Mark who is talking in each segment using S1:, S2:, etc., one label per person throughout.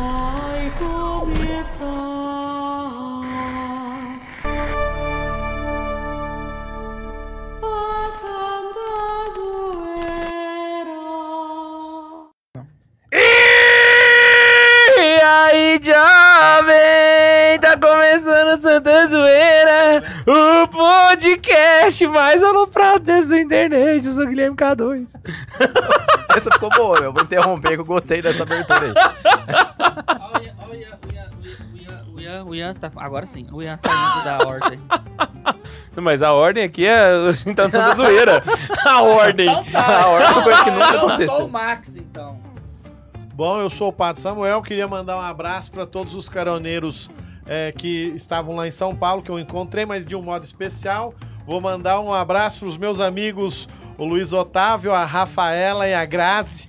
S1: vai começar. Passando a zoeira.
S2: E aí, jovem? Tá começando Santa Zoeira, o podcast mais aloprado dessa internet. Eu sou o Guilherme K2.
S3: Essa ficou boa, meu. Vou interromper que eu gostei dessa abertura aí.
S4: Ó o Ian, ó o Ian, o Ian, o Ian, o Ian, o Ian tá, agora sim, o Ian saindo da ordem.
S2: Mas a ordem aqui é. A gente tá no Santa Zoeira. A ordem.
S4: Então tá,
S3: A ordem foi que
S4: eu
S3: nunca
S4: sou
S3: aconteceu.
S4: o Max, então.
S5: Bom, eu sou o Pato Samuel, queria mandar um abraço para todos os caroneiros eh, que estavam lá em São Paulo, que eu encontrei, mas de um modo especial. Vou mandar um abraço para os meus amigos, o Luiz Otávio, a Rafaela e a Grazi.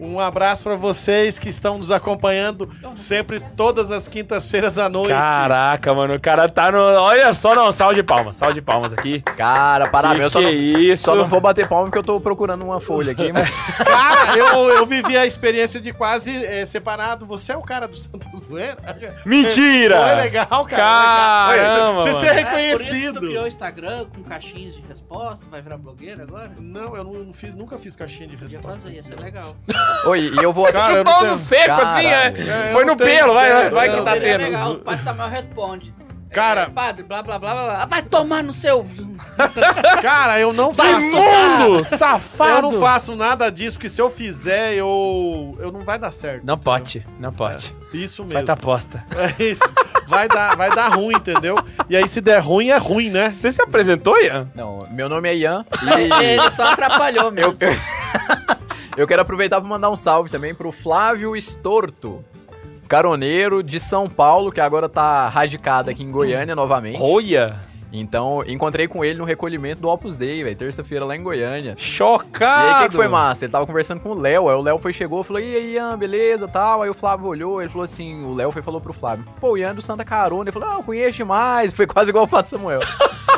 S5: Um abraço para vocês que estão nos acompanhando sempre todas as quintas-feiras à noite.
S2: Caraca, mano, o cara tá no. Olha só, não, salve de palmas, salve de palmas aqui.
S3: Cara, parabéns.
S2: que
S3: Eu só,
S2: que é
S3: não,
S2: isso?
S3: só não vou bater palma porque eu tô procurando uma folha aqui, mas
S5: Cara, eu, eu vivi a experiência de quase eh, separado. Você é o cara do Santa Zoeira?
S2: Mentira!
S5: Foi legal, cara.
S2: Caramba!
S5: Você- você
S2: mano.
S5: é
S4: por isso que tu
S5: reconhecido.
S4: criou o Instagram com caixinhas de resposta, vai virar blogueira agora?
S5: Não, eu não fiz- nunca fiz caixinha de
S4: Podia
S5: resposta.
S4: fazer, ia ser legal.
S3: Oi, e eu vou
S5: Cara, eu não
S2: Chupou
S5: tenho-
S2: no seco, assim, é.
S3: Caralho.
S5: É, eu
S2: Foi
S5: não
S2: no
S5: tenho
S2: pelo, vai, vai,
S5: ideia,
S2: vai
S5: eu
S2: que
S5: não é
S2: tá
S5: sei.
S4: seria
S2: tendo.
S4: legal, o Padre Samuel responde.
S5: Cara-
S4: É, padre, blá blá blá blá, blá. Vai tomar no seu...
S5: Cara, eu não
S2: Tá
S5: faço.
S2: imundo! Safado!
S5: Eu não faço nada disso, porque se eu fizer, eu. Eu não vai dar certo.
S2: Não pode, não pode.
S5: Isso
S2: Faz
S5: mesmo.
S2: aposta.
S5: É isso. Vai dar, vai dar ruim, entendeu? E aí, se der ruim, é ruim, né?
S2: Você se apresentou, Ian?
S3: Não, meu nome é Ian e
S4: Ele só atrapalhou
S3: eu,
S4: mesmo.
S3: eu, eu quero aproveitar pra mandar um salve também pro Flávio Estorto, caroneiro de São Paulo, que agora tá radicado aqui em Goiânia novamente.
S2: Roia!
S3: Então, encontrei com ele no recolhimento do Opus Dei, velho, terça-feira lá em Goiânia. E
S2: Chocado!
S3: aí, o que, que foi massa? Ele tava conversando com o Léo. Aí o Léo foi, chegou, falou, e aí, Ian, beleza, tal. Aí o Flávio olhou, ele falou assim, o Léo foi e falou pro Flávio, pô, o Ian é do Santa Carona. Ele falou, ah, eu conheço demais. Foi quase igual o Pato Samuel.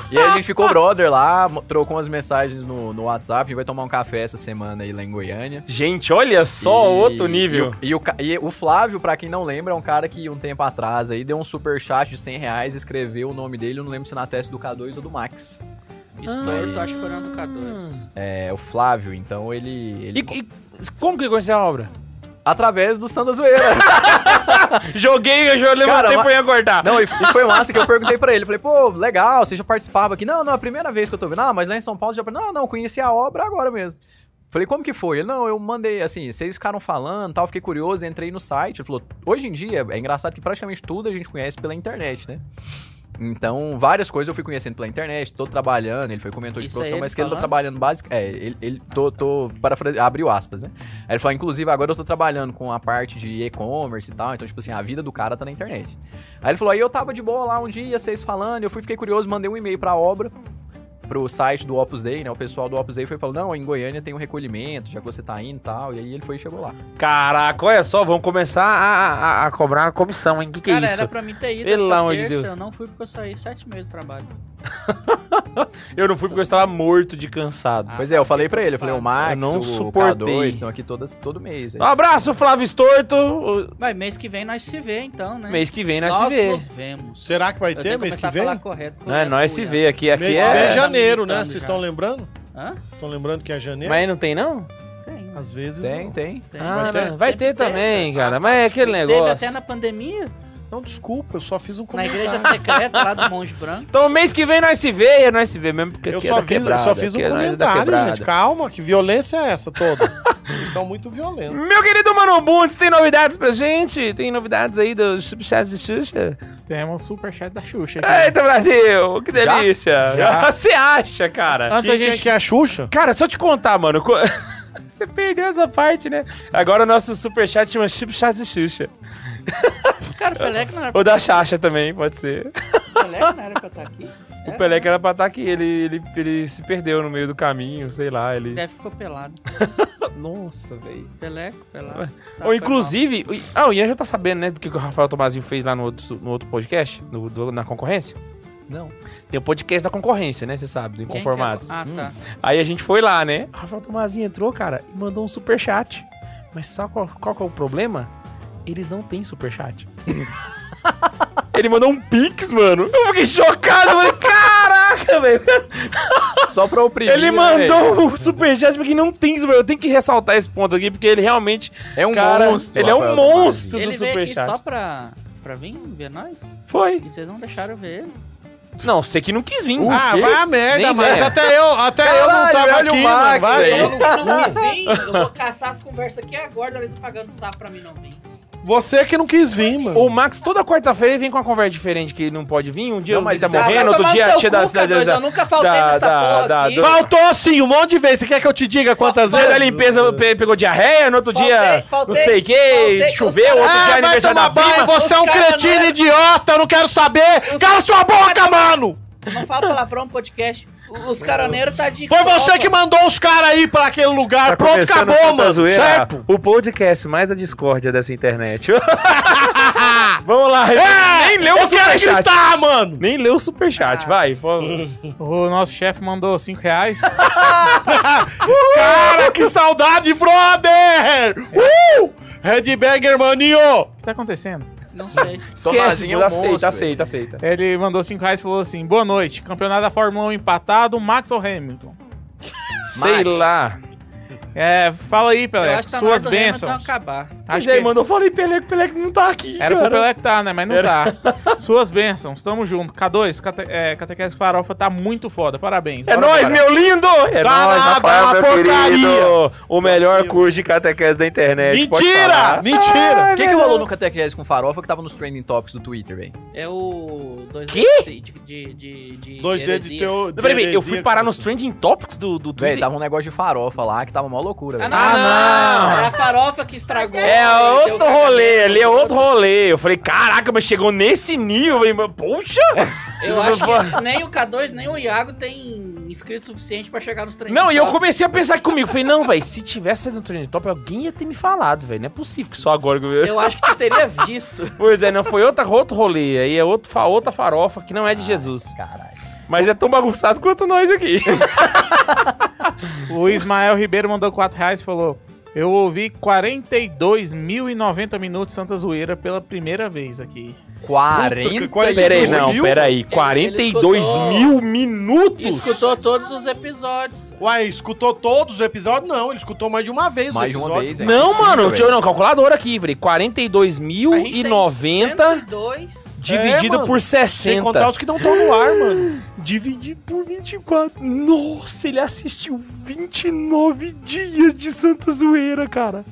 S3: e aí a gente ficou brother lá, mo- trocou umas mensagens no, no WhatsApp. A gente vai tomar um café essa semana aí lá em Goiânia.
S2: Gente, olha só
S3: E-
S2: outro nível.
S3: E, o- e o, ca- e o Flávio, pra quem não lembra, é um cara que um tempo atrás aí deu um superchat de 100 reais, escreveu o nome dele, eu não lembro se na testa do K2 ou do Max.
S4: Estou, tô acho que foi um no K2.
S3: É, o Flávio, então ele... ele...
S2: E, e como que ele conheceu a obra?
S3: Através do Santa Zoeira.
S2: Joguei, eu já levantei
S3: Cara,
S2: pra ir acordar.
S3: Não, e, e foi massa que eu perguntei pra ele. Falei, pô, legal, você já participava aqui? Não, não, é a primeira vez que eu tô vendo. Ah, mas lá em São Paulo já. Não, não, conheci a obra agora mesmo. Falei, como que foi? Ele, não, eu mandei, assim, vocês ficaram falando tal, fiquei curioso, entrei no site. Ele falou, hoje em dia, é engraçado que praticamente tudo a gente conhece pela internet, né? Então, várias coisas eu fui conhecendo pela internet, tô trabalhando, ele foi comentou de
S4: Isso é
S3: profissão,
S4: ele
S3: mas que ele tá
S4: falando?
S3: trabalhando básico. É, ele, ele tô, tô parafra- abriu aspas, né? Aí ele falou, inclusive, agora eu tô trabalhando com a parte de e-commerce e tal, então, tipo assim, a vida do cara tá na internet. Aí ele falou, aí eu tava de boa lá um dia, vocês falando, eu fui, fiquei curioso, mandei um e-mail pra obra, pro site do Opus Dei, né? O pessoal do Opus Dei foi e falou, não, em Goiânia tem um recolhimento, já que você tá indo e tal, e aí ele foi e chegou lá.
S2: Caraca, olha só, vamos começar a, a- a cobrar a comissão, hein? Que que
S4: Cara,
S2: é
S4: era
S2: isso?
S4: pra mim ter ido
S2: Pelo
S4: essa
S2: amor de
S4: terça,
S2: Deus.
S4: eu não fui porque eu saí sete e meia do trabalho.
S2: Eu não fui porque eu estava morto de cansado.
S4: Tá. Ah,
S3: pois é, eu falei pra ele, eu falei, o Max,
S2: Eu não
S3: o
S2: suportei.
S3: K2 estão aqui todas, todo mês. aí.
S2: Um abraço, Flávio Storto.
S4: Mas mês que vem nós se vê, então, né?
S2: Mês que vem nós,
S4: nós
S2: se vê.
S4: nos vemos.
S5: Será que vai
S4: Eu
S5: ter
S4: tenho que
S5: mês
S4: começar
S5: que
S4: a
S5: vem?
S4: falar correto.
S2: Não, é nós se vê aqui. aqui
S5: mês que vem
S2: é...
S5: é janeiro, né?
S4: Tá
S5: Vocês
S4: militando
S5: estão
S4: já.
S5: lembrando?
S4: Hã?
S5: Estão lembrando que é janeiro?
S2: Mas não tem, não?
S4: Tem,
S5: Às vezes
S3: Tem,
S5: não.
S3: tem.
S4: tem.
S2: Ah,
S5: Vai ter? né?
S2: não, vai
S4: Sempre
S2: ter
S4: tem.
S2: também, cara. Mas é aquele
S4: Teve
S2: negócio.
S4: até na pandemia,
S5: Não, desculpa, eu só fiz um
S4: na
S5: comentário.
S4: igreja secreta lá do Monge Branco.
S2: Então mês que vem nós se vê, e é nós se vê mesmo, porque
S5: Eu
S2: aqui
S5: só,
S2: é da
S5: fiz,
S2: quebrada,
S5: eu só fiz um
S2: aqui é nós é da
S5: comentário,
S2: quebrada.
S5: gente. Calma, que violência é essa toda? Vocês estão muito violentos.
S2: Meu querido Mano Bundes, tem novidades pra gente? Tem novidades aí dos subchats de Xuxa?
S6: Temos um superchat da Xuxa aqui.
S2: Eita, Brasil! Que
S3: Já?
S2: delícia!
S6: Já.
S2: Você acha, cara?
S6: Antes
S5: Quem,
S6: da
S5: quem
S6: gente...
S5: que é a Xuxa?
S2: Cara, só te contar, mano. co- Você perdeu essa parte, né? Agora o nosso superchat chama subchat de Xuxa.
S4: Cara, o Pelé que não era pra,
S2: Ou da Xaxa também, pode ser.
S4: o Pelé que não era pra estar aqui.
S2: O Pelé que era pra estar aqui, ele, ele, ele se perdeu no meio do caminho, sei lá. Ele...
S4: Deve ficou pelado.
S2: Nossa, velho.
S4: Pelé, pelado. Tá,
S2: Ou
S4: foi
S2: inclusive... o- Ah, o Ian já tá sabendo, né, do que o Rafael Tomazinho fez lá no outro, su- no outro podcast? no- do- na concorrência?
S3: Não.
S2: Tem o podcast da concorrência, né? Você sabe, do
S4: mal. Quem
S2: Inconformados.
S4: que é? Ah, tá.
S2: Aí a gente foi lá, né? O Rafael Tomazinho entrou, cara, e mandou um superchat. Mas sabe qual, qual que é o problema?
S6: Eles não têm superchat.
S2: Ele mandou um pix, mano. Eu fiquei chocado. Eu falei, caraca, velho.
S3: Só pra oprimir.
S2: Ele
S3: né,
S2: mandou um superchat porque não tem super. Eu tenho que ressaltar esse ponto aqui, porque ele realmente.
S3: velho? É um
S2: cara,
S3: monstro.
S2: Ele é um
S3: Rafael
S2: monstro do
S4: Ele veio aqui
S2: superchat.
S4: só pra, pra vir ver nós?
S2: Foi.
S4: E vocês não deixaram eu ver ele.
S2: Não, sei que não quis vir.
S5: Ah, vai a merda,
S3: Nem
S5: mas
S3: vem.
S5: até eu, até
S3: Caralho,
S5: eu não tava
S3: olha o
S5: aqui,
S3: Max,
S5: mano. Vai,
S3: velho.
S5: tomar no-
S4: Eu não quis vir, eu vou caçar as conversas aqui agora, eles tá pagando sapo pra mim não vir.
S5: Você que não quis vir, mano.
S2: O Max, toda quarta-feira, ele vem com uma conversa diferente, que ele não pode vir. Um dia
S3: Não,
S2: ele
S3: mas
S2: tá
S3: isso é-
S2: morrendo, outro dia a tia da cidade
S4: Eu nunca faltei
S2: da-
S4: nessa
S2: da-
S4: porra
S2: da-
S4: aqui.
S2: do-
S5: Faltou sim, um monte de vezes. Você quer que eu te diga quantas
S2: dia
S5: vezes?
S2: da limpeza pe- pegou diarreia, no outro
S4: Faltei,
S2: dia
S4: faltei,
S2: não sei o que,
S4: faltei com os
S2: choveu,
S4: caras.
S2: outro dia é
S5: Ah, vai
S2: aniversário
S5: tomar
S2: da
S5: banho,
S2: prima. né?
S5: você é um
S4: Os caras
S5: cretino
S4: não é-
S5: idiota, eu não quero saber!
S4: Os
S5: Cala sua boca, mano!
S4: Não fala palavrão no podcast. O- Os caroneiros tá de.
S5: Foi você que mandou os caras aí pra aquele lugar, pronto,
S2: Tá começando
S5: acabou,
S2: Santa
S5: mano,
S2: Zoeira,
S5: certo?
S2: O podcast mais a discórdia dessa internet. Vamos lá, nem leu o
S5: É! eu quero
S2: superchat.
S5: gritar, mano!
S2: Nem leu o superchat,
S4: Ah.
S2: vai. pô.
S6: O nosso chefe mandou 5 reais.
S5: Cara, que saudade,
S2: É.
S5: brother! Uh! Redbanger, maninho!
S6: O que tá acontecendo?
S4: Não sei.
S2: Esquece,
S3: Tomazinho é um
S2: aceita,
S3: monstro,
S2: aceita, aceita.
S6: Ele mandou 5 reais e falou assim: Boa noite, campeonato da Fórmula 1 empatado, Max ou Hamilton?
S2: Sei lá.
S6: É, fala aí,
S4: Eu
S6: Pelé,
S4: acho que tá
S6: suas
S4: na hora do Hamilton
S6: bênçãos.
S4: acabar.
S2: Mas
S6: Acho
S2: aí,
S6: que
S2: mano, é, eu falei Peleco, Peleco não tá aqui,
S6: era pro
S2: cara.
S6: Pelé que tá, né? Mas não
S2: Era.
S6: tá. Suas bênçãos, tamo junto. K2, cate, é, Catequese Farofa tá muito foda, parabéns.
S2: É
S6: Bora,
S2: nóis,
S6: bora.
S2: meu lindo! É
S5: Tá
S2: nóis,
S5: nada,
S2: Rafael,
S5: uma
S2: meu
S5: porcaria.
S2: querido! O melhor curso de catequese da internet. pode
S5: Mentira!
S2: falar.
S5: Mentira!
S2: É
S3: O que, que rolou no Catequese com Farofa que tava nos trending topics do Twitter, velho?
S4: É o. Dois
S2: Que?
S4: dedos de- de. de, de
S5: Dois dedos de
S4: heresia.
S5: teu.
S2: Não, peraí, peraí, eu fui parar nos trending topics do, do
S3: Véi,
S2: Twitter.
S3: tava um negócio de farofa lá que tava mó loucura,
S4: Ah,
S3: velho.
S4: não,
S2: Ah,
S4: não,
S2: não.
S4: É a farofa que estragou.
S2: É
S4: Ele deu
S2: outro
S4: cagamento,
S2: rolê, ali é
S4: deu
S2: outro rolê. Eu falei, caraca, mas chegou nesse nível, velho. mas- Poxa!
S4: Eu acho que nem o K2, nem o Iago tem inscrito suficiente pra chegar nos treinos.
S2: Não, e eu comecei a pensar comigo. Falei, não, velho, se tivesse saído no trending top, alguém ia ter me falado, velho. Não é possível que só agora que eu...
S4: Eu acho que tu teria visto.
S2: Pois é, não, foi outra, outro rolê. Aí é outro, fa- outra farofa que não é de
S4: Ah,
S2: Jesus.
S3: Caralho.
S2: Mas é tão bagunçado quanto nós aqui.
S6: O Ismael Ribeiro mandou 4 reais e falou: Eu ouvi 42.090 minutos Santa Zoeira pela primeira vez aqui.
S3: 40.
S4: é
S5: Puta,
S2: Peraí,
S5: Peraí,
S2: não,
S5: mil?
S2: peraí. 42
S4: escutou-
S2: mil minutos?
S4: Escutou todos os episódios.
S5: Uai, escutou todos os episódios? Não, ele escutou mais de uma vez
S3: Mais
S5: o
S3: de uma
S5: episódio.
S3: vez, velho.
S2: Não,
S3: Cinco,
S2: mano,
S3: velho.
S2: deixa eu não, calculadora aqui, velho.
S4: A gente tá tem
S2: 40.090
S4: 102.
S2: dividido
S5: mano.
S2: por
S5: Sem contar
S2: 60.
S5: os que não estão no ar, mano.
S2: Dividido por 24. Nossa, ele assistiu 29 dias de Santa Zoeira, cara.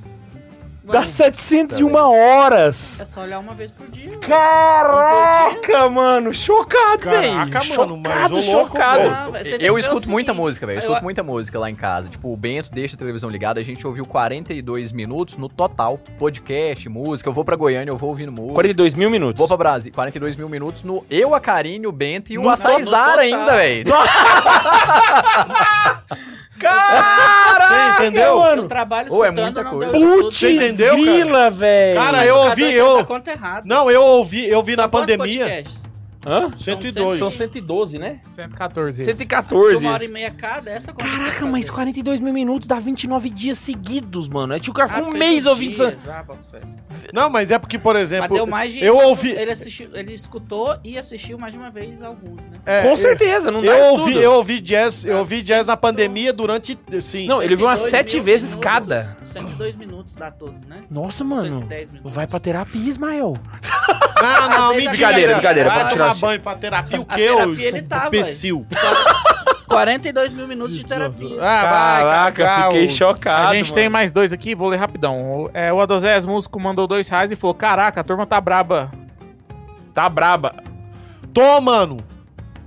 S2: Dá
S4: Mano,
S2: 701
S3: Tá
S2: horas.
S4: É só olgar uma vez por dia.
S2: Caraca, mano, chocado, velho.
S5: Caraca, mano,
S2: chocado,
S5: mas ô louco,
S2: chocado.
S5: velho.
S4: Ah, velho, você tem
S3: Eu
S4: que ver o
S3: escuto muita
S4: seguinte.
S3: música, velho. Eu
S4: Eu-
S3: escuto muita música lá em casa. Tipo, o Bento deixa a televisão ligada, a gente ouviu 42 minutos no total. Podcast, música. Eu vou pra Goiânia, eu vou ouvindo música.
S2: 42 mil minutos.
S3: Vou pra Brasil. 42 mil minutos no eu, a Karine, o Bento e o
S2: No
S3: Açaizar
S4: total.
S3: ainda, velho.
S2: Caraca,
S5: Você entendeu?
S4: Eu
S2: mano.
S4: trabalho
S3: Ou é
S4: escutando,
S3: muita
S4: não
S3: coisa.
S4: deu
S2: Putz,
S5: Você entendeu, cara?
S2: grila, velho.
S5: Cara, eu ouvi, eu.
S4: é
S5: Não, eu ouvi, eu vi na pandemia.
S2: Hã?
S4: São
S5: 102.
S2: São 112, né?
S6: 114. esse.
S2: 114.
S4: Uma hora e meia cada, essa conta é que
S2: Caraca,
S4: eu
S2: mas
S4: fazer.
S2: 42 mil minutos dá 29 dias seguidos, mano. É tipo o cara ficou
S4: Ah,
S2: um
S4: fez
S2: mês
S4: um
S2: ouvindo
S4: dia,
S2: isso.
S4: ah, bota fé. Mas
S5: Não, mas é porque, por exemplo.
S4: deu mais de. um
S5: eu ouvi-
S4: Ele, assistiu, ele escutou e assistiu mais de uma vez alguns, né?
S5: é,
S2: Com certeza, não dá
S5: Eu
S2: isso
S5: ouvi,
S2: tudo.
S5: eu ouvi jazz, eu
S4: Ah,
S5: ouvi
S4: sim.
S5: jazz na pandemia durante. Sim.
S2: Não, ele ouviu umas
S4: 102
S2: sete
S4: mil
S2: vezes
S4: minutos.
S2: cada.
S4: 102 minutos dá todos, né?
S2: Nossa, mano.
S4: 110 minutos.
S2: Vai pra terapia, Ismael.
S5: Não,
S4: Às
S5: não,
S4: vezes
S5: mentira.
S4: brincadeira, brincadeira,
S5: Vai
S2: pode tirar assim.
S5: tomar
S2: isso.
S5: banho pra terapia o
S4: A
S5: quê, ô
S4: terapia ele tá,
S5: imbecil?
S4: 42 mil minutos de terapia.
S5: Ah,
S2: Caraca,
S5: cagar,
S2: fiquei
S5: ô.
S2: chocado.
S6: A gente
S2: mano.
S6: tem mais dois aqui, vou ler rapidão. O- É, o Adozés Músico mandou dois reais e falou: Caraca, a turma tá braba.
S2: Tá braba.
S5: Tô, mano.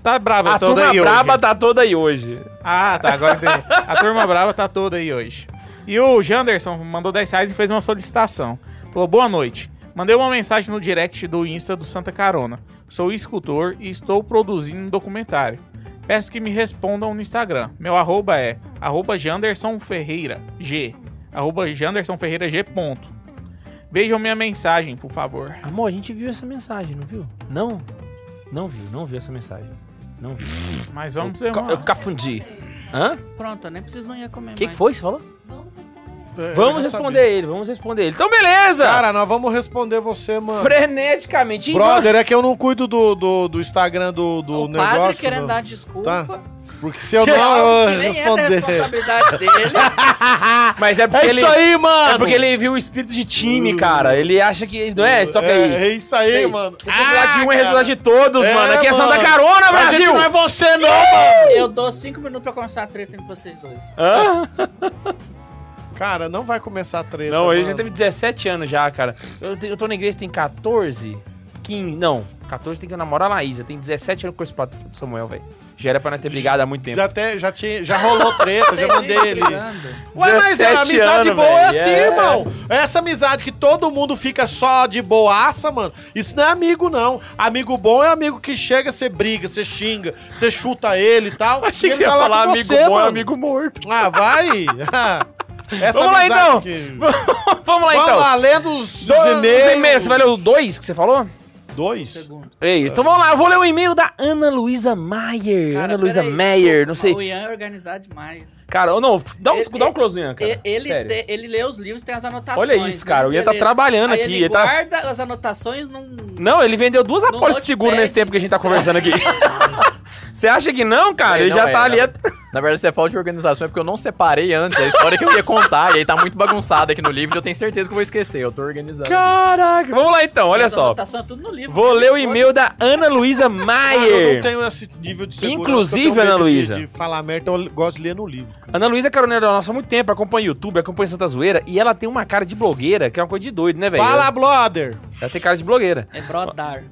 S6: Tá braba
S2: A
S6: toda
S2: turma
S6: aí
S2: braba
S6: hoje.
S2: tá toda aí hoje.
S6: Ah, tá, agora entendi. A turma braba tá toda aí hoje. E o Janderson mandou 10 reais e fez uma solicitação. Falou, boa noite. Mandei uma mensagem no direct do Insta do Santa Carona. Sou escultor e estou produzindo um documentário. Peço que me respondam no Instagram. Meu arroba é arroba Janderson Ferreira G. Arroba Janderson Ferreira G. Ponto. Vejam minha mensagem, por favor.
S2: Amor, a gente viu essa mensagem, não viu? Não? Não viu, não viu essa mensagem. Não viu.
S6: Mas vamos ver
S2: Ca-
S6: uma...
S2: Eu cafundi. Hã?
S4: Pronto, eu nem preciso não ia comer
S2: O que, que
S4: mais.
S2: foi que você falou?
S4: É,
S5: eu
S2: Vamos
S5: já sabia.
S2: responder ele, vamos responder ele. Então, beleza!
S5: Cara, nós vamos responder você, mano.
S2: Freneticamente.
S5: Brother, é que eu não cuido do, do, do Instagram do, do
S4: o
S5: negócio.
S4: padre querendo
S5: não.
S4: dar desculpa.
S5: Tá. Porque se eu não, eu
S4: que nem é da
S5: responder.
S4: responsabilidade dele. é
S2: Mas é porque
S5: É
S2: ele.
S5: isso aí, mano!
S2: É porque ele viu o espírito de time, cara. Ele acha que. Não é? Toca
S5: é,
S2: aí.
S5: é isso aí,
S2: Isso aí.
S5: mano.
S2: Responsabilidade de um,
S5: cara.
S2: responsabilidade de todos,
S5: É,
S2: mano. Aqui é
S5: mano.
S2: Santa Carona,
S5: A gente
S2: Brasil!
S5: não é você, não, mano!
S4: Eu dou cinco minutos pra começar a treta entre vocês dois.
S2: Hã?
S5: Cara, não vai começar a treta.
S2: Não, ele
S5: mano.
S2: já teve 17 anos já, cara. Eu, te- eu tô na igreja tem 14, 15. Não, 14 tem que namorar a Laísa. Tem 17 anos com esse pato do Samuel, velho. Já era pra não ter brigado há muito tempo.
S5: Já, até, já, tinha, já rolou treta, já mandei ele.
S4: né? Brigando.
S5: Ué, mas a
S2: 17
S5: amizade
S2: anos,
S5: boa é assim,
S2: velho, é.
S5: irmão. Essa amizade que todo mundo fica só de boaça, mano. Isso não é amigo, não. Amigo bom é amigo que chega, você briga, você xinga, você chuta ele e tal.
S2: Achei
S5: e
S2: que você
S5: ele
S2: ia
S5: tá lá
S2: falar
S5: com
S2: amigo
S5: você,
S2: bom, é
S5: mano.
S2: amigo morto.
S5: Ah, vai! Ah, Essa
S2: Vamos lá,
S5: amizade
S2: então.
S5: que-
S2: Vamos lá,
S5: Vamos
S2: então.
S5: lá, lendo os,
S2: Do-
S5: os e-mails.
S2: Os e-mails. Você vai ler o 2 que você falou?
S5: Dois?
S4: Segundo.
S2: É isso. Então vamos lá, eu vou ler o e-mail da Ana Luísa Mayer.
S4: Cara,
S2: Ana Luísa
S4: peraí,
S2: Meyer, não sei.
S4: O Ian é organizado demais.
S2: Cara, ou não, dá um,
S4: Ele-
S2: dá um close no Ian, cara.
S4: E- Ele,
S2: Sério.
S4: te- ele lê os livros, tem as anotações.
S2: Olha isso, cara. O Ian tá
S4: Beleza.
S2: trabalhando
S4: Aí
S2: aqui.
S4: Ele
S2: ele tá-
S4: guarda as anotações num.
S2: Não, ele vendeu duas
S4: No
S2: apólices de seguro
S4: notepad,
S2: nesse tempo que a gente tá conversando aqui. Você acha que não, cara?
S3: Véi,
S2: Ele
S3: não
S2: já
S3: é,
S2: tá ali.
S3: não. Na verdade, isso é falta de organização, é porque eu não separei antes é a história que eu ia contar, e aí tá muito bagunçada aqui no livro, e eu tenho certeza que eu vou esquecer, eu tô organizando.
S2: Caraca, vamos lá então, olha
S4: as
S2: só.
S4: anotações, é tudo no livro.
S2: Vou ler o e-mail
S4: Foda-se.
S2: da Ana Luísa
S5: Cara, Ah, eu não
S2: Maier.
S5: tenho esse nível de segurança.
S2: Inclusive,
S5: eu tenho medo
S2: Ana
S5: de-
S2: Luísa.
S5: De, falar merda, então eu gosto de ler no livro. cara.
S2: Ana Luísa é caroneira nossa há muito tempo, acompanha o YouTube, acompanha Santa Zoeira, e ela tem uma cara de blogueira, que é uma coisa de doido, né, velho?
S5: Fala, brother!
S2: Ela tem cara de blogueira.
S4: É Brodar.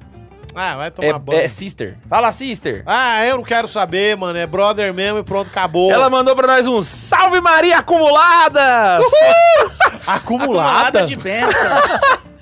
S5: Ah, vai tomar banho.
S2: É, é sister. Fala, sister.
S5: Ah, eu não quero saber, mano. É brother mesmo e pronto, acabou.
S2: Ela mandou pra nós um salve Maria acumulada!
S5: Acumulada?
S4: de bênção.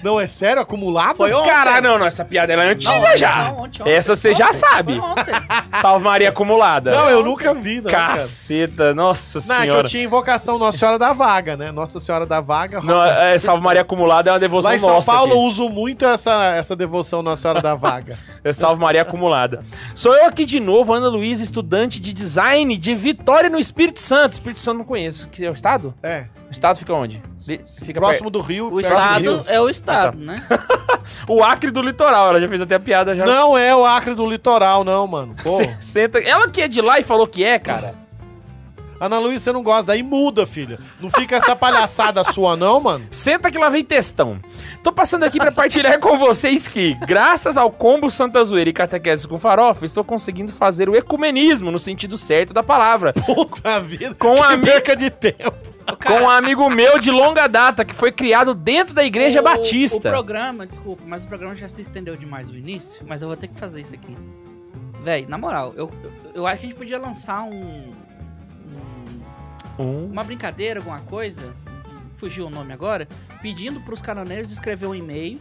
S5: Não, é sério? Acumulada?
S4: Foi ontem.
S2: Caralho, não, não, essa piada ela é antiga
S4: Não,
S2: já.
S4: não, ontem, ontem,
S2: Essa você já
S4: ontem.
S2: sabe.
S4: Foi ontem.
S2: Salve Maria acumulada.
S5: Não, eu nunca vi, não, cara.
S2: Caceta, nossa
S5: Não, é que
S2: senhora.
S5: eu tinha invocação Nossa Senhora da Vaga, né? Nossa Senhora da Vaga.
S2: Não, é, Salve Maria acumulada é uma devoção
S5: Lá em São
S2: nossa.
S5: Paulo
S2: aqui.
S5: eu uso muito essa, essa devoção Nossa Senhora da Vaga.
S2: É Salve Maria acumulada. Sou eu aqui de novo, Ana Luísa, estudante de design de Vitória no Espírito Santo. Espírito Santo não conheço. Que é o estado?
S5: É.
S2: O estado fica onde? Li- Fica
S5: Próximo do Rio.
S4: O
S5: perto do Rio.
S4: estado é o
S2: Ah,
S4: estado,
S2: tá.
S4: né?
S2: perto- O Acre do Litoral, ela já fez até a piada já.
S5: Não é o Acre do Litoral, não, mano. Pô.
S2: Cê- Senta... Ela que é de lá e falou que é, cara.
S5: Ana Luísa, você não gosta, daí muda, filha. Não fica essa palhaçada sua, não, mano.
S2: Senta que lá vem textão. Tô passando aqui pra partilhar com vocês que, graças ao combo Santa Zoeira e Catequese com Farofa, estou conseguindo fazer o ecumenismo no sentido certo da palavra.
S5: Puta vida.
S2: Com
S5: que
S2: a mi-
S5: perca de tempo.
S2: com um amigo meu de longa data que foi criado dentro da Igreja
S4: O- O
S2: Batista.
S4: programa, desculpa, mas o programa já se estendeu demais no início, mas eu vou ter que fazer isso aqui. Véi, na moral, eu, eu, eu acho que a gente podia lançar um, um-
S2: Um.
S4: uma brincadeira, alguma coisa, fugiu o nome agora, pedindo pros canoneiros escrever um e-mail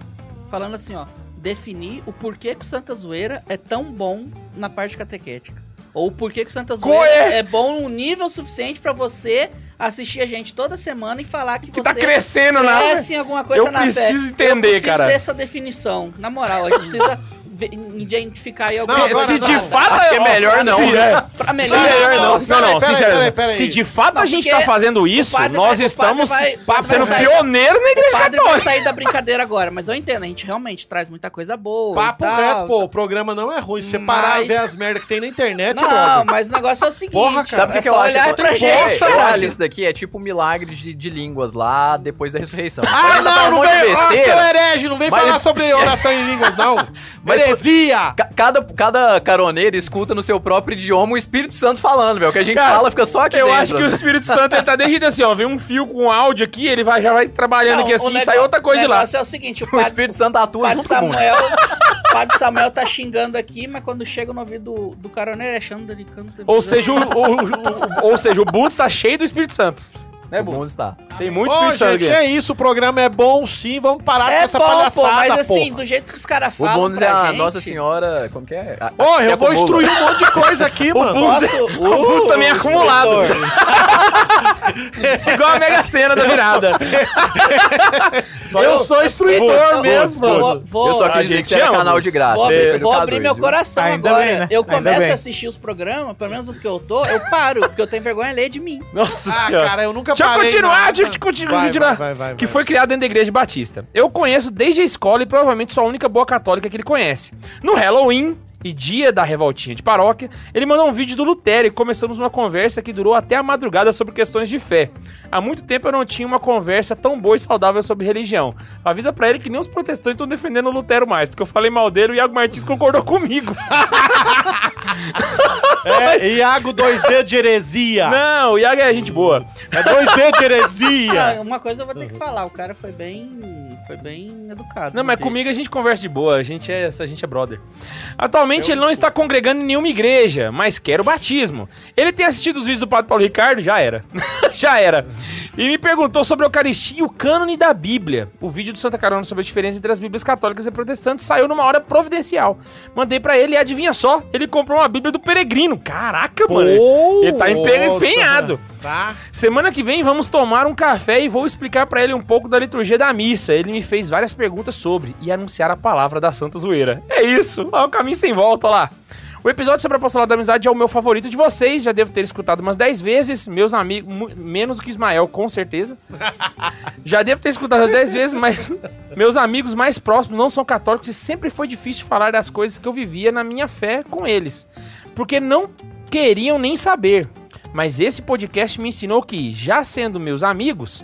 S4: falando assim, ó, definir o porquê que o Santa Zoeira é tão bom na parte catequética. Ou o porquê que o Santa Zoeira
S2: Coé!
S4: é bom um nível suficiente pra você assistir a gente toda semana e falar que,
S2: Que
S4: você
S2: tá crescendo na.
S4: conhecem alguma coisa
S2: Eu
S4: na fé.
S2: preciso entender,
S4: Eu preciso
S2: cara.
S4: dessa definição. Na moral, a gente precisa ve- identificar aí alguma
S5: Não,
S2: Porque
S5: agora
S2: se
S5: não.
S2: de fato
S3: Acho que é melhor não.
S2: Se, é.
S4: pra
S2: Se
S4: melhor.
S2: melhor não. Não, não,
S5: não, peraí, peraí, peraí,
S2: sinceramente.
S5: peraí.
S2: Se de fato
S4: Não,
S2: a gente
S4: porque
S2: tá fazendo isso,
S4: padre
S2: nós
S4: vai- o padre
S2: estamos tá
S4: vai- o padre
S2: sendo
S4: vai sair-
S2: pioneiros na
S4: O
S2: Igreja
S4: padre vai
S2: Católica.
S4: sair da brincadeira agora, mas eu entendo, a gente realmente traz muita coisa boa. e
S5: Papo
S4: tal.
S5: reto, pô. O programa não é ruim. Se você parar e
S4: tá Mas-
S5: ver as merdas que tem na internet,
S4: Não,
S5: brother.
S4: mas o negócio é o seguinte.
S5: Porra, cara.
S3: Sabe o que,
S4: é
S3: que
S4: só
S3: eu acho?
S4: olhar
S3: que
S4: pra gente,
S3: eu acho que
S4: caralho.
S3: isso daqui é tipo um milagre de, de línguas lá depois da ressurreição. Pode
S5: Ah,
S3: botar
S5: não,
S3: um
S5: não
S3: monte de
S5: vem. Ah, seu
S3: besteira.
S5: herege, não vem
S3: Mas-
S5: falar sobre oração em línguas, não.
S3: Mas-
S5: Heresia!
S3: Ca- Cada, cada caroneiro escuta no seu próprio idioma o Espírito Santo falando, velho. O que a gente
S2: Cara,
S3: fala fica só aqui
S2: Eu
S3: dentro.
S2: acho que o Espírito Santo ele tá derrido assim, ó. Vem um fio com áudio aqui, ele vai, já vai trabalhando
S4: Não,
S2: aqui
S4: o
S2: assim e
S4: nego-
S2: sai outra coisa de
S4: O
S2: lá.
S4: negócio é o seguinte, o
S3: O
S4: padre,
S3: Espírito Santo
S4: o
S3: atua
S4: padre
S3: junto com o mundo.
S4: Samuel... O padre Samuel tá xingando aqui, mas quando chega no ouvido do, do caroneiro, é chando ele canta.
S2: Ou seja, o, o- o- ou seja, o Boots tá cheio do Espírito Santo. Né,
S4: É
S3: O mundo
S2: Boots?
S3: está.
S2: Tem muito
S5: Ô,
S2: Espírito Santo
S5: gente,
S2: aqui.
S5: é isso. O programa é bom, sim. Vamos parar com
S4: é
S5: essa
S4: bom,
S5: palhaçada,
S4: pô, mas assim,
S5: porra.
S4: do jeito que os caras
S3: O
S4: falam
S3: Bundes é
S4: pra
S3: a
S4: gente,
S3: Nossa Senhora. Como que é? A-
S5: Ô, eu vou
S3: acumula.
S5: instruir um monte de coisa aqui,
S2: O
S5: mano.
S2: Boots,
S4: Posso-
S2: o Boots também é
S4: Uh,
S2: acumulado.
S4: instrutor.
S2: Igual a Mega Sena da virada. Só
S5: Eu sou instruidor
S2: Boots, Boots,
S5: mesmo, mano.
S4: Vou, vou,
S3: Eu só
S2: A
S3: quis dizer
S2: gente
S3: que você era
S2: ama,
S3: canal de
S2: Bundes.
S3: graça.
S4: Vou,
S2: Você-
S3: você
S4: vou
S3: ficar
S4: abrir
S3: doido,
S4: meu
S3: viu?
S4: coração
S6: Ainda
S4: agora.
S6: bem, né?
S4: Eu
S6: Ainda
S4: começo
S6: bem.
S4: a assistir os programas, pelo menos os que eu tô, eu paro, porque eu tenho vergonha de ler de mim.
S2: Nossa
S5: Ah,
S2: senhora.
S5: cara, eu nunca
S2: Deixa eu
S5: parei
S2: continuar,
S5: nada.
S2: deixa eu te continuar.
S5: Vai,
S2: continuar.
S5: vai, vai, vai,
S2: que
S5: vai.
S2: foi criado dentro da igreja batista. Eu conheço desde a escola e provavelmente sou a única boa católica que ele conhece. No Halloween e dia da revoltinha de paróquia, ele mandou um vídeo do Lutério e começamos uma conversa que durou até a madrugada sobre questões de fé. Há muito tempo eu não tinha uma conversa tão boa e saudável sobre religião. Avisa pra ele que nem os protestantes estão defendendo o Lutero mais, porque eu falei mal dele e o Iago Martins concordou comigo.
S5: É, Iago 2D de heresia.
S2: Não, o Iago é gente boa.
S5: É 2D
S4: Ah,
S5: de heresia.
S4: uma coisa eu vou ter que falar, o cara foi bem. Foi bem educado.
S2: Não, mas
S4: porque-
S2: comigo a gente conversa de boa, a gente é, a gente é brother. Atualmente ele não está congregando em nenhuma igreja, mas quer o batismo. Ele tem assistido os vídeos do Padre Paulo Ricardo, já era. já era. E me perguntou sobre a Eucaristia e o cânone da Bíblia. O vídeo do Santa Carona sobre a diferença entre as Bíblias católicas e protestantes saiu numa hora providencial. Mandei pra ele e adivinha só, ele comprou uma Bíblia do Peregrino. Caraca, mano. Ele tá empe- empenhado.
S5: Tá.
S2: Semana que vem vamos tomar um café e vou explicar pra ele um pouco da liturgia da missa. Ele me fez várias perguntas sobre e anunciar a palavra da Santa Zoeira. É isso, é um caminho sem volta olha lá. O episódio sobre a apostolado da amizade é o meu favorito de vocês, já devo ter escutado umas 10 vezes, meus amigos, mu- menos do que Ismael, com certeza. Já devo ter escutado as 10 vezes, mas meus amigos mais próximos não são católicos e sempre foi difícil falar das coisas que eu vivia na minha fé com eles, porque não queriam nem saber. Mas esse podcast me ensinou que, já sendo meus amigos,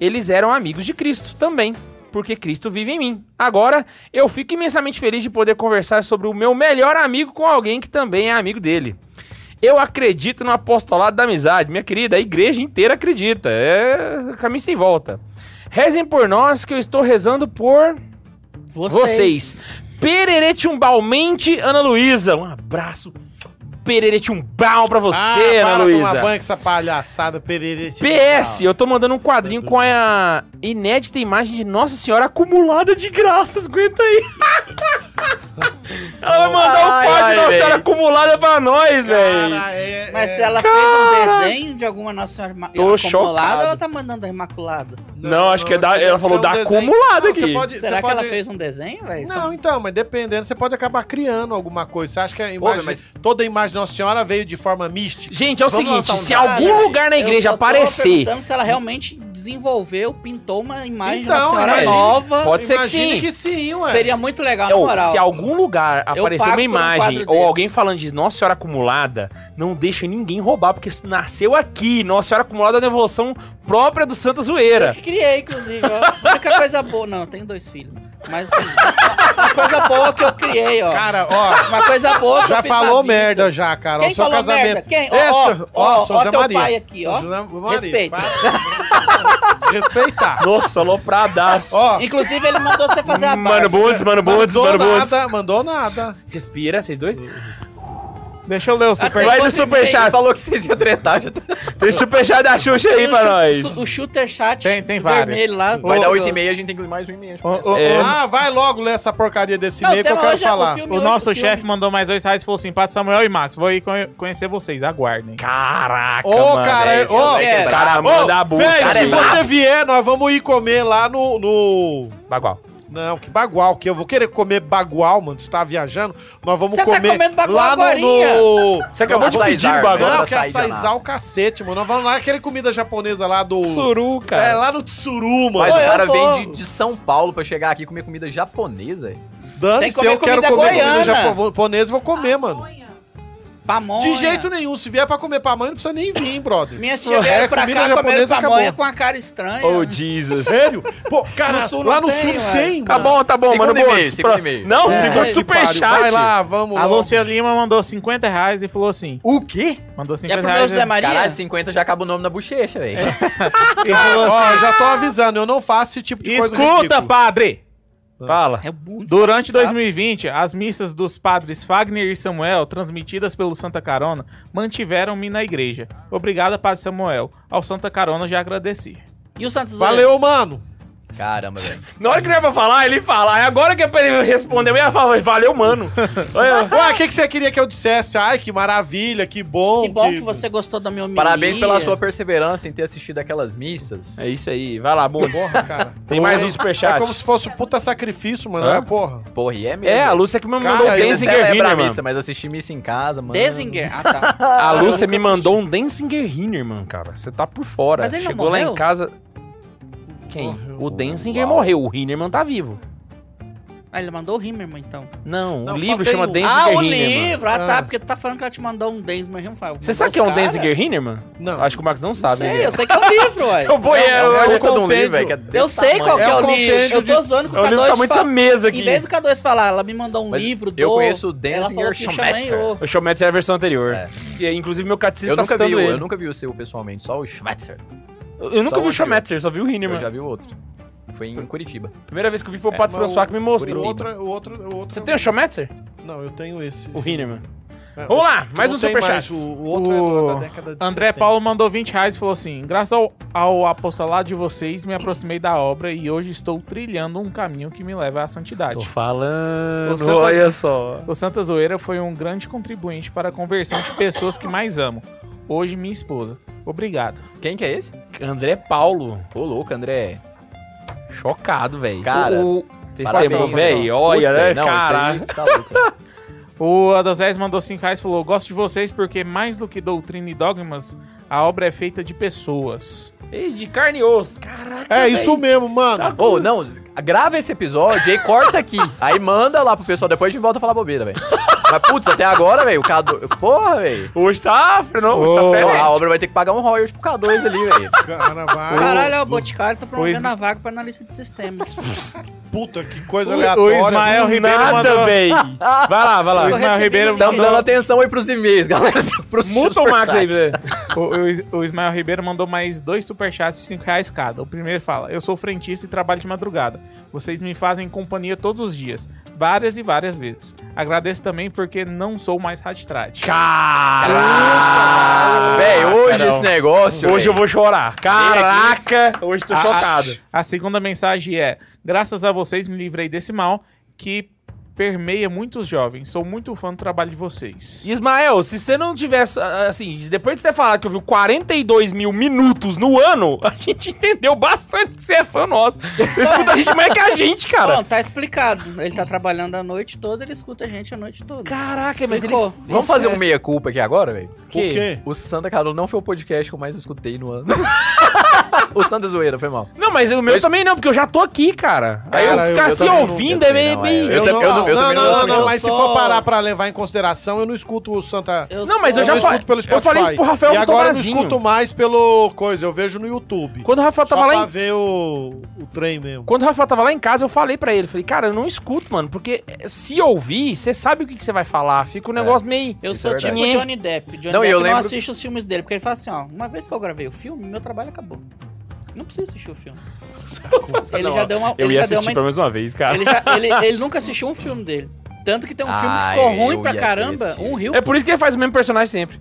S2: eles eram amigos de Cristo também, porque Cristo vive em mim. Agora, eu fico imensamente feliz de poder conversar sobre o meu melhor amigo com alguém que também é amigo dele. Eu acredito no apostolado da amizade, minha querida, a igreja inteira acredita. É caminho sem volta. Rezem por nós que eu estou rezando por vocês. Pereretumbalmente, Ana Luísa. Um abraço. Pereretumbal pra você,
S5: ah,
S2: Ana
S5: para tomar
S2: Luísa.
S5: banho com essa palhaçada, tipo, pererê.
S2: PS, eu tô mandando um quadrinho com a inédita imagem de Nossa Senhora acumulada de graças. Aguenta aí. Ela vai mandar um
S3: Ai,
S2: quadro de
S3: ai,
S2: Nossa Senhora
S3: véi.
S2: acumulada pra nós, velho.
S5: Cara, é,
S4: Mas
S5: é-
S4: se ela fez um desenho de alguma nossa irma...
S2: Tô chocado.
S4: acumulada, ela tá mandando a imaculada.
S2: Não, acho que é da-
S5: você
S2: ela
S5: pode
S2: falou
S5: ser
S2: da
S5: um desenho.
S2: acumulada
S5: Não,
S2: aqui.
S5: Você pode,
S4: Será
S5: você
S4: que
S5: pode...
S4: ela fez um desenho, velho?
S5: Não, então, mas dependendo, você pode acabar criando alguma coisa. Você acha que a imagem,
S3: mas-
S5: toda a imagem de Nossa Senhora veio de forma mística?
S2: Gente, é o
S3: Vamos lançar
S2: seguinte,
S3: um
S2: se
S3: dado
S2: algum
S3: aí.
S2: lugar na igreja
S4: Eu só tô
S2: aparecer...
S4: perguntando se ela realmente desenvolveu, pintou uma imagem
S5: Então,
S4: da senhora
S5: imagina.
S4: nova.
S2: Pode ser que
S5: Imagina
S2: sim.
S5: que sim, ué.
S4: Seria muito legal, na
S2: Ou,
S4: moral.
S2: se algum lugar aparecer uma
S4: pago por um
S2: imagem
S4: quadro
S2: ou
S4: desse.
S2: alguém falando de Nossa Senhora Acumulada, não deixa ninguém roubar, porque isso nasceu aqui. Nossa Senhora Acumulada é uma devoção própria do Santa
S4: Eu
S2: Zoeira.
S4: que criei, inclusive. ó. A única coisa boa. Não, eu tenho dois filhos. Mas assim, a a coisa boa que eu criei, ó.
S5: Cara, ó,
S4: Uma coisa boa que eu
S5: já
S4: fiz na
S5: falou
S4: vida.
S5: merda já, cara.
S4: Quem
S5: o seu
S4: falou
S5: casamento.
S4: merda? Quem? Ó,
S5: Esse-
S4: ó, ó,
S5: São
S4: ó
S5: José
S4: teu
S5: Maria.
S4: pai aqui, ó.
S5: São José Maria,
S4: Respeita.
S5: para. Respeitar.
S2: Nossa, alopradaço.
S5: Ó,
S4: Inclusive, ele mandou você fazer a base.
S2: Mano Bundes, Mano Bundes,
S5: mandou
S2: Mano Bundes.
S5: nada, mandou nada.
S2: Respira, vocês dois.
S6: Deixa eu ler o super...
S2: Vai no
S4: quando vem-
S2: superchat.
S3: Falou que vocês iam tretar. Já... tá-
S2: Tem superchat da Xuxa aí
S4: Tem
S2: pra nós.
S4: o, chu- o shooter chat
S6: Tem- tem várias.
S4: vermelho lá.
S3: Vai
S4: do-
S3: dar
S4: do-
S3: 8h30, a gente tem que ler mais um e-mail. acho que
S6: Ô,
S3: começa.
S6: ô,
S2: É.
S6: ô,
S5: Ah, vai logo ler essa porcaria desse
S4: Não,
S5: e-mail que
S4: tem
S5: eu
S4: uma
S5: quero
S4: hoje é com
S5: falar.
S4: filme,
S6: O
S4: hoje
S6: nosso
S4: com filme.
S6: chefe mandou mais dois reais e falou assim: Pato Samuel e Max, vou ir conhe- conhecer vocês, aguardem.
S2: Caraca,
S5: Ô,
S2: mano.
S5: cara,
S2: é
S5: é-
S2: isso,
S5: ô,
S2: moleque é
S4: é.
S2: cara, manda a bucha.
S5: velho,
S2: cara,
S5: se
S2: é brabo.
S5: você vier, nós vamos ir comer lá no, no-
S2: Bagual.
S5: Não, que bagual que eu vou querer comer bagual, mano. Você tá viajando? Nós vamos
S4: Você tá
S5: comer
S4: comendo bagual
S5: lá no, no...
S2: Você acabou de
S3: Açaizar,
S2: pedir o
S3: né?
S2: bagual.
S5: Não,
S3: Agora
S5: que
S3: tá aí,
S5: açaizar o cacete, mano. Nós vamos lá, aquele comida japonesa lá do...
S2: Suru,
S5: É,
S2: cara.
S5: lá no Tsuru,
S3: Mas
S5: mano.
S4: Ô,
S3: o
S4: eu
S3: cara
S4: vou.
S3: vem de, de São Paulo pra chegar aqui e comer comida japonesa. velho.
S5: Dane
S4: Tem que
S5: se
S4: comer
S5: eu quero
S4: comida
S5: comer comida
S4: goiana.
S5: japonesa, eu vou comer, mano.
S4: Pamonha.
S5: De jeito nenhum. Se vier pra comer pamonha, não precisa nem vir, brother.
S4: Minha tia
S5: É,
S4: veio pra
S5: comida
S4: cá comer
S5: japonesa
S4: pamonha
S5: acabou.
S4: com a cara estranha.
S2: Oh, Jesus.
S5: Sério? Pô, cara,
S4: No sul
S5: lá
S4: não
S5: no
S4: tem,
S5: Sul
S4: ué.
S5: sem,
S2: Tá bom, tá bom,
S3: Segundo
S2: mano.
S3: e-mail,
S2: Bundes.
S3: segundo
S2: Pro-
S3: e-mail.
S2: Não,
S5: É.
S2: segundo
S5: Que pariu. Vai
S2: superchat.
S5: lá, vamos
S6: A
S5: logo.
S6: Lucia Lima mandou 50 reais e falou assim:
S3: O quê?
S6: Mandou 50
S4: É pro meu
S6: reais. né?
S4: Zé
S6: e-
S4: Maria?
S3: Caralho, 50 já acaba o nome na bochecha, velho.
S6: e falou assim,
S5: Ó, eu já tô avisando, eu não faço esse tipo de coisa
S6: Escuta,
S5: ridícula.
S6: padre!
S2: Fala.
S4: É muito
S6: Durante
S4: sabe?
S6: 2020, as missas dos padres Fagner e Samuel, transmitidas pelo Santa Carona, mantiveram-me na igreja. Obrigada, Padre Samuel. Ao Santa Carona já agradeci.
S4: E o Santos Zoeira?
S5: Valeu, mano.
S3: Caramba, velho.
S2: Na hora que não ia pra falar, ele fala. Aí agora que é pra ele responder, eu ia falar, valeu, mano. Olha,
S5: Ué, o que, que você queria que eu dissesse? Ai, que maravilha, que bom.
S4: Que bom que você gostou da minha homilia.
S3: Parabéns pela sua perseverança em ter assistido aquelas missas.
S2: é isso aí, vai lá, Bundes.
S5: Porra, cara.
S2: Tem mais um
S5: É
S2: superchat.
S5: como se fosse um puta sacrifício, mano.
S2: Hã?
S5: É, porra.
S3: Porra, e é mesmo.
S2: É, a Lúcia que me mandou
S5: Cara,
S2: um
S5: eu ia
S2: Denzinger
S3: Denzinger
S2: Winner, mano.
S3: missa, mas assisti missa em casa, mano.
S4: Desinger. Ah, tá.
S2: A Lúcia
S4: eu nunca
S2: me
S4: assisti.
S2: mandou um Denzinger Winner, mano, cara. Você tá por fora.
S4: Mas ele não
S2: Chegou lá
S4: morreu?
S2: em casa... Quem?
S5: Morreu.
S2: O Denzinger
S3: Uau.
S2: morreu, o Hinnerman tá vivo.
S4: Ah, ele mandou o Rimmerman, então.
S2: Não,
S5: Não,
S2: o
S5: só
S2: livro
S5: tem
S2: chama
S5: um.
S2: Denzinger
S4: ah, o
S2: Hinnerman.
S4: livro. Ah, tá.
S5: Ah.
S4: Porque tu tá falando que ela te mandou um Denzinger Rimmerman.
S2: Você sabe o que é um Denzinger Hinnerman?
S5: Não.
S2: Acho que o Max não sabe.
S4: Sei,
S2: né?
S4: eu sei que é um livro, ué.
S2: Eu boi,
S3: É,
S2: eu-
S3: a
S2: eu-
S3: boca de um
S5: compêndio.
S3: livro, velho, que é desse
S4: Eu sei qual que é
S5: É
S4: o
S5: um
S4: livro.
S5: compêndio
S4: Eu tô
S5: de-
S4: zoando com o
S2: Eu lembro do
S4: K2
S2: tamanho dessa
S4: fala...
S2: mesa
S4: Em
S2: tá aqui.
S4: vez do K2 falar, ela me mandou um
S3: Mas
S4: livro do...
S3: eu conheço o Denzinger
S4: Ela falou que
S3: Schometzer.
S4: chamou.
S2: O Showmatch é a versão anterior.
S3: É.
S2: E, inclusive, meu catecismo
S3: Eu
S2: tá
S3: nunca, vi,
S2: citando
S3: o-
S2: ele.
S3: eu nunca vi o seu pessoalmente, só o Schmetzer.
S2: Eu eu nunca
S3: Só
S2: vi o
S3: o
S2: Showmatcher, só vi o
S3: Eu
S2: Hinnerman.
S3: já vi o outro. Foi em Curitiba.
S2: Primeira vez que eu vi foi o
S5: É,
S2: Pato
S5: mas o-
S2: François que me
S5: O
S2: mostrou.
S5: outro, é, o outro, o outro.
S2: Você tem o Showmatcher?
S5: Não, eu tenho esse.
S2: O Hinnerman.
S5: É,
S2: Vamos lá,
S5: eu
S2: mais
S5: não
S2: um
S5: tenho
S2: superchat.
S5: mais, O, o outro é
S6: O
S5: da- da década de
S6: André
S5: 70.
S6: Paulo mandou 20 reais e falou assim: Graças ao, ao apostolado de vocês, me aproximei da obra e hoje estou trilhando um caminho que me leva à santidade.
S2: falando,
S6: Você tá- olha
S2: só.
S6: O Santa Zoeira foi um grande contribuinte para a conversão de pessoas que mais amo. Hoje, minha esposa. Obrigado.
S3: Quem que é esse?
S2: André Paulo,
S3: Ô, louco, André.
S2: chocado, velho.
S3: Cara,
S6: o
S2: Testemunho,
S3: parabéns,
S2: velho,
S3: mano.
S2: olha,
S3: Putz,
S2: né,
S3: velho, não,
S2: cara.
S3: isso aí tá louco.
S6: o Adosés mandou 5 reais e falou: Gosto de vocês porque, mais do que doutrina e dogmas, a obra é feita de pessoas.
S2: Ei, de carne e osso. Caraca,
S5: É
S2: véi.
S5: isso mesmo, mano.
S3: Ô, não, grava esse episódio e aí corta aqui. aí manda lá pro pessoal, depois a gente volta a falar bobeira, velho. Mas, putz, até agora, velho, o K2... Porra, velho.
S2: Hoje tá, não, hoje tá
S6: Ô,
S2: fera.
S3: A obra vai ter que pagar um royalty pro K2 ali, velho.
S6: Tá.
S5: Cara, vai.
S4: Caralho, o Boticário tá
S6: Pois-
S4: promovendo a vaga pra analista de sistemas.
S5: Puta, que coisa
S6: O- o
S5: aleatória.
S6: Ismael
S5: viu?
S6: Ribeiro
S2: Nada,
S6: mandou-
S2: velho. Vai lá, vai
S6: O
S2: lá.
S4: Corre-
S6: Ismael
S4: recebi
S6: Ribeiro
S4: um
S3: Tamo Tá
S4: Não.
S3: dando atenção aí pros e-mails, galera. Pros
S2: Multa o Max aí, velho.
S6: O, o Is- o Ismael Ribeiro mandou mais dois superchats de 5 reais cada. O primeiro fala: Eu sou frentista e trabalho de madrugada. Vocês me fazem companhia todos os dias, várias e várias vezes. Agradeço também porque não sou mais raditrate.
S2: Caraca!
S3: Véi, hoje
S2: Carol.
S3: esse negócio.
S2: Hoje eu
S3: véi.
S2: vou chorar. Caraca! Hoje tô
S6: A-
S2: chocado.
S6: A, a segunda mensagem é: Graças a vocês me livrei desse mal que permeia muitos jovens. Sou muito fã do trabalho de vocês.
S2: Ismael, se você não tivesse, ah, assim, depois de você ter falado que eu vi 42 mil minutos no ano, a gente entendeu bastante que você é fã nosso. Você escuta a gente mais que a gente, cara.
S4: Bom, tá explicado. Ele tá trabalhando a noite toda, ele escuta a gente a noite toda.
S2: Caraca, mas ele...
S4: Explicou.
S2: esse
S3: Vamos fazer
S2: é-
S3: um meia-culpa aqui agora, velho?
S2: O
S5: O
S2: quê?
S5: quê?
S3: O Santa Carol não foi o podcast que eu mais escutei no ano. o Santa é Zoeira, foi mal.
S2: Não, mas o meu
S3: Mas-
S2: também não, porque eu já tô aqui, cara. Aí
S5: Cara,
S2: eu
S5: eu-
S2: ficar
S5: eu
S2: assim
S5: também não-
S2: ouvindo é
S3: eu também
S2: meio...
S3: não, é,
S2: meio-
S3: eu tam- eu não- eu
S5: não,
S3: também
S5: não,
S3: não
S5: não,
S3: gosto,
S5: não,
S4: eu
S5: mas se
S4: sou-
S5: for parar pra levar em consideração, eu não escuto o Santa.
S4: Eu
S2: Não, mas eu
S4: sou- um
S2: já
S5: não
S2: fa-
S5: escuto pelo
S2: eu falei
S5: Spotify.
S2: isso pro Rafael
S5: E agora eu não
S2: Tomazinho.
S5: escuto mais pelo coisa, eu vejo no YouTube.
S2: Quando o Rafael
S5: Só
S2: tava lá
S5: pra
S2: em
S5: ver o, o trem mesmo.
S2: Quando o Rafael tava lá em casa, eu falei pra ele, falei, cara, eu não escuto, mano, porque se ouvir, você sabe o que que você vai falar, fica um negócio meio...
S4: Eu
S3: Isso
S4: sou
S3: é
S4: tipo
S2: verdade.
S4: Johnny Depp. Johnny
S3: Não, e
S4: Depp
S3: eu
S4: não
S3: lembro-
S4: assiste os filmes dele, porque ele fala assim, ó, uma vez que eu gravei o filme, meu trabalho acabou. Não precisa assistir o filme. ele já deu uma. ele já deu uma.
S2: menos uma vez, cara.
S4: Ele, já- ele- ele nunca assistiu um filme dele. Tanto que tem um filme que ficou
S3: Ah,
S4: ruim
S3: eu
S4: pra
S3: ia
S4: caramba,
S3: assistir.
S4: um rio.
S2: É por isso que ele faz o mesmo personagem sempre.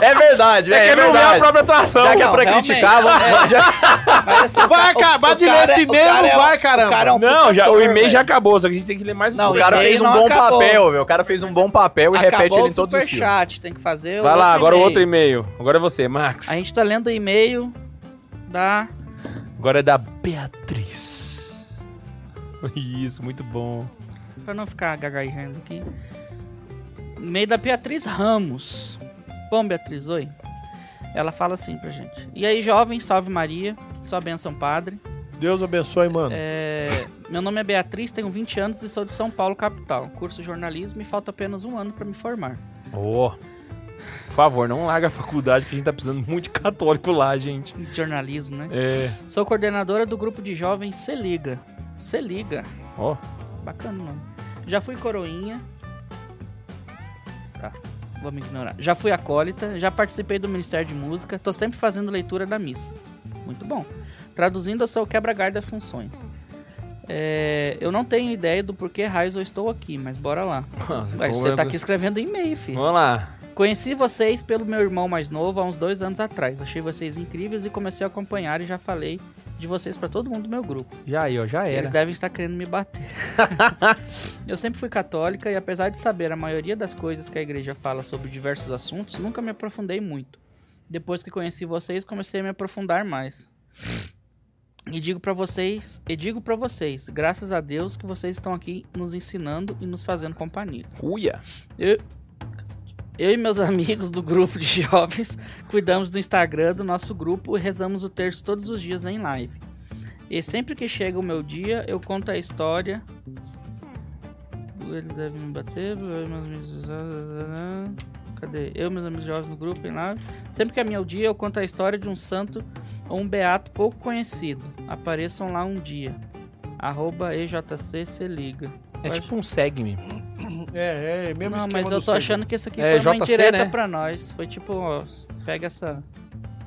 S3: É verdade,
S2: É,
S3: velho. É,
S2: quer ver a
S3: verdade.
S2: própria atuação.
S3: Já que é
S4: Não,
S3: pra
S4: realmente.
S3: criticar, vamos.
S4: É.
S3: já-
S4: Mas, assim, o
S5: Vai
S4: ca- o-
S5: acabar
S4: o
S5: de
S4: cara
S5: ler esse
S4: o cara é
S5: mesmo,
S4: um-
S5: vai,
S4: o
S5: caramba.
S4: cara é um
S2: Não,
S4: puta
S2: já, o
S4: ator,
S2: e-mail já
S4: velho.
S2: acabou, só que a gente tem que ler mais um
S4: Não,
S3: O
S2: pouco.
S3: cara
S4: e-mail
S3: fez um
S4: não
S3: bom
S4: acabou.
S3: papel, velho. O cara fez um bom papel e repete
S4: Acabou
S3: ele
S4: o
S3: em todos os filmes.
S4: superchat, tem que fazer
S2: Vai lá, agora o outro
S4: e-mail.
S2: e-mail. Agora é você, Max.
S4: A gente tá lendo o e-mail da.
S2: Agora é da Beatriz. Isso, muito bom.
S4: Pra não ficar gaguejando aqui. Meio da Beatriz Ramos. Bom, Beatriz, oi. Ela fala assim pra gente. E aí, jovem, salve Maria. Sua benção, padre.
S5: Deus abençoe, mano.
S4: É, meu nome é Beatriz, tenho 20 anos e sou de São Paulo, capital. Curso jornalismo e falta apenas um ano pra me formar.
S2: Ó. Por favor, não larga a faculdade, que a gente tá precisando muito de católico lá, gente.
S4: De Jornalismo, né?
S2: É.
S4: Sou coordenadora do grupo de jovens Se Liga. Se Liga.
S2: Ó.
S4: Bacana o nome. Já fui coroinha. Tá, vamos ignorar. Já fui acólita, já participei do Ministério de Música, tô sempre fazendo leitura da missa. Muito bom. Traduzindo, eu sou o quebra-gar das funções. É, eu não tenho ideia do porquê raios eu estou aqui, mas bora lá. Ué, você tá aqui escrevendo e-mail, filho.
S2: Vamos lá.
S4: Conheci vocês pelo meu irmão mais novo há uns dois anos atrás. Achei vocês incríveis e comecei a acompanhar e já falei de vocês pra todo mundo do meu grupo.
S2: Já aí, ó, já
S4: Eles
S2: era.
S4: devem estar querendo me bater. eu sempre fui católica e apesar de saber a maioria das coisas que a igreja fala sobre diversos assuntos, nunca me aprofundei muito. Depois que conheci vocês, comecei a me aprofundar mais. E digo pra vocês, e digo para vocês, graças a Deus que vocês estão aqui nos ensinando e nos fazendo companhia.
S2: Cuia.
S4: Eu, eu e meus amigos do grupo de jovens cuidamos do Instagram do nosso grupo e rezamos o terço todos os dias em live. E sempre que chega o meu dia, eu conto a história. Eles devem me bater. eu e meus amigos- Cadê? Eu e meus amigos jovens no grupo em live. Sempre que é meu dia, eu conto a história de um santo ou um beato pouco conhecido. Apareçam lá um dia. Arroba EJC se liga.
S2: É
S4: Eu
S2: tipo um segue-me.
S5: É, é, mesmo
S4: Não,
S5: esquema
S4: mas eu
S5: do
S4: tô
S5: Sega.
S4: achando que isso aqui
S2: É,
S4: foi uma
S2: JC,
S4: indireta
S2: né?
S4: pra nós. Foi tipo, ó, pega essa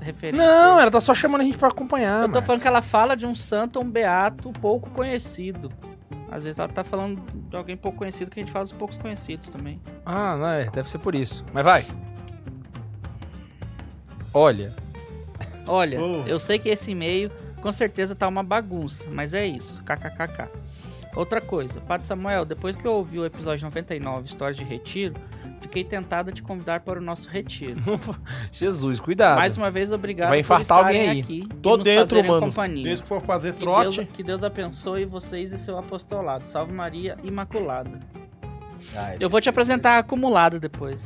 S4: referência.
S2: Não, ela tá só chamando a gente pra acompanhar.
S4: Eu tô
S2: Max.
S4: falando que ela fala de um santo, um beato pouco conhecido. Às vezes ela tá falando de alguém pouco conhecido, que a gente fala dos poucos conhecidos também.
S2: Ah, não, é, deve ser por isso. Mas vai. Olha.
S4: Olha,
S5: Oh.
S4: eu sei que esse e-mail com certeza tá uma bagunça, mas é isso. KKKK. Outra coisa, Padre Samuel, depois que eu ouvi o episódio 99, Histórias de Retiro, fiquei tentada de convidar para o nosso retiro.
S2: Jesus, cuidado.
S4: Mais uma vez, obrigado
S2: Vai
S4: por
S2: infartar
S4: estarem
S2: alguém aí.
S4: aqui. e
S5: Tô
S4: nos
S5: dentro,
S4: fazerem
S5: mano.
S4: Companhia.
S5: Desde que for fazer
S4: que, Deus,
S2: é-
S5: trote.
S4: que Deus abençoe vocês e seu apostolado. Salve Maria Imaculada.
S3: Ah, esse-
S4: Eu vou te apresentar a acumulada depois.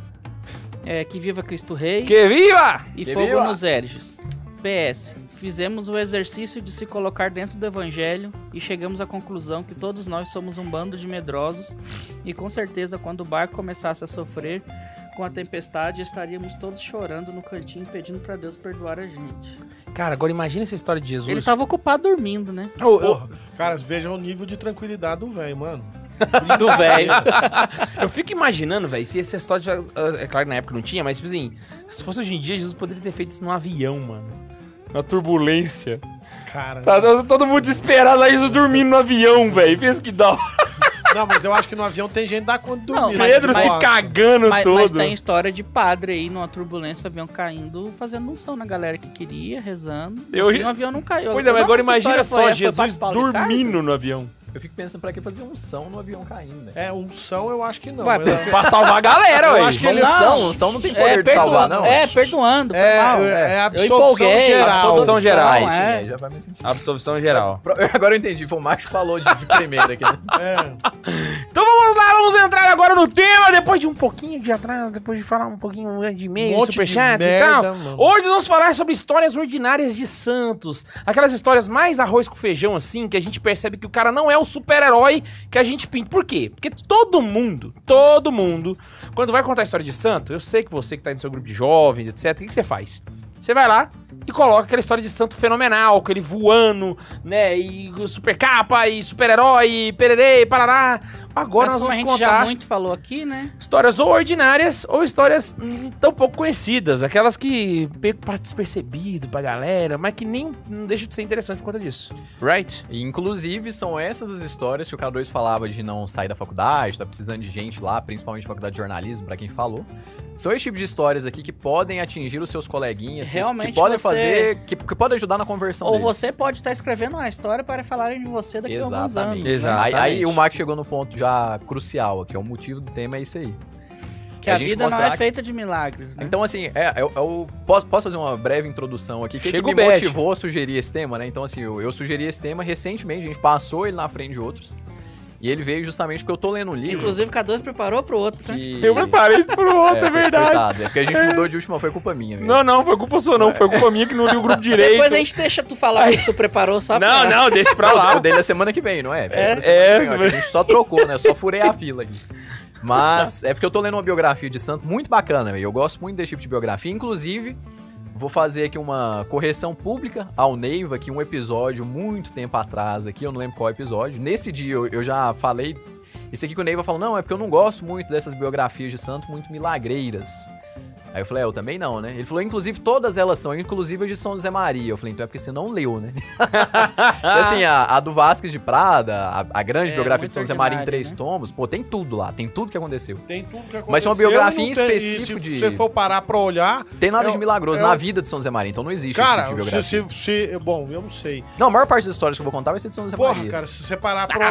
S4: É, que viva Cristo Rei
S2: Que viva!
S4: e
S3: que
S4: fogo
S3: viva!
S4: nos Erges. PS. Fizemos o exercício de se colocar dentro do Evangelho e chegamos à conclusão que todos nós somos um bando de medrosos e com certeza quando o barco começasse a sofrer com a tempestade estaríamos todos chorando no cantinho pedindo pra Deus perdoar a gente.
S2: Cara, agora imagina essa história de Jesus.
S4: Ele tá- tava ocupado dormindo, né?
S2: Ô, eu,
S5: Porra, cara, veja o nível de tranquilidade do velho, mano.
S4: Do velho.
S2: eu fico imaginando, velho, se essa história. já- ah, É claro que na época não tinha, mas, tipo assim, se fosse hoje em dia, Jesus poderia ter feito isso num avião, mano. Na turbulência.
S5: Cara.
S2: Tá todo todo mundo desesperado, aí Jesus dormindo no avião, velho. Pensa que dá.
S5: Não, mas eu acho que no avião tem gente da conta de
S4: Não,
S5: dormir. né,
S4: mas-
S2: Pedro
S5: Nossa.
S2: se cagando
S4: mas, tá
S2: todo.
S4: mas tem história de padre aí numa turbulência, avião caindo, fazendo unção na galera que queria, rezando.
S2: Eu ri-
S4: E o avião não caiu.
S2: Pois é, mas
S4: Não,
S2: agora
S4: que história
S2: imagina
S4: foi
S2: só
S4: essa? Foi
S2: Jesus
S4: Padre Paulo Ricardo?
S2: dormindo no avião.
S3: Eu fico pensando pra que fazer unção no avião caindo, né?
S5: É, unção eu acho que não.
S4: Vai,
S5: mas é eu-
S2: Pra salvar a galera,
S5: Eu
S2: ué.
S3: Um
S5: acho que ele-
S3: Unção, unção não tem poder de
S4: perdoa-
S3: salvar, não.
S4: É, perdoando, foi
S5: É,
S4: mal.
S3: né?
S5: é, é
S4: Eu
S5: absorção
S4: empolguei.
S5: geral.
S2: Absorção geral.
S3: Ah, esse,
S4: é.
S3: né, já vai me sentir.
S2: Absorção geral.
S3: Pro- Agora eu entendi, foi o Max que falou de, de primeira aqui. né?
S5: É.
S2: Então vamos lá, vamos entrar agora no tema, depois de um pouquinho de atraso, depois de falar um pouquinho de
S5: Um
S2: e-mail,
S5: monte de
S2: superchats e
S5: merda,
S2: tal.
S5: mano.
S2: Hoje nós vamos falar sobre histórias ordinárias de santos. Aquelas histórias mais arroz com feijão, assim, que a gente percebe que o cara não é o super-herói que a gente pinta. Por quê? Porque todo mundo, todo mundo, quando vai contar a história de santo, eu sei que você que tá aí no seu grupo de jovens, etc, o que, que você faz? Você vai lá e coloca aquela história de santo fenomenal, aquele voando, né, e super capa, e super-herói, e pererê, parará. Agora
S4: Mas
S2: nós
S4: como
S2: vamos
S4: a gente
S2: contar
S4: já muito falou aqui, né?
S2: histórias ou ordinárias ou histórias hum, tão pouco conhecidas, aquelas que meio que passa despercebido pra galera, mas que nem não deixa de ser interessante por conta disso. Right?
S3: E, Inclusive, são essas as histórias que o K2 falava de não sair da faculdade, tá precisando de gente lá, principalmente faculdade de jornalismo, pra quem falou. São esse tipo de histórias aqui que podem atingir os seus coleguinhas, que- que,
S4: Realmente
S3: podem
S4: você-
S3: fazer, que, que podem ajudar na conversão
S4: Ou
S3: deles.
S4: você pode estar escrevendo uma história para falarem de você daqui a alguns anos.
S3: Exatamente.
S4: né?
S2: Exatamente.
S3: Aí, aí o Max chegou no ponto já crucial aqui, o motivo do tema é isso aí.
S4: Que a,
S3: A gente
S4: vida não é
S3: mostrar que-
S4: feita de milagres, né?
S3: Então, assim, é, eu, eu posso, posso fazer uma breve introdução aqui. O que, é que
S2: Chega o
S3: me
S2: Bad.
S3: motivou a sugerir esse tema, né? Então, assim, eu, eu sugeri esse tema recentemente, a gente passou ele na frente de outros. E ele veio justamente porque eu tô lendo um livro.
S4: Inclusive, o K2 preparou pro outro,
S2: Tá.
S4: né?
S3: que...
S2: preparei
S5: um
S2: pro
S3: foi- coitado, é porque a gente mudou de última, foi culpa minha. velho.
S2: é Não, não, foi culpa sua não, foi culpa minha que não li o grupo direito.
S4: Depois a gente deixa tu falar o que tu preparou só
S2: Não,
S4: pra...
S2: não, deixa pra
S3: Não, o
S2: lá.
S3: dele é semana que vem, não é?
S2: É,
S3: da semana
S2: é,
S3: que vem, ó, que a gente só trocou, né? Só furei a fila aqui. Mas é porque eu tô lendo uma biografia de santo muito bacana, velho. Eu gosto muito desse tipo de biografia. Inclusive, vou fazer aqui uma correção pública ao Neiva, que um episódio muito tempo atrás aqui, eu não lembro qual episódio. Nesse dia eu, eu já falei. Isso aqui que o Neiva falou, não, é porque eu não gosto muito dessas biografias de santo muito milagreiras. Aí eu falei, é, eu também não, né? Ele falou, inclusive, todas elas são, inclusive a de São José Maria. Eu falei, então é porque você não leu, né? Então, assim, a, a do Vasquez de Prada, a, a grande
S4: Ah. É,
S3: biografia
S4: muito
S3: de São José Maria em
S4: ordinária,
S3: três
S4: né?
S3: tomos, pô, tem tudo lá, tem tudo que aconteceu.
S5: Tem tudo que aconteceu.
S3: Mas uma biografia
S5: não
S3: em
S5: tem- e
S3: específico
S5: se
S3: de-
S5: você for parar pra olhar...
S3: Tem nada
S5: é-
S3: de milagroso
S5: é-
S3: na vida de São José Maria, então não existe esse
S5: Cara,
S3: tipo de
S5: se,
S3: biografia.
S5: se, se- Bom, eu não sei.
S3: Não, a maior parte das histórias que eu vou contar vai ser de São José
S5: Porra,
S3: Maria.
S5: cara, se você parar pra olhar...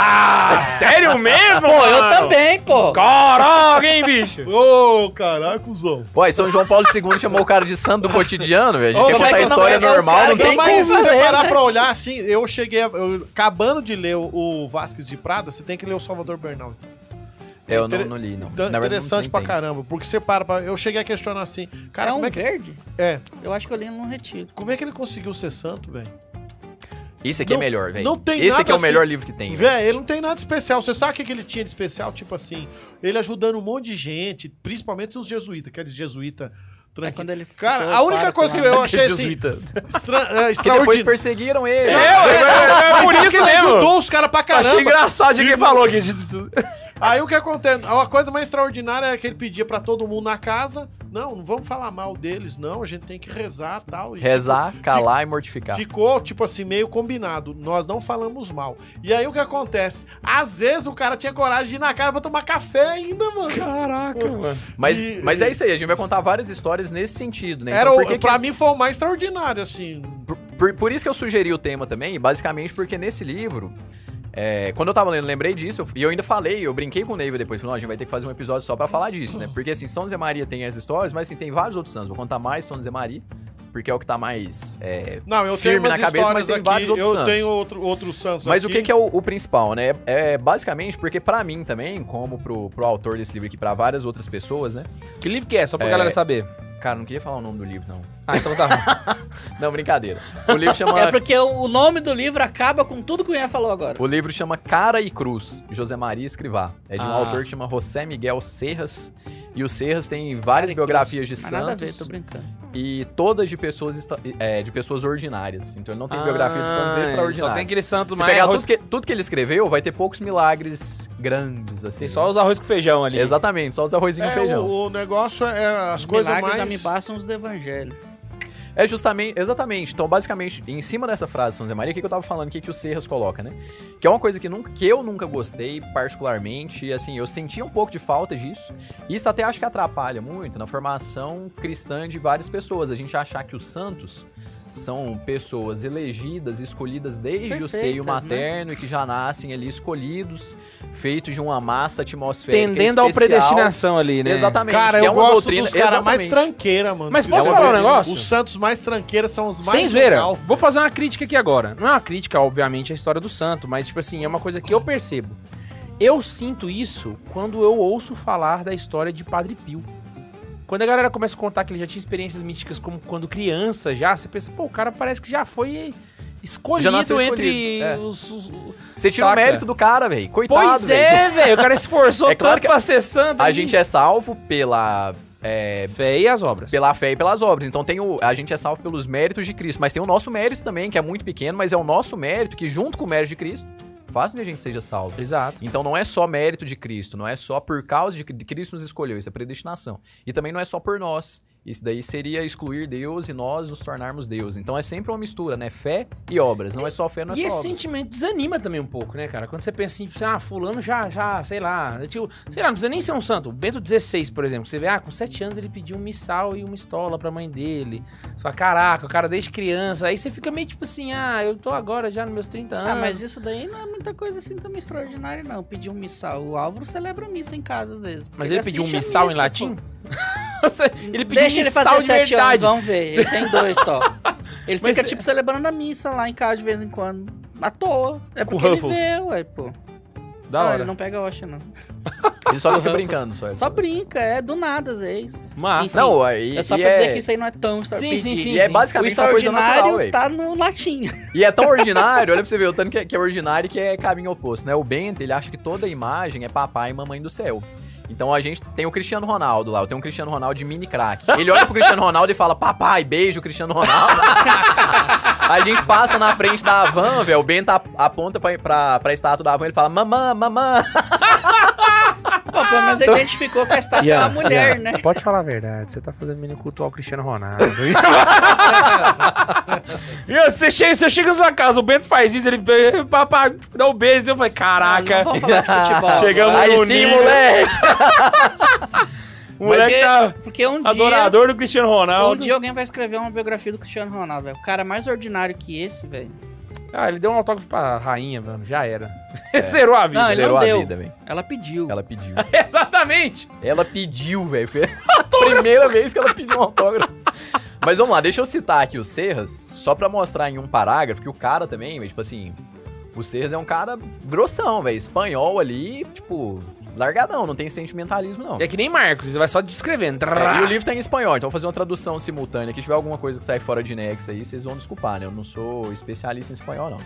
S2: Ah, sério mesmo? Pô,
S4: Eu também, pô.
S2: Caraca, hein, bicho?
S5: Ô, caralho, cuzão.
S3: Ué, São João Paulo II chamou o cara de santo do cotidiano, velho. A
S5: Ô,
S3: gente quer
S5: como é
S3: contar a
S5: que
S3: história
S4: não é? É o
S3: normal,
S4: cara
S3: não
S4: que
S3: tem
S4: vai-
S3: como.
S5: Mas se
S4: como
S5: você
S4: ler,
S5: parar
S4: né?
S5: pra olhar, assim, eu cheguei. a- eu- acabando de ler o, o Vasquez de Prada, você tem que ler o Salvador Bernal.
S3: É, eu
S5: Inter-
S3: não, não li, não.
S5: Então,
S3: Na verdade,
S5: interessante
S3: nem
S5: pra
S3: tem.
S5: caramba. Porque você para pra. Eu cheguei a questionar assim,
S4: é
S5: cara,
S4: um
S5: como, é que,
S4: verde?
S5: é,
S4: Eu acho que eu li num retiro.
S5: como é que ele conseguiu ser santo, velho?
S3: Esse aqui
S5: Não-
S3: é melhor, velho.
S5: não tem
S3: Esse
S5: nada
S3: aqui é o
S5: assim.
S3: melhor livro que tem. velho.
S5: Velho, ele não tem nada especial. Você sabe o que que ele tinha de especial? Tipo assim, ele ajudando um monte de gente, principalmente os jesuítas, aqueles jesuítas
S4: É
S5: tranquilos.
S4: quando ele
S5: Cara,
S4: ficou
S5: a única
S4: para
S5: coisa
S4: com
S5: que
S4: a-
S5: eu achei assim,
S2: Jesuíta.
S5: estra, é,
S3: Que depois
S5: extraordinário.
S3: perseguiram ele.
S2: É, é, é, é por
S5: Mas
S2: isso
S5: ele
S2: mesmo.
S5: ajudou os caras pra
S2: Achei
S5: caramba.
S2: engraçado de quem falou aqui.
S5: Aí o que acontece? Uma coisa mais extraordinária era que ele pedia pra todo mundo na casa: não, não vamos falar mal deles, não, a gente tem que rezar tal. E,
S3: Rezar, calar e
S5: tipo,
S3: mortificar.
S5: ficou, tipo assim, meio combinado. Nós não falamos mal. E aí o que acontece? Às vezes o cara tinha coragem de ir na casa pra tomar café ainda,
S3: Então,
S5: mano.
S2: Caraca, mano.
S3: Mas,
S5: e-
S3: mas é isso aí, a gente vai contar várias histórias nesse sentido, né?
S5: Era
S3: Então,
S5: o,
S3: por, que que-
S5: pra mim foi o mais extraordinário, assim.
S3: por- por- por isso que eu sugeri o tema também, basicamente porque nesse livro. é, quando eu tava lendo, lembrei disso, eu- e eu ainda falei, eu brinquei com o Neiva depois, falei, não, a gente vai ter que fazer um episódio só pra falar disso, né? Porque assim, São José Maria tem as histórias, mas assim, tem vários outros santos. Vou contar mais São José Maria, porque é o que tá mais é,
S5: Não, eu tenho
S3: Firme
S5: umas
S3: na cabeça,
S5: histórias
S3: mas tem
S5: aqui,
S3: vários outros
S5: eu
S3: santos.
S5: tenho outro, outros santos
S3: Mas o
S5: aqui.
S3: que, que é o, o principal, né? É basicamente porque pra mim também, como pro, pro autor desse livro aqui, pra várias outras pessoas, né?
S2: Que livro que é? Só pra
S3: É.
S2: galera saber.
S3: Cara, não queria falar o nome do livro, não.
S2: Ah, então tá bom.
S3: Não, brincadeira. O livro chama,
S4: É porque o o nome do livro acaba com tudo que o Ian falou agora.
S3: o livro chama Cara e Cruz, José Maria Escrivá. É de um
S2: Ah.
S3: autor que chama José Miguel Serras. E o Serras tem várias
S4: Cara,
S3: biografias de
S4: Cruz. Mas Nada a ver,
S3: santos
S4: tô brincando.
S3: e todas de pessoas, esta- é, de pessoas ordinárias. Então ele não tem biografia de santos
S2: Ah,
S3: extraordinárias.
S2: Só tem aquele santo
S3: Se
S2: mais...
S3: pegar
S2: arroz-
S3: tudo que, tudo que ele escreveu, vai ter poucos milagres grandes, assim.
S2: Tem só os arroz com feijão ali.
S3: Exatamente, só os arrozinhos e
S5: É,
S3: feijão.
S5: o, o negócio é as
S4: Os
S5: coisas
S4: milagres
S5: mais.
S4: já me bastam os do evangelho.
S3: É justamente, exatamente. Então, basicamente, em cima dessa frase, São Zé Maria, o que, que eu tava falando, o que, que o Serras coloca, né? Que é uma coisa que, nunca, que eu nunca gostei, particularmente, e assim, eu senti um pouco de falta disso. E Isso até acho que atrapalha muito na formação cristã de várias pessoas. A gente achar que os santos são pessoas elegidas, escolhidas desde o seio
S4: Perfeitas, né?
S3: materno e que já nascem ali escolhidos, feitos de uma massa atmosférica
S2: Tendendo ao
S3: especial.
S2: predestinação ali, né?
S3: Exatamente.
S5: Cara,
S3: que
S5: eu
S3: é uma
S5: gosto
S3: doutrina,
S5: dos caras mais
S3: exatamente.
S5: tranqueira, mano.
S2: Mas
S5: Que
S2: posso
S5: já
S2: falar um
S5: ouvi.
S2: negócio?
S5: Os santos mais tranqueiras são os mais.
S2: Sem zoeira,
S5: legal.
S2: vou fazer uma crítica aqui agora. Não é uma crítica, obviamente, à história do santo, mas, tipo assim, é uma coisa que eu percebo. Eu sinto isso quando eu ouço falar da história de Padre Pio. Quando a galera começa a contar que ele já tinha experiências místicas como quando criança, já, você pensa, pô, o cara parece que já foi escolhido
S3: Já nasceu
S2: entre
S3: escolhido, é.
S2: os. os-
S3: Você tira
S2: Saca?
S3: o mérito do cara, velho. Coitado,
S2: Pois
S3: velho.
S2: é, velho, o cara se esforçou
S3: É claro
S2: tanto
S3: que
S2: pra ser santo.
S3: A
S2: aí.
S3: gente é salvo pela, é,
S2: Fé e as obras.
S3: pela fé e pelas obras. Então tem o, a gente é salvo pelos méritos de Cristo. Mas tem o nosso mérito também, que é muito pequeno, mas é o nosso mérito que, junto com o mérito de Cristo, faz com que a gente seja salvo.
S2: Exato.
S3: Então não é só mérito de Cristo, não é só por causa de que Cristo nos escolheu, isso é predestinação. E também não é só por nós. Isso daí seria excluir Deus e nós nos tornarmos Deus. Então é sempre uma mistura, né? Fé e obras. Não é só fé, não é
S2: E
S3: só
S2: esse
S3: obras.
S2: sentimento desanima também um pouco, né, cara? Quando você pensa assim, tipo, ah, fulano já, já, sei lá, né, tipo, sei lá, não precisa nem ser um santo. O Bento XVI, por exemplo, você vê, ah, com 7 anos ele pediu um missal e uma estola pra mãe dele. Você fala, caraca, o cara desde criança. Aí você fica meio tipo assim, ah, eu tô agora já nos meus 30 anos.
S4: Ah, mas isso daí não é muita coisa assim também extraordinária, não. Pedir um missal. O Álvaro celebra missa em casa, às vezes.
S2: Mas
S4: Ele
S2: ele pediu um
S4: assiste a
S2: missal em
S4: missa,
S2: latim?
S4: pô.
S2: ele pediu
S4: Deixa ele
S2: missal
S4: fazer
S2: de
S4: sete anos,
S2: verdade.
S4: vamos ver. Ele tem dois só. Ele
S2: Mas é-
S4: fica,
S2: cê-
S4: tipo, celebrando a missa lá em casa de vez em quando. À toa. É
S2: Com
S4: porque ele
S2: Ruffles.
S4: vê, ué, pô.
S2: Da
S4: Ah,
S2: hora.
S4: Ele não pega Osha, não.
S3: Ele só fica brincando, só.
S4: Só brinca, é do nada, às vezes.
S2: Mas,
S4: Enfim,
S3: Não, aí.
S4: é só
S3: e
S4: pra dizer que isso aí não é tão extraordinário.
S2: sim, sim,
S3: E é
S2: sim.
S4: O
S3: basicamente uma coisa natural,
S4: extraordinário
S3: véi.
S4: tá no latim.
S3: E é tão ordinário, olha pra você ver, o tanto que é, que é ordinário que é caminho oposto, né? O Bento, ele acha que toda imagem é papai e mamãe do céu. Então a gente tem o Cristiano Ronaldo lá, eu tenho um Cristiano Ronaldo de mini craque. Ele olha pro Cristiano Ronaldo e fala, papai, beijo, Cristiano Ronaldo. a gente passa na frente da van, velho, o Bento ap- aponta pra, pra, pra estátua da van, ele fala, mamã, mamã.
S4: Pô, pelo menos ele
S3: Então,
S4: identificou que a estátua é uma mulher, né?
S2: Pode falar a verdade, você tá fazendo menino cultual Cristiano Ronaldo. Ian, você chega, você chega na sua casa, o Bento faz isso, ele eh, papá, dá um beijo, eu falei, caraca.
S4: Não, não vamos falar de futebol agora.
S2: Chegamos
S3: Aí
S2: no
S3: sim,
S2: nível. né?
S3: moleque!
S2: O moleque tá
S4: porque, porque um dia,
S2: adorador do Cristiano
S4: um
S2: Ronaldo.
S4: dia alguém vai escrever uma biografia do Cristiano Ronaldo, velho. O cara mais ordinário que esse, velho.
S2: Ah, ele deu um autógrafo pra rainha, mano, já era. Zerou a vida.
S4: Não, ele
S3: Zerou
S4: não
S3: a
S4: deu.
S3: vida, velho.
S4: Ela pediu.
S3: Ela pediu.
S2: Exatamente.
S3: Ela pediu, velho. Foi a primeira vez que ela pediu um autógrafo. Mas vamos lá, deixa eu citar aqui o Serras, só pra mostrar em um parágrafo que o cara também, velho, tipo assim, o Serras é um cara grossão, velho, espanhol ali, tipo, largadão, não tem sentimentalismo não.
S2: É que nem Marcos, você vai só descrevendo.
S3: É, e o livro tá em espanhol, então vou fazer uma tradução simultânea aqui. Se tiver alguma coisa que sai fora de Nex aí, vocês vão desculpar, né? Eu não sou especialista em espanhol, não.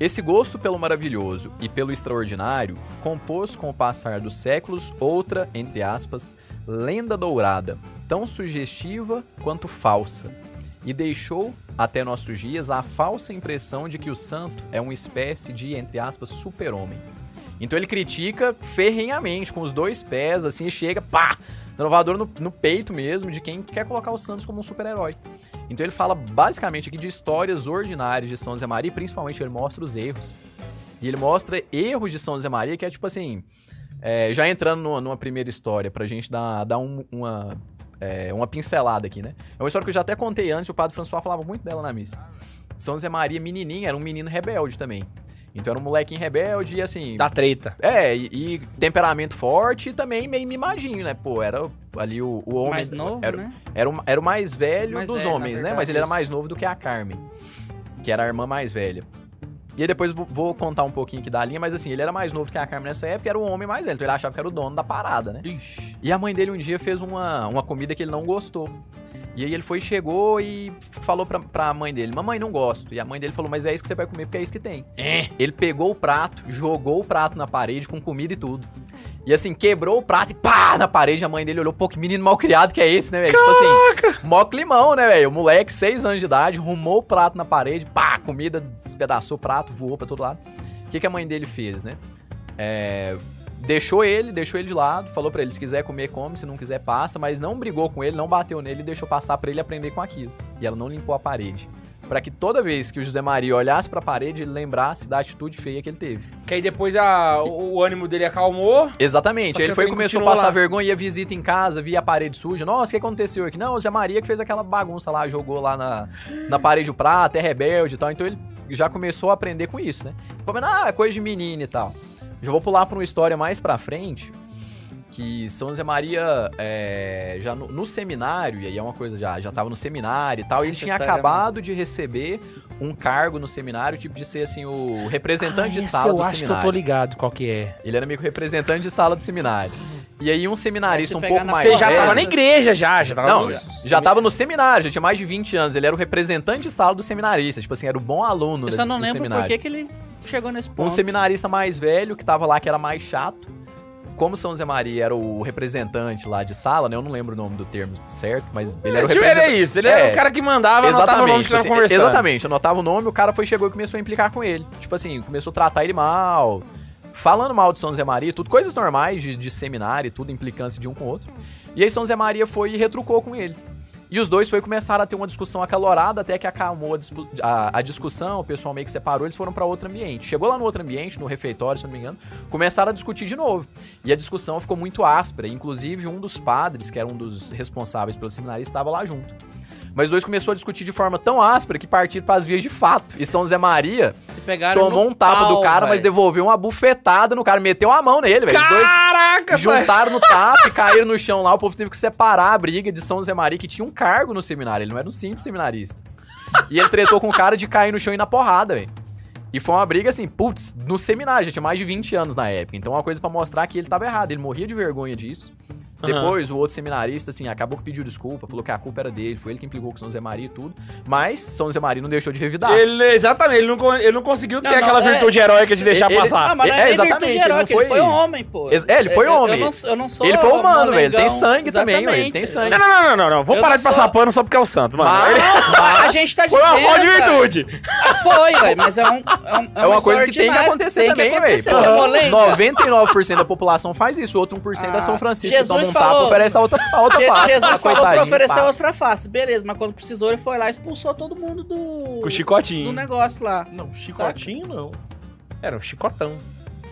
S3: Esse gosto pelo maravilhoso e pelo extraordinário compôs com o passar dos séculos outra, entre aspas, lenda dourada, tão sugestiva quanto falsa, e deixou até nossos dias a falsa impressão de que o santo é uma espécie de, entre aspas, super-homem. Então ele critica ferrenhamente, com os dois pés, assim, e chega, pá, inovador no, no peito mesmo de quem quer colocar o Santos como um super-herói. Então ele fala basicamente aqui de histórias ordinárias de São José Maria, e principalmente ele mostra os erros. E ele mostra erros de São José Maria, que é tipo assim, é, já entrando numa, numa primeira história, pra gente dar, dar um- uma, é, uma pincelada aqui, né? É uma história que eu já até contei antes, o Padre François falava muito dela na missa. São José Maria, menininho, era um menino rebelde também. Então era um molequinho rebelde e assim...
S2: Da treta.
S3: É, e, e temperamento forte e também meio mimadinho, né? Pô, era ali o, o é homem.
S4: mais novo,
S3: era, um
S4: né?
S3: era, o- era o mais velho
S4: Mais
S3: dos
S4: velho, na
S3: homens, né?
S4: verdade,
S3: Mas ele era
S4: isso.
S3: mais novo do que a Carmen, que era a irmã mais velha. E aí depois vou- vou contar um pouquinho aqui da linha, mas assim, ele era mais novo do que a Carmen nessa época, era o homem mais velho, então ele achava que era o dono da parada, né? E a mãe dele um dia fez uma, uma comida que ele não gostou. E aí ele foi, chegou e falou pra, pra mãe dele, mamãe, não gosto. E a mãe dele falou, mas é isso que você vai comer, porque é isso que tem. Ele pegou o prato, jogou o prato na parede com comida e tudo. E assim, quebrou o prato e pá, na parede, a mãe dele olhou, pô, que menino mal criado que é esse, né, velho? Tipo assim, mó climão, né, velho? O moleque, seis anos de idade, rumou o prato na parede, pá, comida, despedaçou o prato, voou pra todo lado. O que, que a mãe dele fez, né? É, deixou ele, deixou ele de lado, falou pra ele, se quiser comer, come, se não quiser, passa, mas não brigou com ele, não bateu nele, deixou passar pra ele aprender com aquilo. E ela não limpou a parede. Pra que toda vez que o José Maria olhasse pra parede, ele lembrasse da atitude feia que ele teve.
S2: Que aí depois a- o, o ânimo dele acalmou. Só
S3: Exatamente.
S2: que
S3: Ele foi e
S2: ele
S3: começou a
S2: continuou
S3: passar
S2: lá.
S3: vergonha, ia visita em casa, via a parede suja. Nossa, o que aconteceu aqui? Não, o José Maria que fez aquela bagunça lá, jogou lá na, na parede o prato, é rebelde e tal. Então ele já começou a aprender com isso, né? Falando, ah, é coisa de menino e tal. Já vou pular pra uma história mais pra frente. Que São José Maria, é, já no, no seminário, e aí é uma coisa, já, já tava no seminário e tal, e ele
S4: Essa
S3: tinha
S4: história é
S3: acabado de receber um cargo no seminário, tipo de ser assim, o
S2: Ah,
S3: representante de
S2: essa
S3: sala
S2: eu
S3: do
S2: acho
S3: seminário.
S2: que eu tô ligado qual que é.
S3: Ele era meio que representante de sala do seminário. E aí um seminarista um
S4: Aí você
S3: pouco
S4: pegar na
S3: mais
S2: Você
S4: Mas
S2: já
S4: é,
S3: velho...
S2: tava
S4: né?
S2: na igreja, já. tá Já tava
S3: Não,
S2: no-
S3: já, já tava no seminário, já tinha mais de 20 anos. Ele era o representante de sala do seminarista. Tipo assim, era o bom aluno
S4: Eu
S3: desse-
S4: só não
S3: do
S4: lembro
S3: seminário.
S4: por que que ele chegou nesse
S3: Um
S4: ponto.
S3: seminarista mais velho que tava lá, que era mais chato. Como São Zé Maria era o representante lá de sala, né? Eu não lembro o nome do termo certo, mas ele era o
S2: Tipo, era
S3: representante.
S2: isso. Ele
S3: É.
S2: era o cara que mandava, anotava o nome que
S3: Exatamente, tipo
S2: tava
S3: assim,
S2: conversando.
S3: exatamente. Anotava o nome, o cara foi chegou e começou a implicar com ele. Tipo assim, começou a tratar ele mal, falando mal de São Zé Maria, tudo, coisas normais de, de seminário, e tudo, implicância de um com o outro. E aí São Zé Maria foi e retrucou com ele. E os dois foi começaram a ter uma discussão acalorada, até que acalmou a, dispu- a- a discussão, o pessoal meio que separou, eles foram pra outro ambiente. Chegou lá no outro ambiente, no refeitório, se eu não me engano, começaram a discutir de novo. E a discussão ficou muito áspera, inclusive um dos padres, que era um dos responsáveis pelo seminarista, estava lá junto. Mas os dois começaram a discutir de forma tão áspera que partiram pras vias de fato. E São Zé Maria
S4: Se pegaram
S3: tomou
S4: no
S3: um tapa
S4: pau,
S3: do cara, mas
S4: velho.
S3: devolveu uma bufetada no cara, meteu a mão nele, velho. Os dois
S2: Caraca, pai.
S3: juntaram no tapa e caíram no chão lá. O povo teve que separar a briga de São José Maria, que tinha um cargo no seminário. Ele não era um simples seminarista. E ele tretou com o cara de cair no chão e ir na porrada, velho. E foi uma briga assim, putz, no seminário, já tinha mais de 20 anos na época. Então, é uma coisa pra mostrar que ele tava errado. Ele morria de vergonha disso.
S2: Aham.
S3: Depois, o outro seminarista, assim, acabou que pediu desculpa, falou que a culpa era dele, foi ele que implicou com São Zé Maria e tudo. Mas São Zé Maria não deixou de revidar.
S2: Ele, exatamente, ele não, con- ele não conseguiu
S4: Não,
S2: ter
S4: não,
S2: aquela
S4: é-
S2: virtude heróica de deixar
S3: ele-
S2: passar.
S4: Ah, mas não
S3: É,
S4: é, é
S3: exatamente,
S4: virtude de herói,
S3: não
S4: que ele
S3: foi-
S4: foi homem, pô.
S3: Ex- é, ele foi
S4: Eu- eu-
S3: homem.
S4: Eu não, eu não sou
S3: Ele foi humano, velho, ele tem
S4: molengão.
S3: sangue também, ué, ele tem
S4: Exatamente.
S3: sangue.
S2: Não, não, não, não, não, não. Vou
S4: Eu
S2: parar
S4: não
S2: de passar
S4: sou-
S2: pano só porque é o santo, mano.
S3: Mas-
S2: Ele-
S4: A gente tá
S2: Foi uma
S4: dizendo,
S2: falta de
S4: cara.
S2: virtude.
S4: Foi, velho, mas é, um, é, um,
S3: É uma coisa que tem que
S4: ordinária,
S3: acontecer
S4: tem
S3: também,
S4: que
S3: velho.
S4: acontecer, você é molenga.
S3: 99% da população faz isso, o outro 1% é São Francisco.
S4: Ah, Jesus
S3: toma um tapa,
S4: falou-
S3: oferece a outra, a outra
S4: Je-
S3: face.
S4: Jesus
S3: pá,
S4: falou pra
S3: coitadinho,
S4: oferecer
S3: pá.
S4: outra face, beleza, mas quando precisou ele foi lá e expulsou todo mundo do,
S2: Com
S4: do
S2: chicotinho.
S4: negócio lá.
S5: Não, chicotinho não.
S2: Era um chicotão.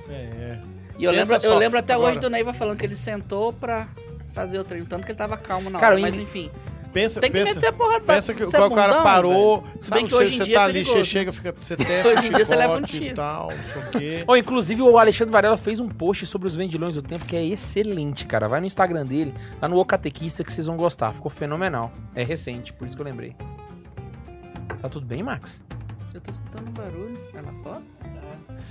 S5: É, é.
S4: E eu lembro,
S5: Lembra
S4: eu
S5: só,
S4: lembro até
S5: agora.
S4: hoje do Neiva falando que ele sentou pra fazer o treino, tanto que ele tava calmo na
S2: Cara,
S4: hora,
S2: o
S4: mas
S2: Ing-
S4: enfim.
S5: Pensa,
S4: Tem que
S5: pensa,
S4: meter a porra pra
S5: pensa que
S4: você é
S5: o cara
S4: bundão, velho.
S5: parou. Sabe,
S4: bem que
S5: você,
S4: hoje em
S5: você
S4: dia
S5: tá
S4: é
S5: ali, você
S4: perigoso.
S5: chega, fica, você testa
S4: Hoje em dia você leva um
S5: chicote e
S4: tiro.
S5: tal, não sei o quê.
S2: Ó, inclusive, o Alexandre Varela fez um post sobre os vendilhões do tempo que é excelente, cara. Vai no Instagram dele, lá no O Catequista, que vocês vão gostar. Ficou fenomenal. É recente, por isso que eu lembrei. Tá tudo bem, Max?
S4: Eu tô escutando um barulho. É lá fora?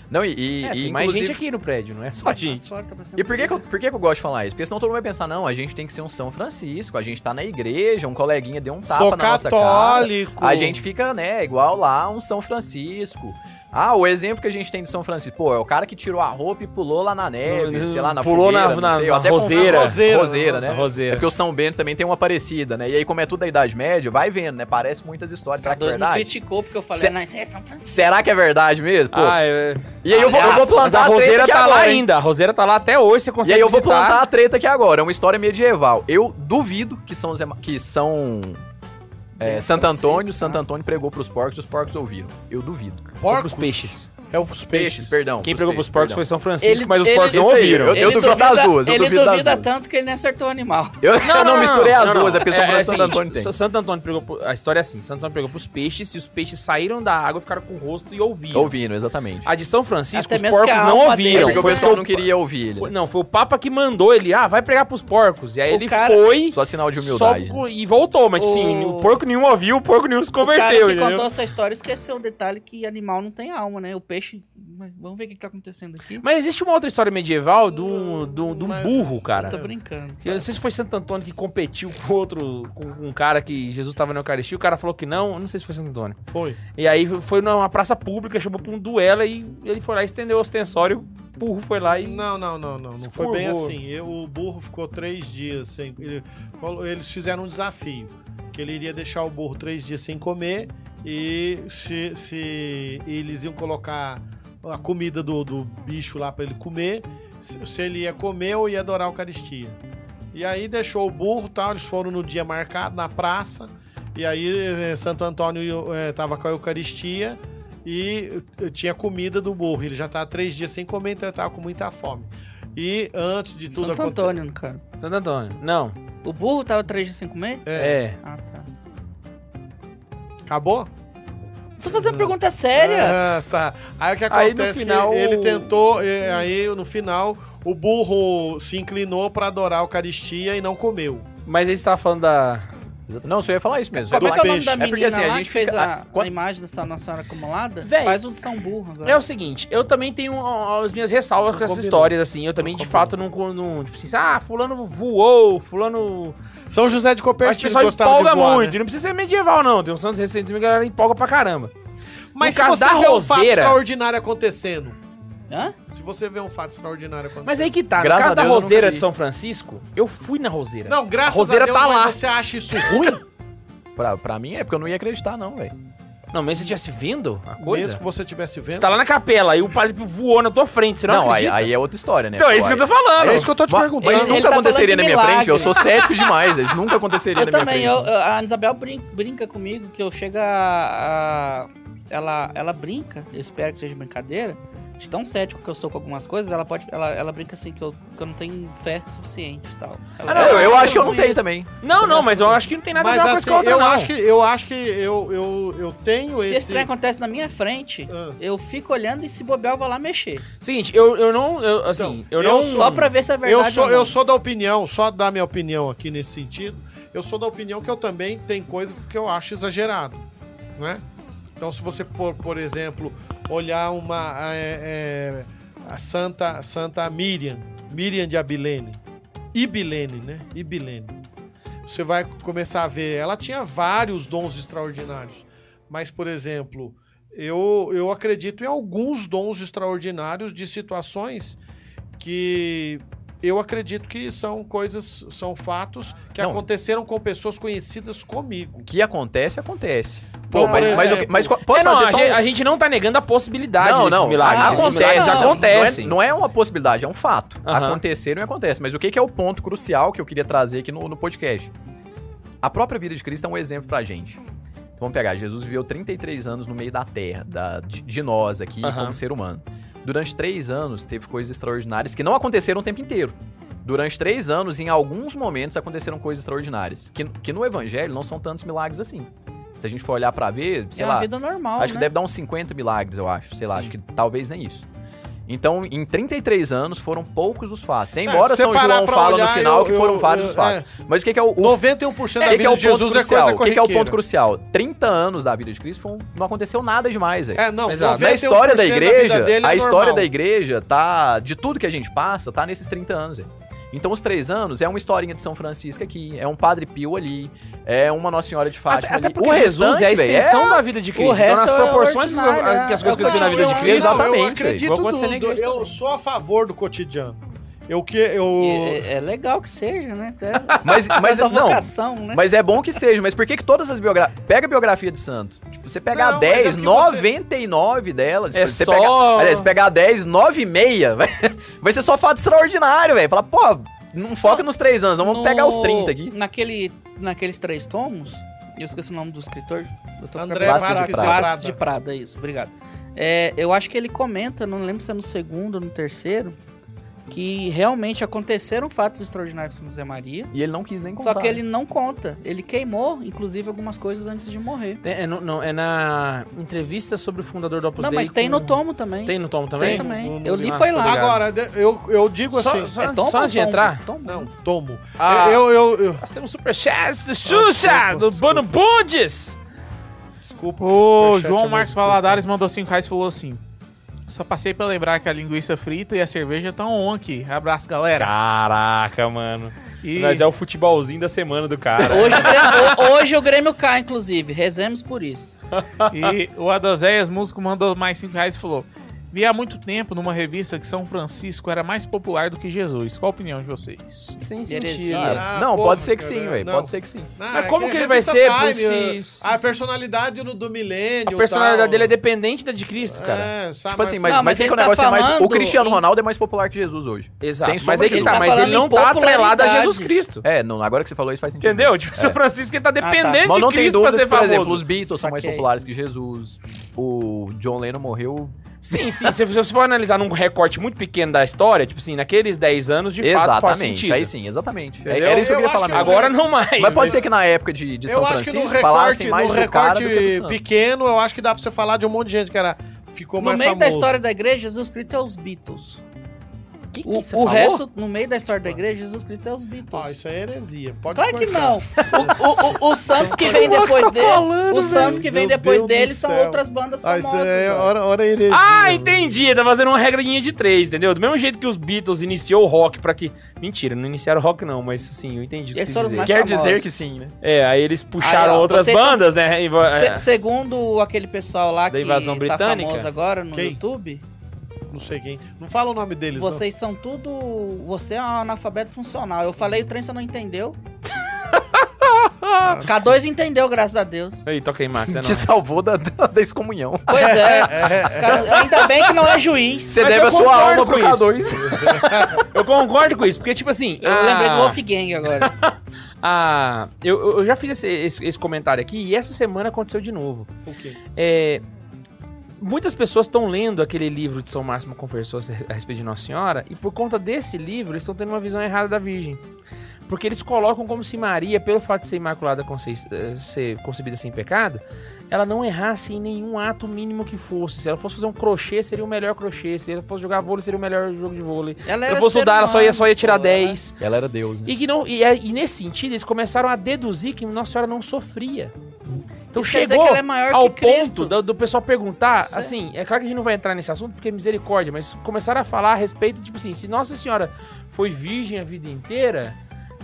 S3: Não, e, e,
S2: é,
S3: e
S2: tem mais
S3: inclusive-
S2: gente aqui no prédio, não é só
S4: Lá
S2: gente.
S4: fora, tá passando
S3: E por que, que, eu,
S4: barulho.
S3: por que que eu gosto de falar isso? Porque senão todo mundo vai pensar, não, a gente tem que ser um São Francisco, a gente tá na igreja, um coleguinha deu um tapa
S5: Sou
S3: na nossa cara.
S5: católico.
S3: A gente fica, né, igual lá um São Francisco. Ah, o exemplo que a gente tem de São Francisco, pô, é o cara que tirou a roupa e pulou lá na neve,
S2: No-
S3: sei lá, na
S2: Uhum. pulou na-
S3: fogueira, não
S2: na-
S3: sei,
S2: na
S3: eu até confundo-
S2: roseira.
S3: roseira,
S5: Roseira,
S3: né? É
S2: Roseira.
S3: porque o São Bento também tem uma parecida, né? E aí, como é tudo da Idade Média, vai vendo, né? Parece muitas histórias. Será que é
S4: Dois me
S3: verdade?
S4: criticou porque eu falei,
S3: Cê-
S4: não, isso é São Francisco.
S3: Será que é verdade mesmo? Pô,
S2: Ah, é...
S3: e aí eu vou, eu vou
S2: Aliás,
S3: plantar
S2: mas a
S3: treta
S2: roseira
S3: aqui
S2: tá lá
S3: agora, hein?
S2: ainda. A roseira tá lá até hoje, você
S3: E
S2: consegue
S3: aí eu vou
S2: visitar.
S3: plantar a treta aqui agora. É uma história medieval. Eu duvido que São Zé Ma- que São é,
S4: Deus,
S3: Santo
S4: Francisco,
S3: Antônio,
S4: né?
S3: Santo Antônio pregou pros porcos, os porcos ouviram. Eu duvido.
S2: Foi pros peixes.
S5: É os
S3: Peixes,
S5: peixes.
S3: perdão.
S2: Quem pegou pros porcos foi São Francisco,
S4: Ele-
S2: mas os
S4: ele-
S2: porcos não
S3: Isso aí,
S2: ouviram.
S3: eu- duvido das duas, eu
S4: Ele
S3: duvido das
S4: duvida
S3: duas.
S4: tanto que ele nem acertou o animal.
S3: Eu eu não, misturei as duas, é porque São Francisco e Santo Antônio tem.
S2: S- assim, Santo Antônio pegou. pro- A história é assim: Santo Antônio pegou pros peixes e os peixes saíram da água, ficaram com o rosto e ouviram.
S3: Ouvindo, exatamente.
S2: A de São Francisco,
S4: Até
S2: os
S4: mesmo que
S2: porcos
S4: a
S2: não
S4: alma
S3: É
S2: ouviram.
S4: dele-
S3: porque o
S2: Foi
S3: pessoal
S2: o-
S3: não queria ouvir ele.
S2: Não, foi o Papa que mandou ele, ah, vai pregar pros porcos. E aí
S4: O
S2: ele
S4: cara-
S2: foi.
S3: Só sinal de humildade.
S2: só
S3: né?
S2: co- e voltou, mas assim,
S4: O-
S2: o porco nenhum ouviu, o porco nenhum se
S4: O cara que
S2: converteu. entendeu?
S4: contou essa história esqueceu o detalhe que animal não tem alma, né? O peixe. mas Vamos ver o que que tá acontecendo aqui.
S2: Mas existe uma outra história medieval do, do, de um
S5: Mas-
S2: burro, cara.
S4: Hum, Tô brincando.
S2: Eu não sei se foi Santo Antônio que competiu com outro, com um cara que Jesus estava na Eucaristia, o cara falou que não, eu não sei se foi Santo Antônio.
S5: Foi.
S2: E aí foi numa praça pública, chamou pra um duelo e ele foi lá, estendeu o ostensório, o burro foi lá e...
S5: Não, não, não, não. Não foi
S2: Escurvou.
S5: bem assim. Eu- o burro ficou três dias sem. ele falou- eles fizeram um desafio. Que ele iria deixar o burro três dias sem comer e se, se eles iam colocar a comida do, do bicho lá pra ele comer, se, se ele ia comer ou ia adorar a Eucaristia. E aí deixou o burro e tal, eles foram no dia marcado, na praça, e aí eh, Santo Antônio eh, tava com a Eucaristia e eh, tinha comida do burro. Ele já tava três dias sem comer, então ele tava com muita fome. E antes de tudo
S4: Santo
S5: acontecer.
S4: Antônio, no cara.
S2: Santo Antônio, não,
S4: O burro tava três dias sem comer?
S5: É,
S2: é...
S4: Ah, tá.
S5: acabou?
S4: Tô fazendo pergunta séria.
S5: Ah, tá. Aí o que
S2: Aí, no
S5: acontece é
S2: final,
S5: que ele
S2: o-
S5: tentou, e aí no final o burro se inclinou pra adorar a Eucaristia e não comeu.
S2: Mas ele estava falando da...
S3: Exato. Não, só ia falar isso mesmo.
S4: Como é que é o nome
S5: peixe.
S4: da
S3: É
S4: menina
S3: porque, assim, a
S4: lá
S3: gente
S4: que fez
S3: fica-
S4: a,
S3: a- quando-
S4: a imagem dessa Nossa Senhora acumulada?
S2: Véi.
S4: Faz um São Burro agora.
S2: É o seguinte, eu também tenho ó, as minhas ressalvas com essas
S5: Combinou.
S2: histórias, assim, eu também de fato não, não... Tipo assim, ah, fulano voou, fulano
S5: São José
S2: Eu acho que
S5: de
S2: o
S5: Copérnico
S2: pessoal
S5: gostava de
S2: empolga
S5: voar,
S2: muito.
S5: né?
S2: Não precisa ser medieval, não. Tem uns anos recentes que a galera empolga pra caramba.
S5: Mas
S2: No
S5: se
S2: caso
S5: você
S2: da
S5: vê um fato
S2: roseira-
S5: extraordinário acontecendo,
S4: Hã?
S5: se você vê um fato extraordinário acontecendo...
S2: Mas aí que tá.
S3: Graças
S2: no caso
S3: a
S2: da
S3: Deus, eu nunca
S2: roseira
S3: vi.
S2: de São Francisco, eu fui na roseira.
S5: Não, graças
S2: é- A roseira
S5: a Deus,
S2: tá
S5: mas
S2: lá.
S5: você acha isso ruim?
S3: Pra, pra mim é porque eu não ia acreditar, não, velho.
S2: Não, mas se você estivesse vendo a
S5: Mesmo
S2: coisa.
S5: que você estivesse vendo.
S2: Você tá lá na capela, aí o padre voou na tua frente, você não,
S3: Não, aí,
S2: acredita?
S3: aí é outra história, né?
S2: Então é
S3: Pô,
S2: isso que eu tô
S3: aí-
S2: falando.
S5: É isso que eu tô te
S3: Mas-
S5: perguntando.
S3: Mas
S4: Ele
S3: nunca
S4: tá falando
S3: aconteceria
S4: de
S3: na minha
S4: milagre.
S3: frente, eu sou cético demais. Eles nunca aconteceria na
S4: Eu
S3: minha
S4: também,
S3: frente.
S4: eu, eu- a Ana Isabel brin- brinca comigo que eu chego a, a- ela, ela brinca, eu espero que seja brincadeira, de tão cético que eu sou com algumas coisas, ela pode. Ela, ela brinca assim que eu, que eu não tenho fé suficiente e tal. Ela-
S2: Ah, não,
S3: Eu- eu
S2: eu
S3: acho que eu
S2: não
S3: não tenho também.
S2: Não, não, mas eu acho que não tem nada a
S5: Mas
S2: ver uma coisa
S5: assim,
S2: com a outra,
S5: eu,
S2: não.
S5: acho que, eu acho que eu, eu, eu tenho
S4: Se esse
S5: esse...
S4: trem acontece na minha frente,
S5: Ah.
S4: eu fico olhando e se bobear, eu vou lá mexer.
S2: Seguinte, eu, eu não... Eu, assim, eu não...
S5: eu
S4: Só pra ver se é verdade.
S5: eu sou,
S4: ou não.
S5: eu sou da opinião, só dar minha opinião aqui nesse sentido, eu sou da opinião que eu também tem coisas que eu acho exagerado, né? Então, se você, por, por exemplo, olhar eh, uma é, é, a Santa Santa Miriam, Miriam de Abilene, Ibilene, né? Ibilene. Você vai começar a ver. Ela tinha vários dons extraordinários. Mas, por exemplo, eu, eu acredito em alguns dons extraordinários de situações que eu acredito que são coisas, são fatos que
S3: Não.
S5: aconteceram com pessoas conhecidas comigo.
S3: O que acontece, acontece. Pô,
S5: Por
S3: mas, mas,
S5: exemplo,
S3: eu- mas qual- posso
S2: É, não,
S3: fazer
S2: a,
S3: só
S2: gente,
S3: um-
S2: a gente não tá negando a possibilidade
S3: Não,
S2: desses
S3: não. tá
S2: milagres.
S3: Acontece.
S2: Esses milagres
S3: não,
S2: acontecem.
S3: Não é, não é uma possibilidade, é um fato.
S2: Aham.
S3: Aconteceram e acontece. Mas o que que é o ponto crucial que eu queria trazer aqui no, no podcast? A própria vida de Cristo é um exemplo pra gente. Então vamos pegar, Jesus viveu 33 anos no meio da terra, da- de, de nós aqui,
S2: Aham.
S3: como ser humano. Durante três anos, teve coisas extraordinárias que não aconteceram o tempo inteiro. Durante três anos, em alguns momentos, aconteceram coisas extraordinárias. Que, que no Evangelho não são tantos milagres assim. Se a gente for olhar pra ver, sei
S4: é
S3: lá.
S4: uma vida normal,
S3: Acho que
S4: né?
S3: deve dar uns 50 milagres, eu acho. Sei lá, acho que talvez nem isso. Então, em 33 anos, foram poucos os fatos. Embora
S5: É, se
S3: São
S5: parar
S3: João
S5: pra
S3: fala
S5: olhar,
S3: no final
S5: eu-
S3: que foram
S5: eu-
S3: vários os
S5: eu-
S3: fatos. Mas o que, que é o, o- o
S5: 91% da
S3: que, que é
S5: vida
S3: o
S5: de
S3: ponto
S5: Jesus é
S3: crucial?
S5: coisa
S3: O que, que é o ponto
S5: corriqueira.
S3: crucial? 30 anos da vida de Cristo foi um- não aconteceu nada demais, velho.
S5: É, não,
S2: Exato.
S3: Na história da igreja,
S5: é
S3: a história da
S5: igreja.
S3: igreja tá. De tudo que a gente passa, tá nesses 30 anos. velho. Então, os três anos é uma historinha de São Francisco aqui, é um Padre Pio ali, é uma Nossa Senhora de
S2: Até,
S3: Fátima
S2: até
S3: ali.
S2: porque
S3: O
S2: Jesus
S3: restante,
S2: é a
S3: velho,
S2: extensão da vida de Cristo. Então,
S4: resto
S2: nas
S4: é
S2: proporções
S3: né?
S4: ordinário,
S2: que as
S4: é o
S2: coisas acontecem na vida de
S5: Eu-
S2: Cristo,
S5: não, Eu
S3: exatamente,
S5: acredito
S2: velho. Igual quando você
S5: do-
S2: nem
S5: do-
S2: acredita.
S5: eu sou a favor do cotidiano. Eu que eu
S4: É, é legal que seja, né? Até
S3: Mas, mas
S4: da
S3: não,
S4: vocação, né?
S3: Mas é bom que seja, mas por que, que todas as biografias. Pega a biografia de santo. Tipo, você pegar
S5: Não, mas é
S3: 10,
S5: porque
S3: 99 delas.
S2: É
S3: tipo, você
S2: só-
S3: pegar, aliás, se pegar 10, 9 e meia, vai, vai ser só fato extraordinário, velho. Fala, pô, não foca nos 3 anos, não, vamos
S4: No-
S3: pegar os 30 aqui.
S4: Naquele, naqueles três tomos, eu esqueci o nome do escritor. Eu tô
S5: André
S4: pra-
S3: Vasquez de
S5: Prada.
S4: Vasquez de Prada, isso, obrigado. É, eu acho que ele comenta, não lembro se é no segundo ou no terceiro, que realmente aconteceram fatos extraordinários com Zé Maria.
S3: E ele não quis nem contar.
S4: Só que ele não conta. Ele queimou, inclusive, algumas coisas antes de morrer.
S2: É, é no- não, é na entrevista sobre o fundador do Opus
S4: não,
S2: Dei
S4: mas tem
S2: com-
S4: no tomo também.
S2: Tem no Tom também?
S4: Tem também.
S5: Não- não
S4: eu
S5: li
S4: li
S2: nada.
S4: foi lá.
S2: Obrigado.
S5: agora de- eu, eu digo
S2: Só,
S5: assim,
S2: só,
S4: é tomo
S2: só
S4: ou
S2: antes de
S4: tombo?
S2: entrar,
S4: Tombo.
S5: não, tomo.
S2: Ah.
S5: Eu, eu, eu-
S2: nós temos um superchat do Xuxa,
S5: desculpa,
S2: do
S5: desculpa.
S2: Bono Bundes.
S5: desculpa.
S6: O
S5: superchat é
S6: João
S5: mais
S6: Marcos
S5: importante.
S6: Valadares mandou 5 reais e falou assim: Só passei pra lembrar que a linguiça frita e a cerveja estão on aqui. Abraço, galera.
S2: Caraca, mano.
S6: E
S2: Mas é o futebolzinho da semana do cara.
S4: Hoje, o Grêmio, hoje o Grêmio cai, inclusive. Rezemos por isso.
S6: E o Adozeias Músico mandou mais 5 reais e falou: Vi há muito tempo numa revista que São Francisco era mais popular do que Jesus. Qual a opinião de vocês?
S3: Sim, sim,
S4: Heresia.
S3: sim.
S5: Ah,
S3: não,
S5: porra,
S3: pode ser que sim,
S5: cara,
S3: velho.
S5: não.
S3: Pode ser que sim.
S5: Ah,
S2: Mas como
S5: é
S2: que ele vai
S5: revista
S2: ser
S5: Time,
S2: se-
S5: A personalidade do, do milênio.
S2: A personalidade
S5: tal.
S2: dele é dependente da de Cristo, cara.
S5: É, sabe,
S3: tipo assim, mas,
S4: não,
S3: mas,
S4: mas
S3: tem que o
S4: ele tá
S3: negócio é mais. O
S4: falando
S3: Cristiano
S4: em-
S3: Ronaldo é mais popular que Jesus hoje.
S2: Exato.
S3: Sem
S2: mas
S3: sombra
S2: é que
S3: de
S2: ele tá,
S3: dúvida.
S2: mas
S4: Ele
S2: ele
S4: tá
S2: não tá
S4: falando em
S2: atrelado a
S4: popularidade.
S2: Jesus Cristo.
S3: É, não, agora que você falou isso faz sentido.
S2: Entendeu? Tipo, o São
S3: É.
S2: Francisco ele tá dependente
S3: Mas não
S2: de
S3: tem
S2: Cristo
S3: dúvidas,
S2: pra ser
S3: por
S2: famoso.
S3: exemplo, os Beatles são mais
S4: Saquei.
S3: populares que Jesus. O John Lennon morreu
S2: Sim, sim. Se você for analisar num recorte muito pequeno da história, tipo assim, naqueles 10 anos, de fato faz sentido.
S3: Aí sim, exatamente. É,
S2: Entendeu?
S3: era isso que eu queria
S5: Eu
S3: falar
S5: acho que
S3: mesmo.
S2: Agora não mais.
S3: mas pode ser que na época de, de São
S5: É eu acho que
S3: Francisco
S5: no
S3: falassem
S5: recorte,
S3: mais
S5: no
S2: um
S3: do cara do
S5: recorte
S3: que do santo.
S5: pequeno, eu acho que dá pra você falar de um monte de gente que era, ficou
S4: No
S5: mais
S4: meio
S5: famoso.
S4: da história da igreja, Jesus Cristo é os Beatles.
S2: que, que
S4: O,
S2: você falou?
S4: o resto, no meio da história da igreja, Jesus Cristo é os Beatles.
S5: Ó, isso é heresia. Pode
S4: Claro que
S5: cortar.
S4: não. O, o, o, o Santos que vem depois
S2: tá
S4: dele. O Santos que vem
S5: Meu
S4: depois
S5: Deus do
S4: dele são
S5: céu.
S4: outras bandas
S5: Ah,
S4: famosas.
S5: isso é
S4: ó.
S5: hora, hora heresia. né?
S2: Ah, entendi. Tá fazendo uma regrinha de três, entendeu? Do mesmo jeito que os Beatles iniciou o rock pra que. Mentira, não iniciaram o rock, não, mas assim, eu entendi. o que
S4: Eles
S2: quis
S4: foram os
S2: dizer.
S4: mais
S3: Quer
S4: famosos.
S3: dizer que sim, né?
S2: É, aí eles puxaram
S4: Aí, ó, tá-
S2: outras
S4: vocês
S2: bandas, né? E vo- é.
S4: Se- segundo aquele pessoal lá
S2: Da
S4: que
S2: invasão
S4: tá
S2: britânica?
S4: famoso agora no
S5: Quem?
S4: YouTube,
S5: Não sei quem. Não fala o nome deles, não.
S4: vocês são tudo. Você é um analfabeto funcional. Eu falei o trem, você não entendeu. K2 entendeu, graças a Deus.
S2: Aí, toca aí, Max. É
S3: Te
S2: nóis.
S3: salvou da, da, da excomunhão.
S4: Pois é.
S5: É,
S4: Cara, ainda bem que não é juiz.
S3: Você
S2: Mas
S3: deve
S2: eu
S3: a sua
S2: concordo
S3: alma
S2: com
S3: pro
S2: isso.
S3: K2.
S2: Eu concordo com isso, porque, tipo assim.
S4: Eu
S2: a-
S4: lembrei do Wolfgang agora.
S2: a- eu, eu- eu já fiz esse, esse- esse comentário aqui e essa semana aconteceu de novo.
S5: o quê?
S2: É, muitas pessoas estão lendo aquele livro de São Máximo Conversou a respeito de Nossa Senhora, e por conta desse livro, eles estão tendo uma visão errada da Virgem. Porque eles colocam como se Maria, pelo fato de ser imaculada, concei- eh, ser concebida sem pecado, ela não errasse em nenhum ato mínimo que fosse. Se ela fosse fazer um crochê, seria o melhor crochê. Se ela fosse jogar vôlei, seria o melhor jogo de vôlei.
S4: Ela
S2: Se
S4: era
S2: ela fosse
S4: ser
S2: estudar, ela só ia,
S4: humano,
S2: só ia tirar
S4: pô,
S2: 10.
S3: Ela era Deus, né?
S2: E, que não, e, é- e nesse sentido, eles começaram a deduzir que Nossa Senhora não sofria. Então
S4: Isso quer dizer
S2: chegou
S4: que ela é maior
S2: ao
S4: que Cristo?
S2: ponto do, do pessoal perguntar,
S4: Isso é.
S2: assim, é claro que a gente não vai entrar nesse assunto porque é misericórdia, mas começaram a falar a respeito, tipo assim, se Nossa Senhora foi virgem a vida inteira,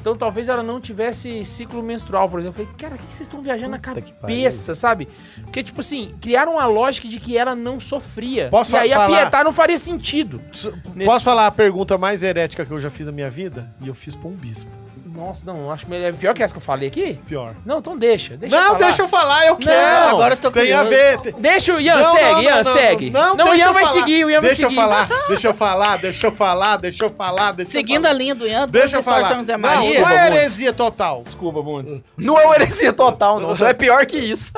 S2: então talvez ela não tivesse ciclo menstrual, por exemplo. Eu falei, cara, o que que vocês estão viajando na
S3: Puta que
S2: cabeça, sabe? Porque, tipo assim, criaram uma lógica de que ela não sofria.
S5: Posso
S2: e aí
S5: falar?
S2: apietar não faria sentido.
S5: S-
S2: Nesse-
S5: Posso falar a pergunta mais herética que eu já fiz na minha vida? E eu fiz pra um bispo.
S2: Nossa, não, eu acho melhor. é Pior que essa que eu falei aqui?
S5: Pior.
S2: Não, então deixa. deixa
S5: não,
S2: falar.
S5: deixa eu falar, eu quero.
S2: agora
S4: eu tô
S5: Tem a
S4: curioso.
S5: ver. tem-
S2: Deixa o Ian,
S5: Não,
S2: segue,
S5: não,
S2: Ian,
S5: não,
S2: segue.
S5: Não, não,
S2: o
S5: deixa
S2: Ian
S5: eu
S2: vai
S5: falar.
S2: seguir, o Ian vai
S5: Deixa
S2: seguir.
S5: eu falar, deixa eu falar, deixa eu falar, deixa eu falar, deixa
S4: Seguindo
S5: eu
S4: a
S5: falar.
S4: linha do Ian, do
S5: Deixa eu
S4: professor
S5: falar.
S4: São José
S5: não,
S4: Maria.
S5: não é
S2: Bundes.
S5: heresia total.
S2: Desculpa, Bundes.
S3: Não é uma heresia total, não. Só é pior que isso.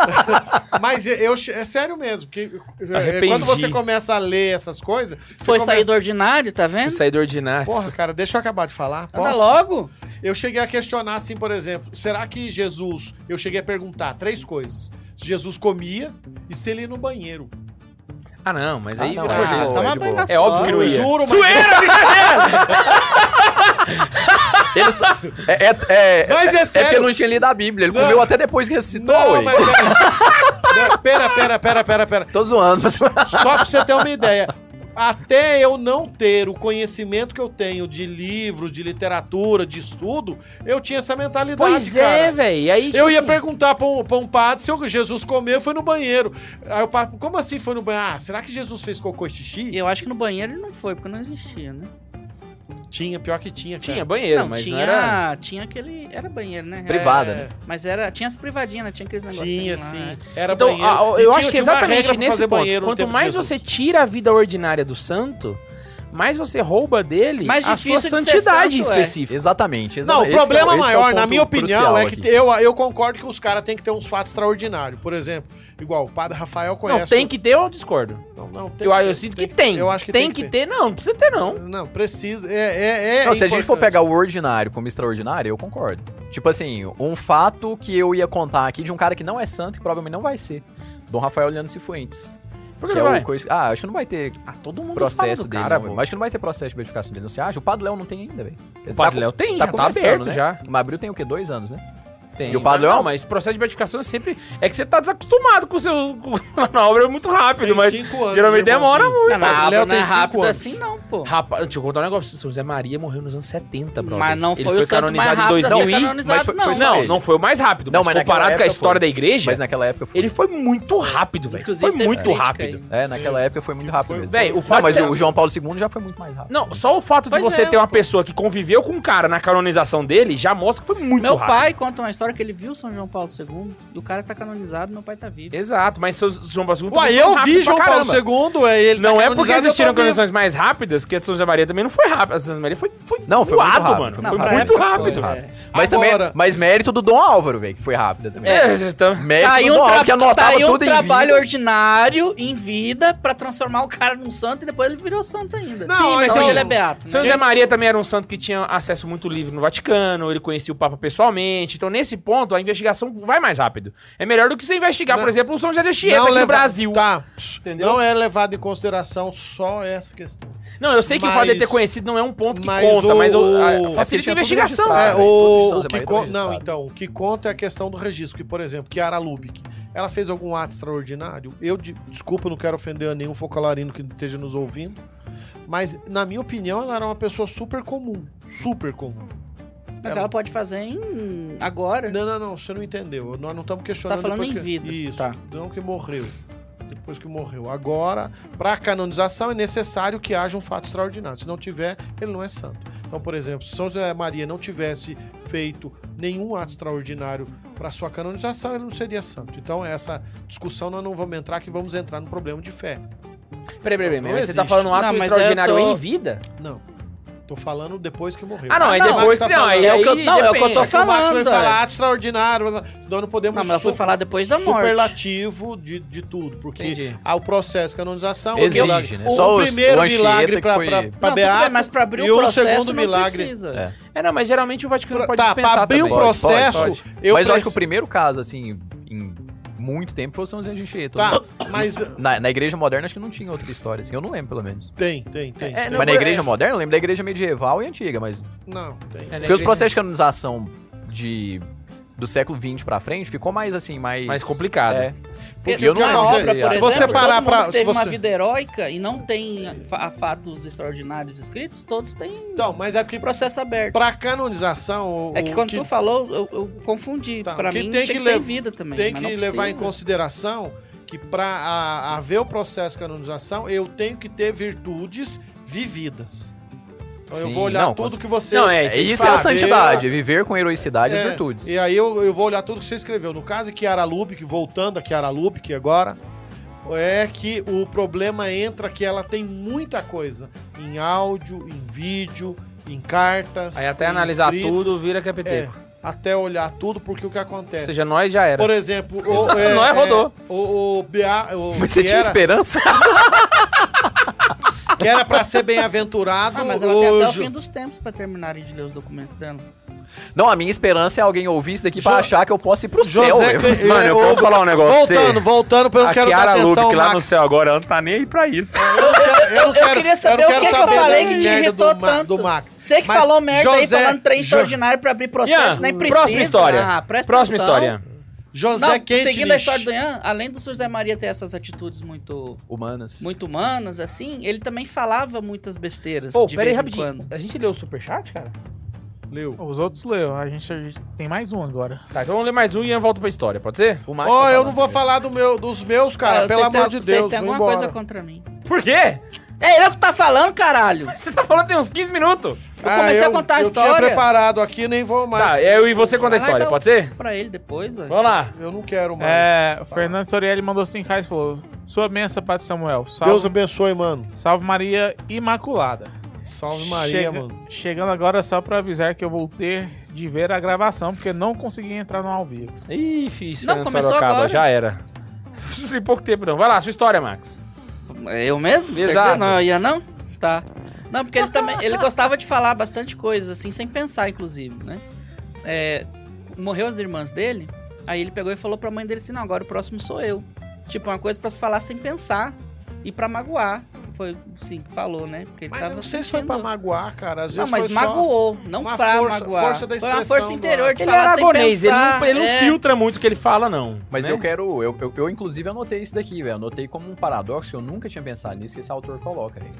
S5: Mas eu, che- é sério mesmo. Que, é,
S2: Arrependi.
S5: quando você começa a ler essas coisas. você
S4: Foi
S5: começa-
S4: sair do ordinário, tá vendo?
S2: Sair do ordinário.
S5: Porra, cara, deixa eu acabar de falar.
S4: Anda
S5: posso?
S4: logo.
S5: Eu cheguei a questionar, assim, por exemplo, será que Jesus. Eu cheguei a perguntar três coisas. Se Jesus comia e se ele ia no banheiro.
S2: Ah, não, mas
S3: Ah,
S2: aí...
S3: não,
S2: pelo
S3: é
S2: amor de
S3: de
S2: Deus.
S3: boa,
S4: toma
S3: é de
S4: banho
S3: boa.
S4: na
S2: É óbvio
S4: sola.
S2: que não ia.
S5: Juro, mas.
S2: Zoeira, brincadeira!
S3: É, é, é,
S5: Mas é
S3: é porque
S5: sério.
S3: não tinha lido a Bíblia. Ele
S5: Não.
S3: comeu até depois que ressuscitou.
S5: Não,
S3: ué.
S5: mas pera, pera, pera, pera, pera, pera.
S3: Tô zoando. mas-
S5: Só pra você ter uma ideia. Até eu não ter o conhecimento que eu tenho de livros, de literatura, de estudo, eu tinha essa mentalidade,
S2: Pois
S5: cara.
S2: é, velho. Aí, tipo
S5: Eu ia
S2: assim,
S5: perguntar pra um, pra um padre se o Jesus comeu foi no banheiro. Aí o padre, como assim foi no banheiro? Ah, será que Jesus fez cocô e xixi?
S4: E eu acho que no banheiro ele não foi, porque não existia, né?
S5: Tinha, pior que tinha, cara.
S2: Tinha banheiro,
S4: não,
S2: mas
S4: tinha,
S2: não era...
S4: tinha aquele... Era banheiro, né?
S3: Pri- privada, né?
S2: É,
S4: Mas era... Tinha as privadinhas, né? Tinha aqueles negocinhos
S5: Tinha,
S4: lá.
S5: sim. Era
S2: Então,
S5: banheiro.
S2: ah, eu
S5: E tinha-
S2: acho que
S5: tinha uma
S2: exatamente
S5: regra pra
S2: nesse
S5: fazer
S2: ponto.
S5: banheiro no
S2: Quanto
S5: tempo de
S2: mais
S5: Jesus.
S2: você tira a vida ordinária do santo, mais você rouba dele
S4: Mais
S2: a sua
S4: difícil de ser
S2: santidade
S4: santo, é.
S2: específica.
S3: Exatamente, exatamente.
S5: Não, o
S3: Esse que é
S5: problema
S3: esse que é o
S5: maior, na
S3: ponto
S5: minha opinião,
S3: crucial
S5: é que
S3: aqui.
S5: eu, eu concordo que os caras têm que ter uns fatos extraordinários. Por exemplo, igual o padre Rafael conhece.
S2: Não, tem que ter, eu discordo.
S5: Não, não, tem
S2: Eu,
S5: que
S2: eu
S5: ter,
S2: sinto que tem.
S5: Eu acho que
S2: tem, que ter. não, não precisa ter, não.
S5: Não, precisa. É, é, é
S3: Não, se a gente for
S5: importante.
S3: pegar o ordinário como extraordinário, eu concordo. Tipo assim, um fato que eu ia contar aqui de um cara que não é santo, que provavelmente não vai ser. Dom Rafael Leandro Cifuentes.
S2: Por que
S3: Que é
S2: não
S3: o
S2: vai?
S3: coisa... Ah, acho que não vai ter
S2: Ah, todo mundo
S3: processo
S2: fala do
S3: dele. né,
S2: cara,
S3: não,
S2: pô.
S3: velho. acho que não vai ter processo de verificação dele, não se acha? O Padre Léo não tem ainda, velho.
S2: O Padre Léo tem, já tá
S3: começando,
S2: aberto
S3: né?
S2: já.
S3: Mas abril tem o quê? Dois anos, né?
S2: Tem.
S3: E o padrão?
S2: Mas Não, mas processo de beatificação é sempre... É que você tá desacostumado com o seu... com- Na obra é muito rápido,
S5: Tem
S2: mas...
S5: cinco anos,
S2: geralmente demora
S5: irmãozinho.
S4: Não, mas
S5: Padre
S4: não,
S5: Léo
S4: não é
S5: tem cinco
S4: rápido
S5: anos.
S4: assim, não, pô.
S2: Rapaz, deixa eu contar um negócio. Seu José Maria morreu nos anos 70, brother.
S4: Mas não
S2: Ele
S4: foi o santo mais rápido a ser
S2: em 2000 e-
S4: canonizado,
S3: mas foi-
S4: não.
S3: foi só
S2: Não,
S3: ele.
S2: não foi o mais rápido.
S3: Não,
S2: mas,
S3: mas naquela
S2: comparado com a
S3: época
S2: história
S3: foi.
S2: da igreja,
S3: Mas naquela época foi.
S2: ele foi muito rápido, velho. Foi
S4: Inclusive, teve
S2: muito
S4: crítica
S2: rápido.
S4: aí.
S3: É, naquela época foi muito rápido mesmo.
S2: Véi, o
S3: Não,
S2: fato
S3: mas
S2: é-
S3: o João Paulo II já foi muito mais rápido.
S2: Não, só o fato de
S4: Pois
S2: você
S4: é,
S2: ter uma
S4: pô.
S2: pessoa que conviveu com um cara na canonização dele já mostra que foi muito
S4: Meu
S2: rápido.
S4: pai conta uma história que ele viu São João Paulo II e o cara tá canonizado, meu pai tá vivo.
S2: Exato, mas seu João Paulo II
S5: Uai,
S2: também foi um
S5: eu
S2: rápido
S5: vi
S2: pra
S5: João Paulo
S2: caramba.
S5: II, é, ele tá
S2: Não é
S5: canonizado,
S2: porque
S5: eu tô
S2: existiram
S5: vendo.
S2: condições mais rápidas que a de São José Maria também não foi rápida. A de São José Maria foi, foi
S3: Não, foi muito
S2: voado,
S3: rápido,
S2: mano.
S3: foi
S2: foi
S3: muito
S2: muito rápido.
S3: rápido, foi muito
S4: É.
S3: Mas
S5: Agora-
S3: também. Mas mérito do Dom Álvaro, velho, que foi rápido também.
S2: É, então-
S3: Mérito
S4: Tá aí
S3: do
S4: um,
S3: Dom
S4: tra-
S3: Álvaro, que anotava
S4: tá aí um
S3: tudo em
S4: trabalho
S3: vida.
S4: ordinário em vida pra transformar o cara num santo e depois ele virou santo ainda.
S5: Não,
S4: Sim, mas
S5: então-
S4: hoje ele é beato. né?
S2: São José Maria também era um santo que tinha acesso muito livre no Vaticano, ele conhecia o Papa pessoalmente. Então, nesse ponto, a investigação vai mais rápido. É melhor do que você investigar,
S5: Não.
S2: por exemplo, o São José de Chieta
S5: Não
S2: aqui
S5: leva-
S2: no Brasil.
S5: Tá.
S2: Entendeu?
S5: Não é levado em consideração só essa questão.
S2: Não, eu sei que o fato de ele ter
S5: Mas-
S2: conhecido não é um ponto que
S5: mas
S2: conta,
S5: o-
S2: mas eu, a-
S5: o-
S3: É porque
S2: facilita a
S3: tinha tudo
S2: investigação.
S3: registrado.
S5: É,
S3: Ah, velho, todos os
S5: o, o
S3: São Zé
S5: que
S3: Maria
S5: con-
S3: estão
S5: Não,
S3: registrados.
S5: então, o que conta é a questão do registro. Que, por exemplo, Kiara Lubick, ela fez algum ato extraordinário? Eu, de- desculpa, eu não quero ofender a nenhum focalarino que esteja nos ouvindo, mas, na minha opinião, ela era uma pessoa super comum. Super comum.
S4: Mas ela pode fazer em agora.
S5: Não, não, não, você não entendeu. Nós não estamos questionando
S4: Tá falando
S5: depois
S4: em
S5: que...
S4: vida.
S5: Isso,
S4: Tá.
S5: não que morreu. Depois que morreu. Agora, para canonização é necessário que haja um fato extraordinário. Se não tiver, ele não é santo. Então, por exemplo, se São José Maria não tivesse feito nenhum ato extraordinário para sua canonização, ele não seria santo. Então, essa discussão nós não vamos entrar, que vamos entrar no problema de fé.
S2: Peraí, peraí, peraí.
S5: Não
S2: Mas você tá
S5: existe.
S2: falando um ato
S4: Não, mas eu
S2: extraordinário
S4: tô-
S2: em vida?
S5: Não. Tô falando depois que morreu.
S2: Ah, não, aí
S5: o Max
S2: depois.
S5: tá
S2: não, aí,
S5: falando.
S4: É o que eu-
S2: aí
S4: não, é o que eu
S2: depende.
S4: tô
S5: É que o Max vai
S4: falando,
S5: falar
S4: é.
S5: ato extraordinário. Nós não podemos
S4: Não, mas ela foi
S5: su-
S4: falar depois da morte.
S5: superlativo de, de tudo, porque
S2: Entendi.
S5: há o processo de canonização,
S3: Exige,
S5: o, milagre-
S3: né?
S5: o
S3: Só os-
S5: primeiro
S3: o Anchieta
S5: milagre
S3: que
S5: para
S3: foi-
S5: para
S4: Não, tudo bem,
S5: beato,
S4: mas pra abrir
S5: e
S4: o processo
S5: segundo
S4: não
S5: milagre.
S4: precisa.
S3: É.
S2: É, não, mas geralmente o Vaticano pode
S5: tá,
S2: dispensar
S5: para abrir o
S2: também.
S3: Pode, pode,
S5: processo,
S2: pode.
S3: mas eu
S5: eu
S3: acho que
S5: preciso-
S3: o primeiro caso, assim, em muito tempo, foi o São José de Anchieta.
S5: Tá, mas
S3: Na, na igreja moderna, acho que não tinha outra história, assim. Eu não lembro, pelo menos.
S5: tem, tem, tem.
S2: É,
S5: tem.
S2: Não,
S3: mas na
S2: é-
S3: igreja moderna, eu lembro da igreja medieval e antiga, mas...
S5: Não, tem.
S2: É, né,
S3: Porque os
S2: igreja-
S3: processos de canonização de do século XX pra frente, ficou mais assim, mais.
S2: Mais complicado.
S3: É.
S4: Porque
S3: eu não é.
S4: na
S3: acredito.
S4: obra, por
S3: Se
S4: exemplo,
S5: você parar
S4: todo mundo
S5: pra-
S4: que
S5: se
S4: teve uma
S5: você-
S4: vida heróica e não tem fa- fatos extraordinários escritos, todos têm
S5: Então, mas é porque
S4: processo aberto.
S5: pra canonização... o-
S4: É que
S5: o
S4: quando tu falou, eu, eu confundi.
S5: Tá,
S4: pra
S5: que
S4: mim,
S5: tem
S4: tem tinha
S5: que
S4: que, ser
S5: lev-
S4: vida também.
S5: tem
S4: mas
S5: que
S4: não
S5: levar em
S4: precisa.
S5: consideração que para haver o processo de canonização, eu tenho que ter virtudes vividas. Então eu
S3: Sim,
S5: vou olhar
S3: não,
S5: tudo
S3: com-
S5: que você...
S2: Não, é,
S3: É,
S2: isso
S3: isso é a
S5: fazer-
S3: santidade, é viver com heroicidade
S5: É,
S3: e virtudes.
S5: E aí eu, eu vou olhar tudo que você escreveu. No caso de Kiara Lubick, voltando a Kiara Lubick agora, é que o problema entra que ela tem muita coisa. Em áudio, em vídeo, em cartas.
S2: Aí até
S5: em
S2: analisar
S5: escrito,
S2: tudo, vira
S5: É,
S2: capiteco.
S5: Até olhar tudo, porque o que
S2: Ou
S5: acontece?
S2: seja, nós já era.
S5: Por exemplo, o, é,
S2: Nós rodou.
S5: o, o, Bea- o
S3: Mas você tinha
S5: Kiara-
S3: esperança?
S5: que era pra ser bem-aventurado.
S4: Ah, mas ela tem até o
S5: Ju-
S4: fim dos tempos pra terminarem de ler os documentos dela.
S3: Não, a minha esperança é alguém ouvir isso daqui pra
S5: Jo-
S3: achar que eu posso ir pro céu,
S5: José
S3: velho.
S5: Cle-
S2: Mano, eu
S5: eh,
S2: posso
S5: ô,
S2: falar um negócio pra
S5: Voltando,
S2: você?
S5: voltando, porque eu não
S2: A
S5: quero dar
S2: Kiara
S5: atenção,
S2: Lubick lá no
S5: Max.
S2: céu agora, ela não tá nem aí pra isso.
S5: Eu, não quero-
S4: Eu queria saber
S5: não
S4: o
S5: quero
S4: que que eu
S5: saber
S4: falei
S5: da
S4: que te
S5: merda
S4: irritou
S5: do Ma-
S4: tanto.
S5: do Max.
S4: Você que
S5: Mas
S4: falou merda aí,
S5: José-
S4: falando trem
S5: Jo-
S4: extraordinário pra abrir processo,
S2: Ian,
S4: nem precisa.
S2: próxima história.
S4: Ah, presta
S2: Próxima
S4: atenção.
S2: história.
S5: José
S4: Não,
S5: Kent
S4: seguindo a
S5: Lich.
S4: história do Ian, além do José Maria ter essas atitudes muito,
S3: Humanas.
S4: muito humanas, assim, ele também falava muitas besteiras
S2: Pô,
S4: de
S2: pera aí
S4: vez em
S2: rapidinho.
S4: quando.
S2: A gente leu o superchat, cara?
S5: Leu.
S6: Os outros leu. A gente, a gente tem mais um agora.
S2: Tá, então vamos ler mais um e eu volto pra história, pode ser?
S3: O
S5: Ó,
S3: Max tá
S5: eu
S3: falando
S5: não vou
S3: também.
S5: falar do meu, dos meus, cara,
S4: Ah,
S5: pelo
S4: vocês têm-
S5: amor de
S4: Vocês
S5: Deus.
S4: têm
S5: vou
S4: alguma
S5: embora.
S4: coisa contra mim.
S2: Por quê?
S4: É eu que tá falando, caralho!
S2: Você tá falando tem uns 15 minutos.
S4: Eu comecei a contar a
S5: Ah, Eu
S4: história.
S5: tinha preparado aqui, nem vou mais.
S2: Tá, eu e você conta a
S4: Vai lá,
S2: história,
S4: então.
S2: pode ser?
S4: Pra ele depois, ué.
S2: Vamos lá.
S5: Eu não quero mais.
S6: É, o Fernando Sorielli mandou 5 reais e falou: Sua benção, Padre Samuel.
S5: Deus
S6: Salve,
S5: abençoe, mano.
S6: salve Maria Imaculada.
S5: Salve Maria,
S6: Chega-
S5: mano.
S6: Chegando agora só pra avisar que eu vou ter de ver a gravação, porque não consegui entrar no ao vivo.
S2: Ih, fiz.
S4: Não,
S2: Fernando
S4: começou agora.
S2: já era. Não tem pouco tempo não. Vai lá, sua história, Max.
S4: É Eu mesmo?
S2: Exato.
S4: Certeza? Não, ia não? Tá. Não, porque ele também ele gostava de falar bastante coisa, assim, sem pensar, inclusive, né? É, morreu as irmãs dele, aí ele pegou e falou pra mãe dele assim, não, agora o próximo sou eu. Tipo, uma coisa pra se falar sem pensar e pra magoar. Foi, sim, falou, né? Porque ele
S5: Mas eu
S4: tava
S5: não sei se foi pra
S4: sentindo-
S5: magoar, cara. Às
S4: Não,
S5: vezes
S4: mas
S5: foi só-
S4: magoou, não
S5: uma
S4: pra
S5: força-
S4: magoar.
S5: força da
S4: foi uma
S5: expressão
S4: força
S5: do
S4: interior de
S2: Ele é
S4: falar sem
S2: aragonês, ele
S4: pensar.
S2: não, ele não
S4: é.
S2: filtra muito o que ele fala, não.
S3: Mas
S2: né?
S3: eu quero. Eu, eu, eu, inclusive, anotei isso daqui, velho. Anotei como um paradoxo que eu nunca tinha pensado nisso que esse autor coloca, velho.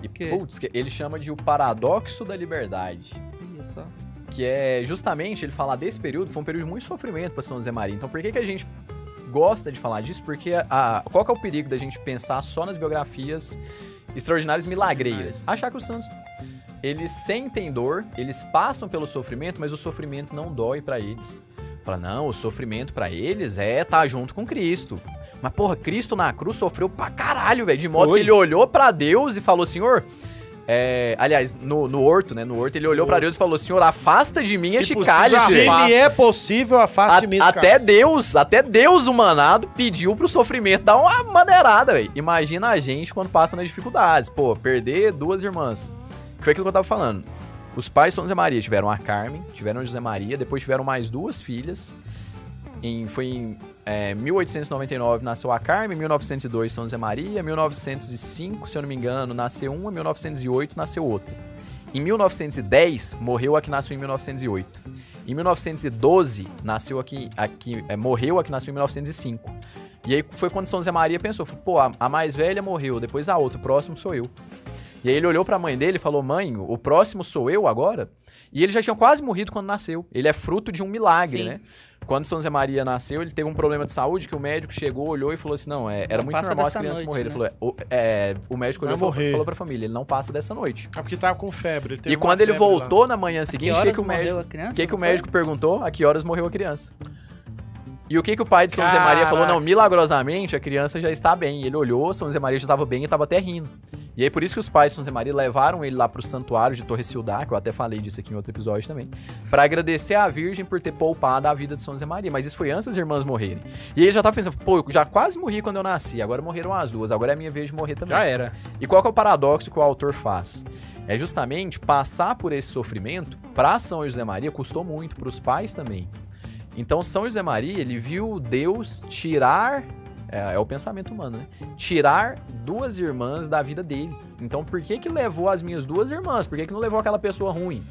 S3: E,
S4: Que?
S3: putz, que ele chama de o paradoxo da liberdade.
S4: Olha só.
S3: Que é justamente ele falar desse período, foi um período de muito sofrimento pra São José Maria. Então, por que, que a gente gosta de falar disso? Porque a, qual que é o perigo da gente pensar só nas biografias extraordinárias milagreiras? Achar que os santos. Eles sentem dor, eles passam pelo sofrimento, mas o sofrimento não dói pra eles. Fala, não, o sofrimento pra eles é estar junto com Cristo. Mas, porra, Cristo na cruz sofreu pra caralho, velho. De modo
S2: Foi.
S3: que ele olhou pra Deus e falou, Senhor. é, aliás, no, no horto, né? No horto, ele olhou pra Deus e falou: Senhor, afasta de mim
S2: Se
S3: este
S2: possível,
S3: cálice.
S5: Se
S2: afasta.
S5: me é possível,
S3: A-
S5: afaste de mim esse
S3: até
S5: cálice.
S3: Deus, até Deus humanado pediu pro sofrimento dar uma maneirada, velho. Imagina a gente quando passa nas dificuldades. Pô, perder duas irmãs. Que foi aquilo que eu tava falando. Os pais de São José Maria tiveram a Carmen, tiveram a José Maria, depois tiveram mais duas filhas. Em, foi em é, 1899 nasceu a Carmen, 1902 São José Maria, 1905, se eu não me engano, nasceu uma, 1908 nasceu outra. Em 1910 morreu a que nasceu em 1908. Em 1912 nasceu aqui, aqui é, morreu a que nasceu em 1905. E aí foi quando São José Maria pensou, falou, pô, a, a mais velha morreu, depois a outra, o próximo sou eu. E aí ele olhou pra mãe dele e falou, mãe, o próximo sou eu agora? E ele já tinha quase morrido quando nasceu. Ele é fruto de um milagre,
S4: Sim.
S3: né? Quando São José Maria nasceu, ele teve um problema de saúde que o médico chegou, olhou e falou assim: não, é, era
S4: Não
S3: muito
S4: passa
S3: normal as
S4: dessa
S3: crianças
S4: noite,
S3: morrerem.
S4: né?
S3: Ele falou, é, o, é, o médico
S5: Vai
S3: olhou e falou,
S5: morrer.
S3: falou pra família: ele não passa dessa noite.
S5: É porque tava com febre. ele teve
S3: e
S5: uma
S3: quando ele
S5: febre lá.
S3: voltou na manhã
S4: Que
S3: seguinte, o que,
S4: horas
S3: que o
S4: morreu
S3: médico,
S4: a criança?
S3: o que que o
S4: não foi?
S3: médico perguntou? A que horas morreu a criança? E o que, que o pai de São José Maria falou? Não,
S2: Caraca.
S3: milagrosamente a criança já está bem. Ele olhou, São José Maria já estava bem e estava até rindo. E aí por isso que os pais de São José Maria levaram ele lá pro santuário de Torre Cildá, que eu até falei disso aqui em outro episódio também, para agradecer à Virgem por ter poupado a vida de São José Maria. Mas isso foi antes das irmãs morrerem. E ele já tava pensando, pô, eu já quase morri quando eu nasci, agora morreram as duas, agora é minha vez de morrer também.
S2: Já era.
S3: E qual que é o paradoxo que o autor faz? É justamente passar por esse sofrimento para São José Maria custou muito para os pais também. Então São José Maria ele viu Deus tirar é, é o pensamento humano, né? Tirar duas irmãs da vida dele. Então por que que levou as minhas duas irmãs? Por que que não levou aquela pessoa ruim?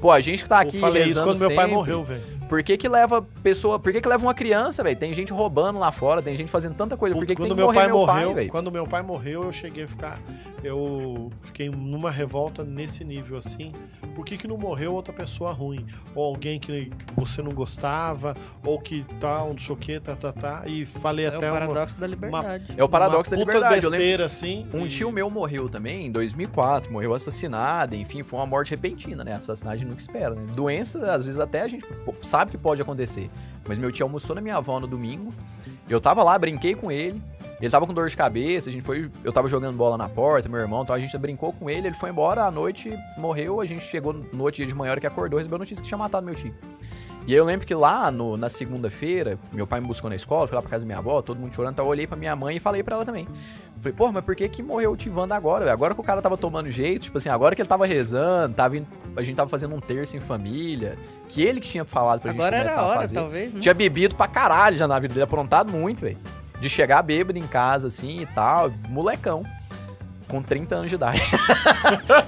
S3: Pô, a gente que tá aqui
S5: Eu falei isso
S3: rezando
S5: quando meu pai
S3: sempre,
S5: morreu, velho.
S3: Por que que leva pessoa... Por que que leva uma criança, velho? Tem gente roubando lá fora, tem gente fazendo tanta coisa. Por que que tem
S5: quando
S3: que
S5: meu
S3: morrer
S5: pai
S3: meu
S5: morreu,
S3: pai, velho?
S5: quando meu pai morreu, eu cheguei a ficar, eu fiquei numa revolta nesse nível assim. Por que que não morreu outra pessoa ruim ou alguém que, que você não gostava ou que tal, não sei o que, tá, tá, tá. E falei
S4: É o
S5: até uma,
S4: paradoxo da liberdade.
S3: É o paradoxo
S5: uma
S3: da
S5: puta
S3: liberdade. Eu lembro
S5: besteira assim.
S3: Um
S5: e-
S3: tio meu morreu também em 2004, morreu assassinado, enfim, foi uma morte repentina, né? Assassinato a gente nunca espera, né? Doença, às vezes até a gente pô- sabe que pode acontecer. Mas meu tio almoçou na minha avó no domingo, eu tava lá, brinquei com ele, ele tava com dor de cabeça, a gente foi, eu tava jogando bola na porta, meu irmão, então a gente brincou com ele, ele foi embora, à noite morreu, a gente chegou no outro dia de manhã, a hora que acordou, recebeu a notícia que tinha matado meu tio. E aí eu lembro que lá no- na segunda-feira, meu pai me buscou na escola, fui lá pra casa da minha avó, todo mundo chorando, então eu olhei pra minha mãe e falei pra ela também. Falei, pô, mas por que que morreu o Tivanda agora? velho? Agora que o cara tava tomando jeito, tipo assim, agora que ele tava rezando, tava indo- a gente tava fazendo um terço em família, que ele que tinha falado pra
S4: Agora
S3: gente
S4: era
S3: começar
S4: a hora,
S3: a fazer.
S4: talvez, né?
S3: Tinha bebido pra caralho já na vida dele, aprontado muito, velho. De chegar bêbado em casa, assim, e tal, molecão. Com 30 anos de idade.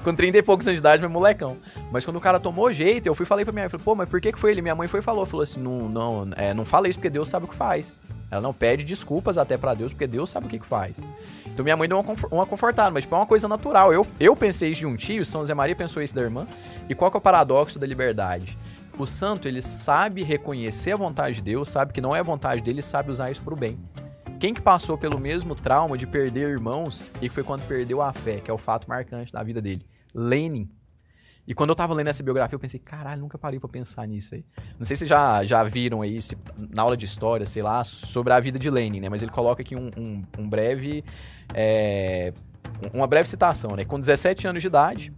S3: com 30 e poucos anos de idade, mas molecão. Mas quando o cara tomou jeito, eu fui e falei pra minha mãe, falei, pô, mas por que que foi ele? Minha mãe foi e falou, falou assim, não, não, é, não fala isso porque Deus sabe o que faz. Ela não pede desculpas até pra Deus, porque Deus sabe o que que faz. Então minha mãe deu uma, confo- uma confortada, mas tipo, é uma coisa natural. Eu, eu pensei isso de um tio, São José Maria pensou isso da irmã. E qual que é o paradoxo da liberdade? O santo, ele sabe reconhecer a vontade de Deus, sabe que não é a vontade dele, sabe usar isso pro bem. Quem que passou pelo mesmo trauma de perder irmãos e foi quando perdeu a fé, que é o fato marcante da vida dele? Lenin. E quando eu tava lendo essa biografia, eu pensei, caralho, nunca parei pra pensar nisso, velho. Não sei se já já viram aí, se- na aula de história, sei lá, sobre a vida de Lenin, né? Mas ele coloca aqui um, um- um breve... é, uma breve citação, né? Com 17 anos de idade,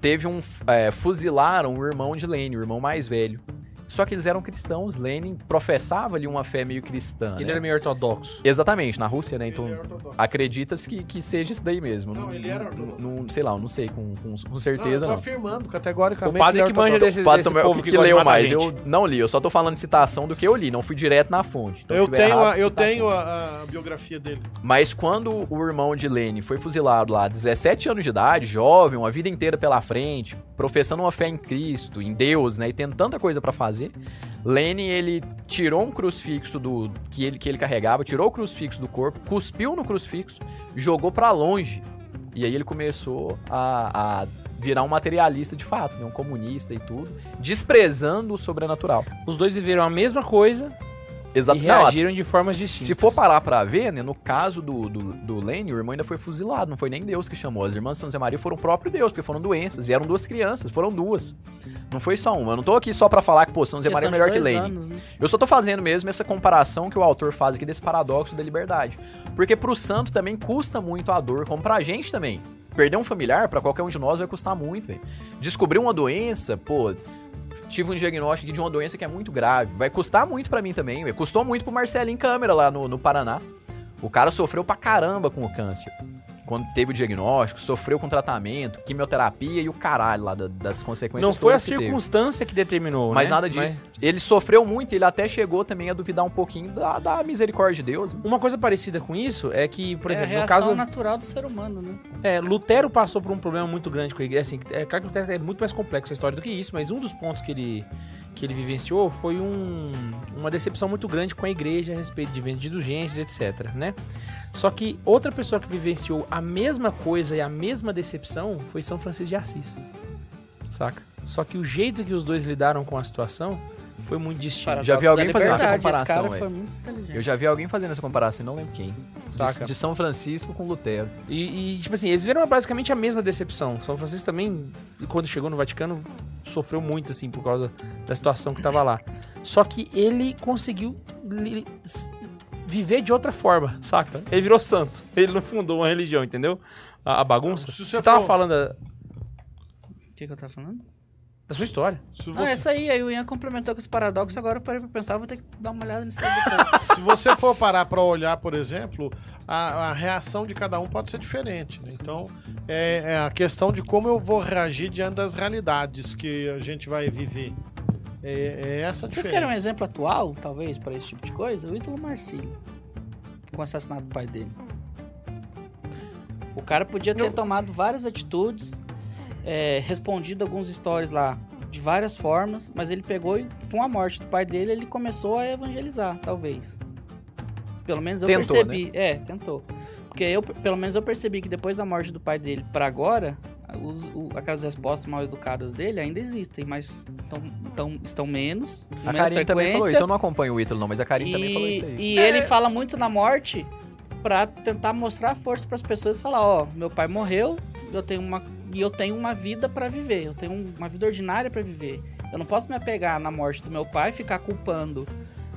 S3: teve um. é, fuzilaram o irmão de Lenin, o irmão mais velho. Só que eles eram cristãos, Lenin professava ali uma fé meio cristã.
S2: Ele
S3: né?
S2: era meio ortodoxo.
S3: Exatamente, na Rússia, né?
S5: Ele
S3: Então,
S5: é ortodoxo.
S3: acredita-se que, que seja isso daí mesmo.
S5: Não, ele era ortodoxo.
S3: não, não- Sei lá, eu não sei com, com, com
S5: Não, eu tô
S3: certeza, não. Então,
S5: afirmando categoricamente.
S2: O padre
S5: ele é
S2: que manja
S5: ortodoxo.
S2: desse,
S3: Padre
S2: desse
S3: Samuel,
S2: povo que,
S3: que
S2: gosta de
S3: leu
S2: matar
S3: mais.
S2: gente.
S3: Eu não li, eu só tô falando citação do que eu li, não fui direto na fonte. Então, se
S5: Eu
S3: tiver
S5: tenho,
S3: errado,
S5: a,
S2: tá
S5: eu
S3: citação.
S5: tenho a, a biografia dele.
S3: Mas quando o irmão de Lene foi fuzilado lá, 17 anos de idade, jovem, uma vida inteira pela frente, professando uma fé em Cristo, em Deus, né, e tendo tanta coisa pra fazer, Lene ele tirou um crucifixo do que ele que ele carregava, tirou o crucifixo do corpo, cuspiu no crucifixo, jogou pra longe. E aí ele começou a, a virar um materialista de fato, né, um comunista e tudo, desprezando o sobrenatural.
S2: Os dois viveram a mesma coisa e
S3: Exatamente.
S2: reagiram de formas distintas.
S3: Se for parar pra ver, né, no caso do, do, do Lenny, o irmão ainda foi fuzilado, não foi nem Deus que chamou. As irmãs de São José Maria foram o próprio Deus, porque foram doenças, e eram duas crianças, foram duas. Não foi só uma. Eu não tô aqui só pra falar que, pô, São José Maria é melhor que Lenny.
S4: né?
S3: Eu só tô fazendo mesmo essa comparação que o autor faz aqui desse paradoxo da liberdade. Porque pro santo também custa muito a dor, como pra gente também. Perder um familiar, pra qualquer um de nós, vai custar muito, velho. Descobrir uma doença, pô. Tive um diagnóstico aqui de uma doença que é muito grave. Vai custar muito pra mim também, velho. Custou muito pro Marcelinho Câmera lá no, no Paraná. O cara sofreu pra caramba com o câncer. Quando teve o diagnóstico, sofreu com tratamento, quimioterapia e o caralho lá da- das consequências
S2: Não foi a
S3: todas que teve.
S2: circunstância que determinou,
S3: Mas
S2: né?
S3: nada disso. Ele sofreu muito, ele até chegou também a duvidar um pouquinho da, da misericórdia de Deus. né?
S2: Uma coisa parecida com isso é que, por
S4: Por exemplo,
S2: exemplo,
S4: é a
S2: no caso,
S4: reação natural do ser humano, né?
S2: é, Lutero passou por um problema muito grande com a igreja. Assim, é claro que Lutero é muito mais complexo a história do que isso, mas um dos pontos que ele, que ele vivenciou foi um- uma decepção muito grande com a igreja a respeito de venda de indulgências, etc. Né? Só que outra pessoa que vivenciou a mesma coisa e a mesma decepção foi São Francisco de Assis. Saca? Só que o jeito que os dois lidaram com a situação foi muito distinto.
S3: Já vi alguém fazendo essa
S4: Verdade, esse
S3: é, comparação,
S4: cara
S3: velho.
S4: foi muito inteligente.
S3: Eu já vi alguém fazendo essa comparação e não lembro quem. De-
S2: Saca.
S3: De, São Francisco com Lutero.
S2: E, e, tipo assim, eles viram basicamente a mesma decepção. São Francisco também, quando chegou no Vaticano, sofreu muito, assim, por causa da situação que tava lá. Só que ele conseguiu li- s- viver de outra forma, saca? Ele virou santo. Ele não fundou uma religião, entendeu? A, a bagunça.
S5: Se
S2: Você,
S5: você
S2: tava
S5: for-
S2: falando da,
S4: O que, que eu tava falando?
S2: da sua história.
S5: Se
S4: Não,
S5: você-
S4: essa aí, aí o Ian complementou com esse paradoxo, agora eu parei pra pensar, vou ter que dar uma olhada nisso aí depois.
S5: Então, se você for parar para olhar, por exemplo, a, a reação de cada um pode ser diferente. né? Então, é, é a questão de como eu vou reagir diante das realidades que a gente vai viver. É, é essa
S4: Vocês
S5: a diferença.
S4: querem um exemplo atual, talvez, pra esse tipo de coisa? O Ítalo Marcílio, com o assassinato do pai dele. O cara podia ter
S2: Eu-
S4: tomado várias atitudes, é, respondido alguns stories lá, de várias formas, mas ele pegou e com a morte do pai dele ele começou a evangelizar, talvez. Pelo menos eu
S3: Tentou,
S4: percebi. É, tentou. Porque eu, pelo menos eu percebi que depois da morte do pai dele pra agora, os- o- aquelas respostas mal educadas dele ainda existem, mas tão, tão- estão menos. com
S3: A
S4: menos
S3: Karine também falou
S4: frequência.
S3: isso. Eu não acompanho o Ítalo, não, mas a Karine também falou isso aí.
S4: E ele fala muito na morte pra tentar mostrar a força pras pessoas e falar, ó, meu pai morreu, eu tenho uma e eu tenho uma vida pra viver, eu tenho uma vida ordinária pra viver. Eu não posso me apegar na morte do meu pai, ficar culpando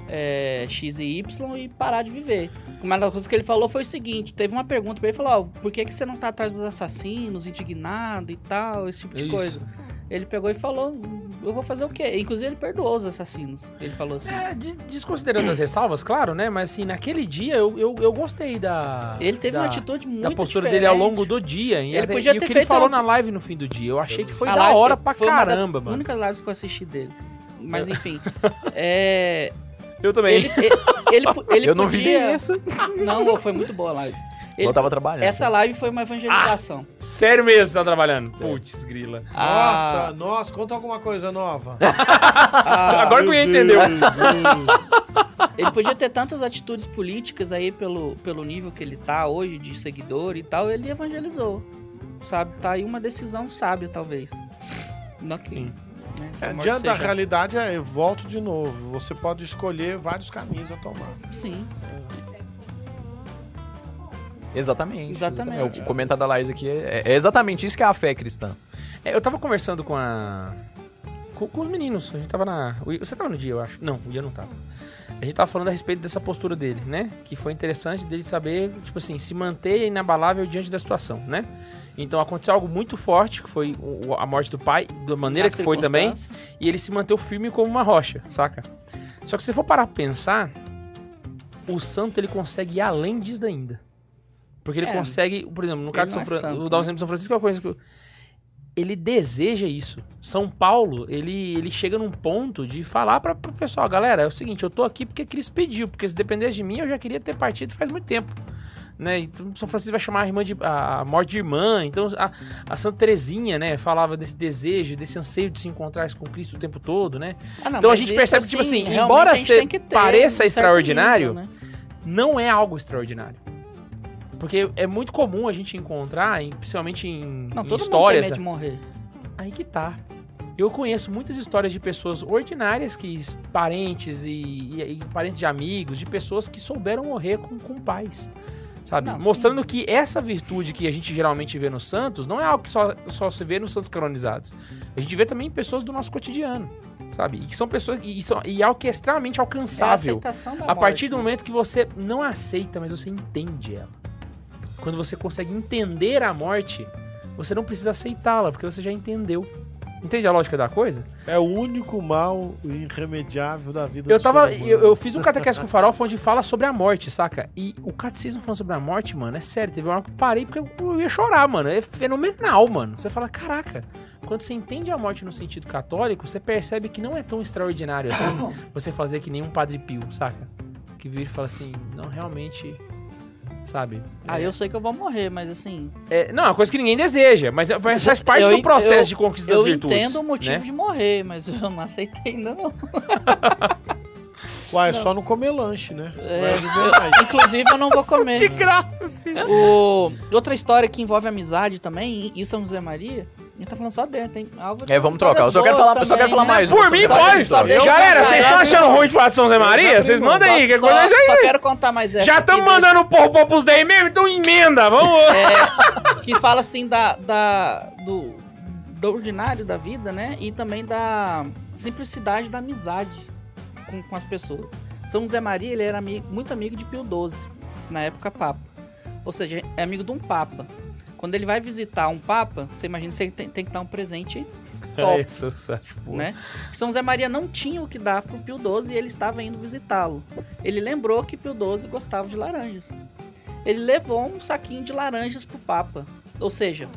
S4: é, X e Y e parar de viver. Uma das coisas que ele falou foi o seguinte: teve uma pergunta pra ele, falou, ó, por que, que você não tá atrás dos assassinos, indignado e tal, esse tipo de
S2: Isso.
S4: coisa. Ele pegou e falou, eu vou fazer o quê? Inclusive ele perdoou os assassinos. Ele falou assim.
S2: É, de- desconsiderando as ressalvas, claro, né? Mas assim, naquele dia eu, eu, eu gostei da.
S4: Ele teve
S2: da,
S4: uma atitude muito
S2: da postura dele
S4: diferente.
S2: ao longo do dia. E,
S4: Ele
S2: até-
S4: podia
S2: e o
S4: ter
S2: que ele
S4: feito
S2: falou
S4: uma-
S2: na live no fim do dia. Eu achei que foi
S4: A
S2: da
S4: live-
S2: hora pra
S4: foi uma
S2: caramba,
S4: das
S2: mano.
S4: únicas lives que eu assisti dele. Mas enfim. é,
S2: Eu também.
S4: ele, ele, ele, pu- ele
S3: eu não vi
S4: podia...
S3: essa.
S4: Não, foi muito boa a live. Ele-
S3: Eu tava
S2: É.
S3: trabalhando.
S4: essa live foi uma evangelização.
S2: Sério mesmo, você tá trabalhando.
S4: É.
S2: Putz, grila. Ah.
S4: Ah,
S5: Nossa, nossa, conta alguma coisa nova.
S4: A- a-
S2: Agora que eu ia entender.
S4: ah, Ele podia ter tantas atitudes políticas aí pelo, pelo nível que ele tá hoje de seguidor e tal, ele evangelizou. Sabe? Tá aí uma decisão sábia, talvez. Não que,
S2: Sim.
S4: né, que a
S5: É,
S4: morte
S5: diante da
S4: seja-
S5: realidade, é, eu volto de novo. Você pode escolher vários caminhos a tomar.
S4: Sim.
S3: Exatamente.
S4: Exatamente.
S3: O comentário da Laís aqui é, é exatamente isso que é a fé cristã.
S2: É, eu tava conversando com a. Com, com os meninos. A gente tava na. o I- Você tava no dia, eu acho. Não, o dia não tava. A gente tava falando a respeito dessa postura dele, né? Que foi interessante dele saber, tipo assim, se manter inabalável diante da situação, né? Então aconteceu algo muito forte, que foi o- o- a morte do pai, da maneira
S4: Na
S2: que foi também.
S4: circunstância.
S2: e ele se manteve firme como uma rocha, saca? Só que se você for parar pra pensar, o santo ele consegue ir além disso ainda. Porque ele
S4: É.
S2: consegue, por exemplo, no caso de
S4: não
S2: São
S4: é
S2: Francisco,
S4: santo,
S2: vou dar um
S4: né?
S2: exemplo de São Francisco, que é uma coisa que eu- ele deseja isso. São Paulo, ele, ele chega num ponto de falar pra, pro pessoal, galera, é o seguinte, eu tô aqui porque Cristo pediu, porque se dependesse de mim, eu já queria ter partido faz muito tempo. Né? Então, São Francisco vai chamar a, irmã de, a a morte de irmã. Então, a, a Santa Terezinha, né, falava desse desejo, desse anseio de se encontrar com Cristo o tempo todo, né?
S4: Ah, não,
S2: Então a
S4: mas
S2: gente
S4: isso,
S2: percebe, tipo assim,
S4: realmente
S2: embora
S4: a gente
S2: ser-
S4: tem que ter um
S2: pareça
S4: certo
S2: extraordinário,
S4: nível, né?
S2: Não é algo extraordinário. Porque é muito comum a gente encontrar, em- principalmente em,
S4: Não,
S2: em
S4: todo
S2: histórias.
S4: mundo tem medo de morrer.
S2: Aí que tá. Eu conheço muitas histórias de pessoas ordinárias, que s- parentes e, e- e parentes de amigos, de pessoas que souberam morrer com, com paz. Sabe?
S4: Não,
S2: Mostrando que essa virtude que a gente geralmente vê nos santos não é algo que só, só se vê nos santos canonizados. A gente vê também em pessoas do nosso cotidiano, sabe? E que são pessoas. E, e são, e é algo que é extremamente
S4: É a
S2: alcançável.
S4: aceitação da
S2: A partir do
S4: morte,
S2: momento que você não aceita, mas você entende ela. Quando você consegue entender a morte, você não precisa aceitá-la, porque você já entendeu. Entende a lógica da coisa?
S5: É o único mal irremediável da vida
S2: Eu
S5: do
S2: tava.
S5: ser humano.
S2: Eu, eu fiz um catequese com o Farofa onde fala sobre a morte, saca? E o catecismo falando sobre a morte, mano, é sério. Teve uma hora que eu parei porque eu ia chorar, mano. É fenomenal, mano. Você fala, caraca. Quando você entende a morte no sentido católico, você percebe que não é tão extraordinário assim
S4: né?
S2: você fazer que nem um padre pio, saca? Que vira e fala assim, não, realmente. Sabe?
S4: né? Ah, eu sei que eu vou morrer, mas assim,
S2: É, não, é uma coisa que ninguém deseja, mas é- mas faz parte
S4: Eu
S2: do
S4: en-
S2: processo
S4: eu-
S2: de conquista das
S4: eu
S2: virtudes.
S4: entendo o
S2: né?
S4: motivo de morrer, mas eu não aceitei ainda não.
S5: Uai, é só não comer lanche, né?
S4: É,
S5: Mas verdade.
S4: Inclusive eu não vou comer. né?
S2: De graça, sim.
S4: O- Outra história que envolve amizade também, em São José Maria, a gente tá falando só dentro, hein? Álvaro,
S3: É, vamos
S4: histórias
S3: trocar. Eu só quero
S4: boas
S3: falar, eu só
S4: também,
S3: quero falar
S4: né?
S3: mais.
S2: Por mim,
S4: Só-
S2: pode.
S4: só deixa
S2: Galera,
S4: eu
S2: vocês estão
S4: falar, né?
S2: achando ruim de falar de São Zé Maria? Vocês mandam aí, que
S4: só,
S2: coisa é
S4: só quero contar mais essa.
S2: Já
S4: aqui
S2: estamos
S4: do-
S2: mandando o povo pros 10 mesmo, então emenda, vamos.
S4: É, que fala assim da, da do, do ordinário da vida, né? E também da simplicidade da amizade com, com as pessoas. São José Maria, ele era ami- muito amigo de Pio XII, na época Papa. Ou seja, é amigo de um Papa. Quando ele vai visitar um Papa, você imagina que você tem, tem que dar um presente top,
S2: É isso, Sérgio, pô.
S4: né? São José Maria não tinha o que dar pro Pio XII e ele estava indo visitá-lo. Ele lembrou que Pio XII gostava de laranjas. Ele levou um saquinho de laranjas pro Papa. Ou seja,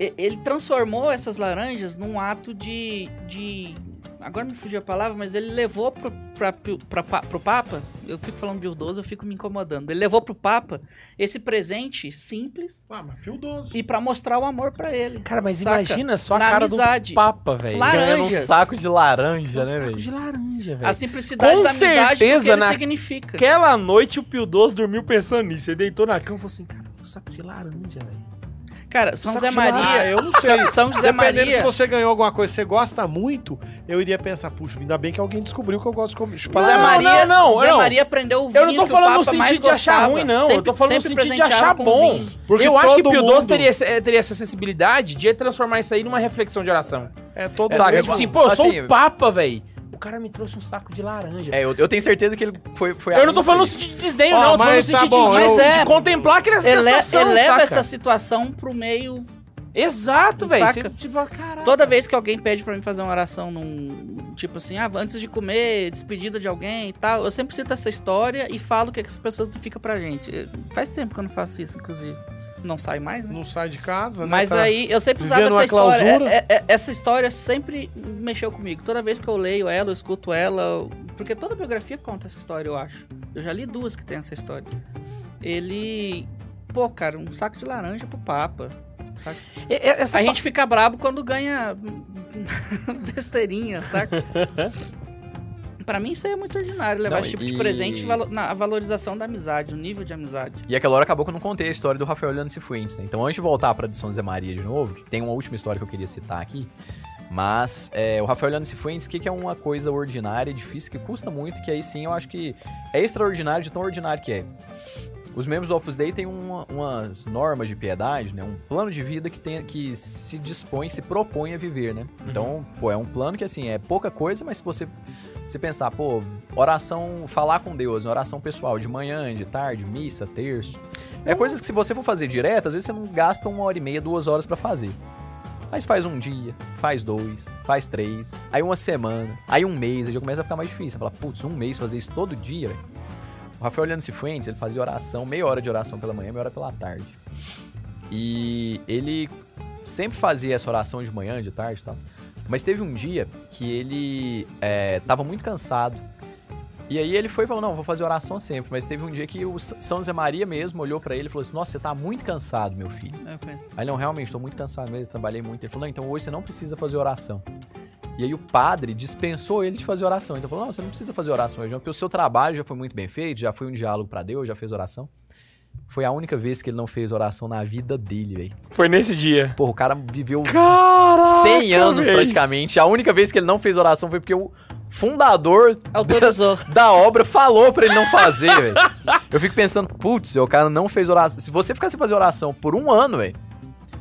S4: e- ele transformou essas laranjas num ato de. de agora me fugiu a palavra, mas ele levou pro, pra, pra, pa- pro Papa, eu fico falando de Urdoso, eu fico me incomodando. Ele levou pro Papa esse presente simples
S5: Ah, mas piodoso.
S4: e pra mostrar o amor pra ele.
S2: Cara, mas
S4: Saca?
S2: imagina só a
S4: Na
S2: cara
S4: amizade.
S2: do Papa, velho.
S4: Claro.
S3: Ganhando um
S4: Laranjas.
S3: saco de laranja,
S2: Um
S3: né,
S2: saco de
S3: velho?
S2: laranja, velho.
S4: A simplicidade
S2: É. Com
S4: da amizade do que
S2: certeza, né?
S4: ele
S2: na-
S4: significa.
S2: Aquela noite o Pio Doce dormiu pensando nisso. Ele deitou na cama e falou assim, cara, um saco de laranja, velho.
S4: Cara, São
S2: Saco
S4: José
S2: de
S5: Ah,
S4: Maria.
S5: eu não sei.
S4: São José
S5: Dependendo se
S4: Maria.
S5: você ganhou alguma coisa que você gosta muito, eu iria pensar, puxa, ainda bem que alguém descobriu que eu gosto de comer. chupar
S4: Zé
S2: Não,
S5: laranja.
S4: Maria,
S2: não, não,
S4: Zé
S2: não.
S4: Maria aprendeu o vinho
S2: Eu não tô
S4: que
S2: falando
S4: o
S2: no
S4: Papa mais
S2: sentido de achar
S4: gostava.
S2: ruim, não. eu tô
S4: Sempre-
S2: falando no
S4: sempre
S2: sentido de
S4: presenteava
S2: achar
S4: com
S2: bom.
S4: vinho.
S5: Porque
S2: eu acho que
S5: todo
S2: Pio Doce
S5: mundo-
S2: teria, esse- eh, teria essa sensibilidade de transformar isso aí numa reflexão de oração.
S5: É todo
S2: Saca?
S3: eu-
S2: tipo assim, pô, eu sou
S3: assim,
S2: um papa, velho. O cara me trouxe um saco de laranja.
S3: É, eu, eu tenho certeza que ele foi. foi
S2: É, eu não tô
S3: anúncio
S2: falando no
S3: aí.
S2: sentido de desdenho,
S5: Ó,
S2: não. Eu tô falando no
S5: mas tá
S2: sentido
S5: bom,
S2: de,
S4: eu-
S2: de
S4: é.
S2: contemplar aquela
S4: Ele,
S2: situação,
S4: eleva
S2: saca?
S4: essa situação pro meio.
S2: Exato, velho.
S4: Saca?
S2: Você, Tipo, fala, caralho.
S4: Toda vez que alguém pede pra mim fazer uma oração num. Tipo assim, ah, antes de comer, despedida de alguém e tal, eu sempre cito essa história e falo o que, é que essa pessoa significa pra gente. Eh, Faz tempo que eu não faço isso, inclusive. Não sai mais, né?
S5: Não sai de casa, né?
S4: Mas
S5: Tá-
S4: aí eu sempre usava
S5: vivendo
S4: essa
S5: uma
S4: história.
S5: clausura.
S4: É- é- é- essa história sempre mexeu comigo. Toda vez que eu leio ela, eu escuto ela. eu- Porque toda biografia conta essa história, eu acho. Eu já li duas que tem essa história. Ele. Pô, cara, um saco de laranja pro Papa. saca?
S2: E- e- essa
S4: A
S2: pa-
S4: gente fica brabo quando ganha besteirinha, saca? Pra mim isso aí é muito ordinário, levar
S3: Não,
S4: esse tipo
S3: e-
S4: de presente e valo- na- a valorização da amizade, o nível de amizade.
S3: E aquela hora acabou que eu não contei a história do Rafael Leandro Fuentes, né? Então, antes de voltar pra de São Zé Maria de novo, que tem uma última história que eu queria citar aqui. Mas é, o Rafael Leandro Fuentes, o que, que é uma coisa ordinária, difícil, que custa muito, que aí sim eu acho que é extraordinário de tão ordinário que é. Os membros do Opus Dei têm uma- umas normas de piedade, né? Um plano de vida que, tem, que se dispõe, se propõe a viver, né? Então, pô, é um plano que, assim, é pouca coisa, mas se você se pensar, pô, oração, falar com Deus, né? oração pessoal, de manhã, de tarde, missa, terço. É coisas que se você for fazer direto, às vezes você não gasta uma hora e meia, duas horas pra fazer. Mas faz um dia, faz dois, faz três, aí uma semana, aí um mês, aí já começa a ficar mais difícil. Você fala, putz, um mês fazer isso todo dia, velho. O Rafael Leandro Cifuentes, ele fazia oração, meia hora de oração pela manhã, meia hora pela tarde. E ele sempre fazia essa oração de manhã, de tarde e tal. Mas teve um dia que ele é, tava muito cansado. E aí ele foi e falou, não, vou fazer oração sempre. Mas teve um dia que o S- São Zé Maria mesmo olhou pra ele e falou assim, nossa, você tá muito cansado, meu filho.
S4: É, Eu conheço.
S3: Aí, não, realmente, tô muito cansado mesmo, trabalhei muito. Ele falou, não, então hoje você não precisa fazer oração. E aí o padre dispensou ele de fazer oração. Então falou, não, você não precisa fazer oração hoje não, porque o seu trabalho já foi muito bem feito, já foi um diálogo pra Deus, já fez oração. Foi a única vez que ele não fez oração na vida dele, velho.
S2: Foi nesse dia.
S3: Porra, o cara viveu
S2: Caraca,
S3: 100 anos
S2: véi.
S3: praticamente. A única vez que ele não fez oração foi porque o fundador
S4: Autorizou.
S3: da obra falou pra ele não fazer, velho. Eu fico pensando, putz, o cara não fez oração. Se você ficar sem fazer oração por um ano, velho,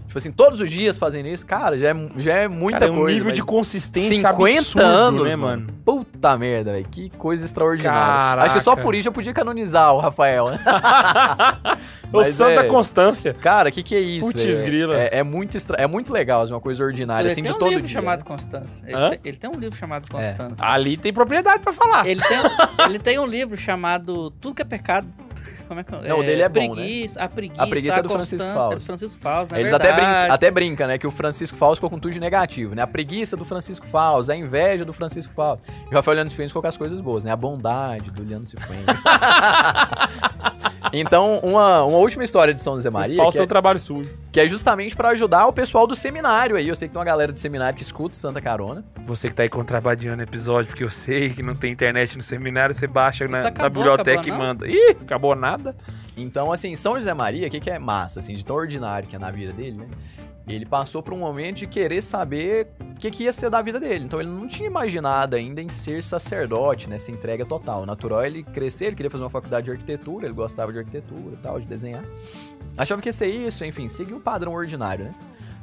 S3: tipo assim, todos os dias fazendo isso, cara, já é, mu- já é muita
S2: Cara, é um
S3: coisa.
S2: nível de
S3: velho.
S2: consistência
S3: 50
S2: absurdo,
S3: anos,
S2: né,
S3: mano?
S2: mano?
S3: Puta merda, velho. Que coisa extraordinária. Acho que só
S2: Caraca.
S3: por isso eu podia canonizar o Rafael, né?
S2: O
S3: Mas
S2: Santa
S3: é-
S2: Constância.
S3: Cara, que que é isso,
S2: Putz,
S3: velho?
S2: grila.
S3: É, é muito estra... é muito legal, assim, uma coisa ordinária,
S4: Ele
S3: assim,
S4: tem
S3: de
S4: um
S3: todo
S4: livro
S3: dia. É.
S4: chamado Constância. Ele,
S2: Hã?
S4: tem, ele tem um livro chamado Constância.
S2: Ali tem propriedade pra falar.
S3: Ah.
S4: Ele, tem, ele tem um livro chamado Tudo que é Pecado. Como é que
S3: Não, o dele é bom, né?
S4: preguiça, A preguiça,
S3: A preguiça é do Francisco
S4: Constan-
S3: Fausto.
S4: É do Francisco Fausto, na
S3: Eles até,
S4: verdade.
S3: brin até brincam, né? Que o Francisco Fausto ficou com tudo de negativo, né? A preguiça do Francisco Fausto, a inveja do Francisco Fausto. E o Rafael Leandro Cifuentes ficou com as coisas boas, né? A bondade do Leandro Cifuentes. então, uma, uma última história de São José Maria,
S2: Falso
S3: que
S2: é
S3: é,
S2: o trabalho sujo.
S3: que é justamente pra ajudar o pessoal do seminário aí. Eu sei que tem uma galera de seminário que escuta o Santa Carona.
S2: Você que tá aí contrabandeando episódio, porque eu sei que não tem internet no seminário, você baixa na,
S4: Isso
S2: na
S4: acabou,
S2: biblioteca
S4: acabou,
S2: e
S4: não?
S2: manda. Ih, acabou nada.
S3: Então, assim, São José Maria, o que, que é massa, assim, de tão ordinário que é na vida dele, né? Ele passou por um momento de querer saber o que, que ia ser da vida dele. Então, ele não tinha imaginado ainda em ser sacerdote, né? Essa entrega total. O natural é ele crescer, ele queria fazer uma faculdade de arquitetura, ele gostava de arquitetura e tal, de desenhar. Achava que ia ser isso, enfim, seguir o padrão ordinário, né?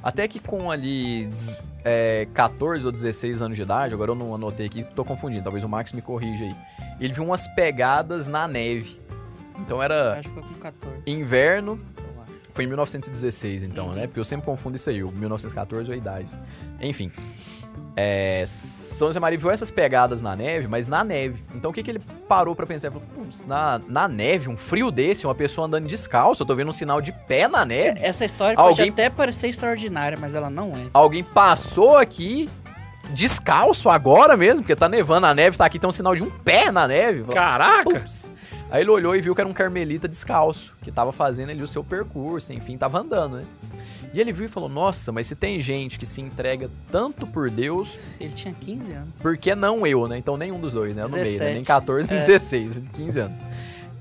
S3: Até que com ali dez- é, 14 ou 16 anos de idade, agora eu não anotei aqui, tô confundindo, talvez o Max me corrija aí. Ele viu umas pegadas na neve. Então era
S4: Acho que foi com 14.
S3: Inverno.
S4: eu acho. Uhum.
S3: Foi em 1916, então, né? Porque eu sempre confundo isso aí, o 1914 ou a idade. Enfim. É, São José Maria viu essas pegadas na neve, mas na neve. Então o que, que ele parou pra pensar? Ele falou, "Putz, na, na neve, um frio desse, uma pessoa andando descalço, eu tô vendo um sinal de pé na neve.
S4: Essa história
S3: Ah, Alguém-
S4: pode até parecer extraordinária, mas ela não é.
S3: Alguém passou aqui, descalço agora mesmo, porque tá nevando, a neve tá aqui, tem um sinal de um pé na neve. Falei,
S2: Caraca!
S3: Ups. Aí ele olhou e viu que era um carmelita descalço, que tava fazendo ali o seu percurso, enfim, tava andando, né? E ele viu e falou: Nossa, mas se tem gente que se entrega tanto por Deus,
S4: Ele tinha 15 anos.
S3: por que não eu, né? Então nenhum dos dois, né? Eu no meio, né?
S4: 17.
S3: Nem 14, nem
S4: É.
S3: 16, 15 anos.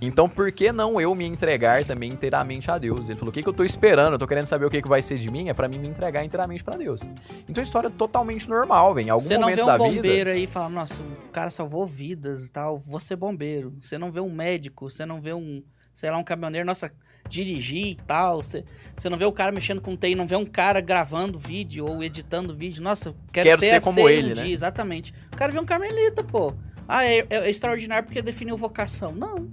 S3: Então por que não eu me entregar também inteiramente a Deus? Ele falou: O que, que eu tô esperando? Eu tô querendo saber o que, que vai ser de mim, é pra mim me entregar inteiramente pra Deus. Então é história totalmente normal, velho. Em algum
S4: Você não
S3: momento
S4: vê um
S3: da vida.
S4: bombeiro aí e fala, nossa, o cara salvou vidas e tal, vou ser bombeiro. Você não vê um médico, você não vê um, sei lá, um caminhoneiro, nossa, dirigir e tal. Você, você não vê o cara mexendo com TI, não vê um cara gravando vídeo ou editando vídeo. Nossa, quero,
S3: Quero
S4: ser,
S3: ser
S4: assim
S3: como ele,
S4: um
S3: né?
S4: dia, Exatamente. O cara vê um carmelita, pô. Ah, é, é extraordinário porque definiu vocação. Não,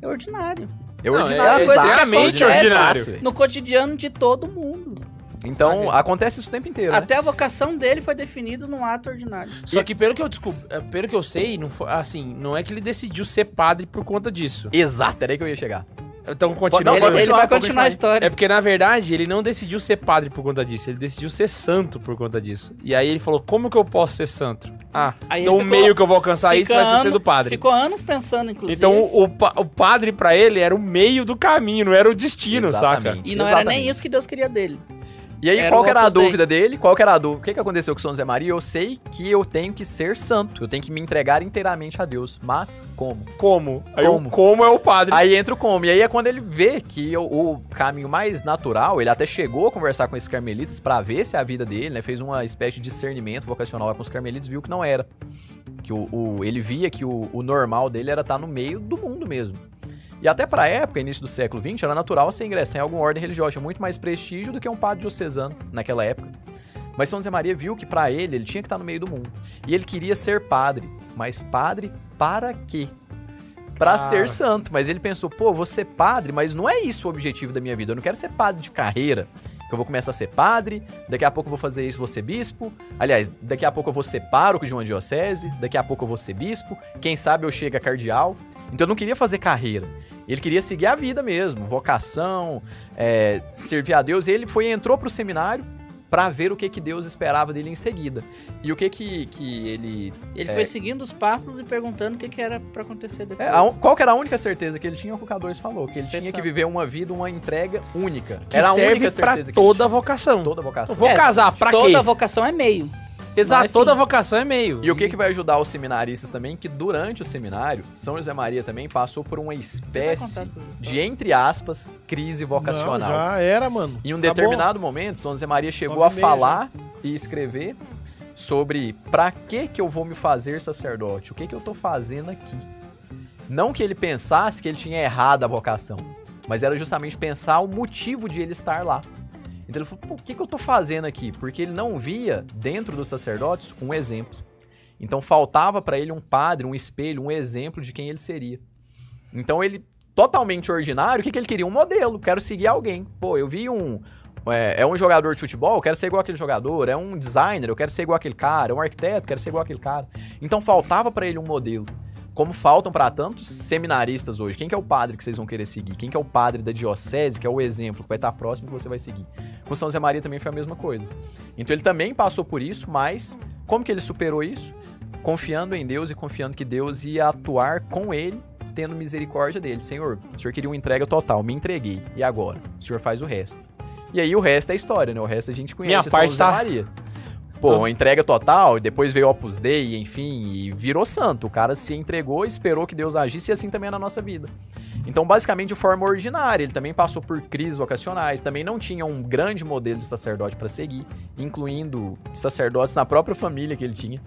S4: é ordinário.
S3: Eu
S2: Não, é-
S4: é extremamente
S2: ordinário.
S4: No cotidiano de todo mundo.
S3: Então acontece isso o tempo inteiro. né?
S4: Até a vocação dele foi definida num ato ordinário.
S2: Só que pelo que eu descobri, é, pelo que eu sei, não foi, assim, não é que ele decidiu ser padre por conta disso.
S3: Exato, era aí que eu ia chegar.
S2: Então continua.
S3: Não,
S4: ele,
S3: pode
S4: ele
S3: continuar,
S4: vai
S3: pode
S4: continuar
S3: continuar.
S4: a história.
S2: É porque, na verdade, ele não decidiu ser padre por conta disso, ele decidiu ser santo por conta disso. E aí ele falou: como que eu posso ser santo? Ah,
S4: Aí
S2: então o
S4: ele ficou-
S2: meio que eu vou alcançar isso vai ser
S4: ano-
S2: ser do padre.
S4: Ficou anos pensando, inclusive.
S2: Então o, pa- o padre pra ele era o meio do caminho, não era o destino, saca?
S3: Exatamente.
S4: e não era nem
S3: Exatamente.
S4: isso que Deus queria dele.
S3: E aí,
S4: Era
S3: qual
S4: o
S3: que era a
S4: Opus Dei.
S3: dúvida dele? Qual que era a dúvida? O que, que aconteceu com São José Maria? Eu sei que eu tenho que ser santo. Eu tenho que me entregar inteiramente a Deus. Mas como?
S2: Como? Aí
S3: Como?
S2: o como é o padre.
S3: Aí entra o como. E aí é quando ele vê que o, o caminho mais natural, ele até chegou a conversar com esses carmelitas pra ver se a vida dele, né? Fez uma espécie de discernimento vocacional lá com os carmelitas, viu que não era. Que o, o- ele via que o, o normal dele era estar no meio do mundo mesmo. E até pra época, início do século XX, era natural você ingressar em alguma ordem religiosa, tinha muito mais prestígio do que um padre diocesano naquela época. Mas São José Maria viu que pra ele, ele tinha que estar no meio do mundo. E ele queria ser padre. Mas padre para quê? Pra
S2: Cara.
S3: ser santo. Mas ele pensou, pô, vou ser padre, mas não é isso o objetivo da minha vida. Eu não quero ser padre de carreira. Que eu vou começar a ser padre, daqui a pouco eu vou fazer isso, vou ser bispo. Aliás, daqui a pouco eu vou ser pároco de uma diocese, daqui a pouco eu vou ser bispo, quem sabe eu chego a cardeal. Então eu não queria fazer carreira. Ele queria seguir a vida mesmo, vocação, é, servir a Deus. E ele foi entrou pro seminário pra ver o que, que Deus esperava dele em seguida. E o que que, que ele...
S4: Ele
S3: É.
S4: foi seguindo os passos e perguntando o que, que era pra acontecer depois.
S3: é, a un- qual que era a única certeza que ele tinha? é O que o K2 falou, que ele
S4: Ser
S3: tinha que
S4: santo.
S3: viver uma vida, uma entrega única.
S2: que
S3: era a única
S2: serve pra
S3: certeza que ele
S2: toda
S3: tinha.
S2: vocação.
S3: Toda
S2: Eu
S3: vocação.
S2: Vou
S4: É,
S2: casar, pra
S4: Toda
S2: quê?
S4: vocação é meio.
S2: Exato,
S4: Não é fim.
S2: toda vocação é meio.
S3: E o que, que vai ajudar os seminaristas também? Que durante o seminário, São José Maria também passou por uma
S4: Você vai
S3: espécie
S4: contar todas as
S3: de,
S4: histórias.
S3: entre aspas, crise vocacional.
S5: Não, já era, mano.
S3: Em um
S5: Tá bom.
S3: determinado momento, São José Maria chegou a
S5: Nove e meia né?
S3: falar e escrever sobre pra que que eu vou me fazer sacerdote? O que que eu tô fazendo aqui? Não que ele pensasse que ele tinha errado a vocação, mas era justamente pensar o motivo de ele estar lá. Então ele falou, Pô, o que que eu tô fazendo aqui? Porque ele não via dentro dos sacerdotes um exemplo. Então faltava pra ele um padre, um espelho, um exemplo de quem ele seria. Então ele totalmente ordinário, o que, que ele queria? Um modelo. Quero seguir alguém. Pô, eu vi um. É, é um jogador de futebol, eu quero ser igual aquele jogador. É um designer, eu quero ser igual aquele cara. É um arquiteto, eu quero ser igual aquele cara. Então faltava pra ele um modelo. Como faltam pra tantos seminaristas hoje. Quem que é o padre que vocês vão querer seguir? Quem que é o padre da diocese, que é o exemplo, que vai estar próximo que você vai seguir? Com São Zé Maria também foi a mesma coisa. Então ele também passou por isso, mas como que ele superou isso? Confiando em Deus e confiando que Deus ia atuar com ele tendo misericórdia dele. Senhor, o senhor queria uma entrega total, me entreguei. E agora? O senhor faz o resto. E aí o resto é história, né? O resto a gente conhece.
S2: Minha
S3: São
S2: parte
S3: José
S2: tá-
S3: Maria. Pô,
S2: Tô-
S3: uma entrega total, depois veio Opus Dei, enfim, e virou santo. O cara se entregou, esperou que Deus agisse e assim também é na nossa vida. Então, basicamente, de forma ordinária, ele também passou por crises vocacionais, também não tinha um grande modelo de sacerdote pra seguir, incluindo sacerdotes na própria família que ele tinha.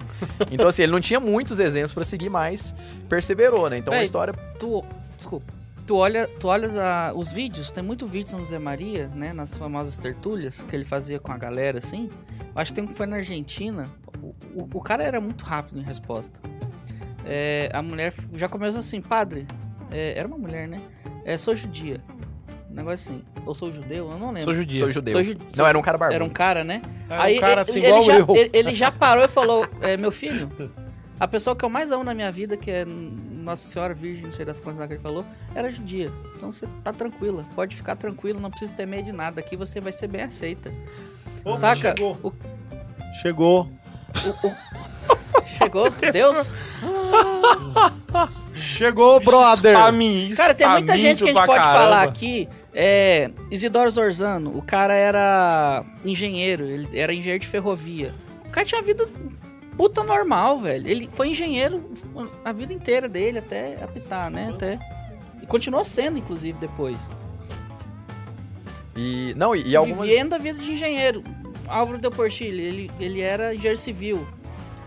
S3: Então, assim, ele não tinha muitos exemplos pra seguir, mas perseverou, né? Então, a
S4: Bem,
S3: história
S4: Tu, desculpa. Tu olha, tu olhas a- os vídeos, tem muito vídeo de São José Maria, né? Nas famosas tertúlias que ele fazia com a galera, assim. Eu acho que tem um que foi na Argentina. O, o- o cara era muito rápido em resposta. É, a mulher f- já começou assim, padre. é, era uma mulher, né? É, sou judia. Um negócio assim. Ou sou judeu, eu não lembro.
S2: Sou judia.
S3: Sou judeu.
S4: Sou ju-
S3: Não, era um cara barbudo.
S4: Era um cara, né?
S5: Era um cara
S4: ele-
S5: assim,
S4: ele,
S5: igual
S4: já,
S5: eu.
S4: ele- ele já parou e falou: é, Meu filho, a pessoa que eu mais amo na minha vida, que é Nossa Senhora Virgem, não sei das quantas lá que ele falou, era judia. Então você tá tranquila, pode ficar tranquila, não precisa temer de nada. Aqui você vai ser bem aceita.
S5: Opa,
S4: Saca?
S5: Chegou.
S4: O-
S5: Chegou.
S4: O- o- Chegou, Deus.
S5: Chegou, brother!
S2: Faminto,
S4: Cara, tem muita gente que a gente
S2: faminto
S4: pode
S2: pra
S4: falar
S2: caramba.
S4: aqui. É, Isidoro Zorzano, o cara era engenheiro, ele era engenheiro de ferrovia. O cara tinha uma vida puta normal, velho. Ele foi engenheiro a vida inteira dele, até apitar, né? Até... E continuou sendo, inclusive, depois.
S3: E, não, e, e algumas...
S4: um Vivendo a vida de engenheiro. Álvaro Del Portillo, ele, ele era engenheiro civil.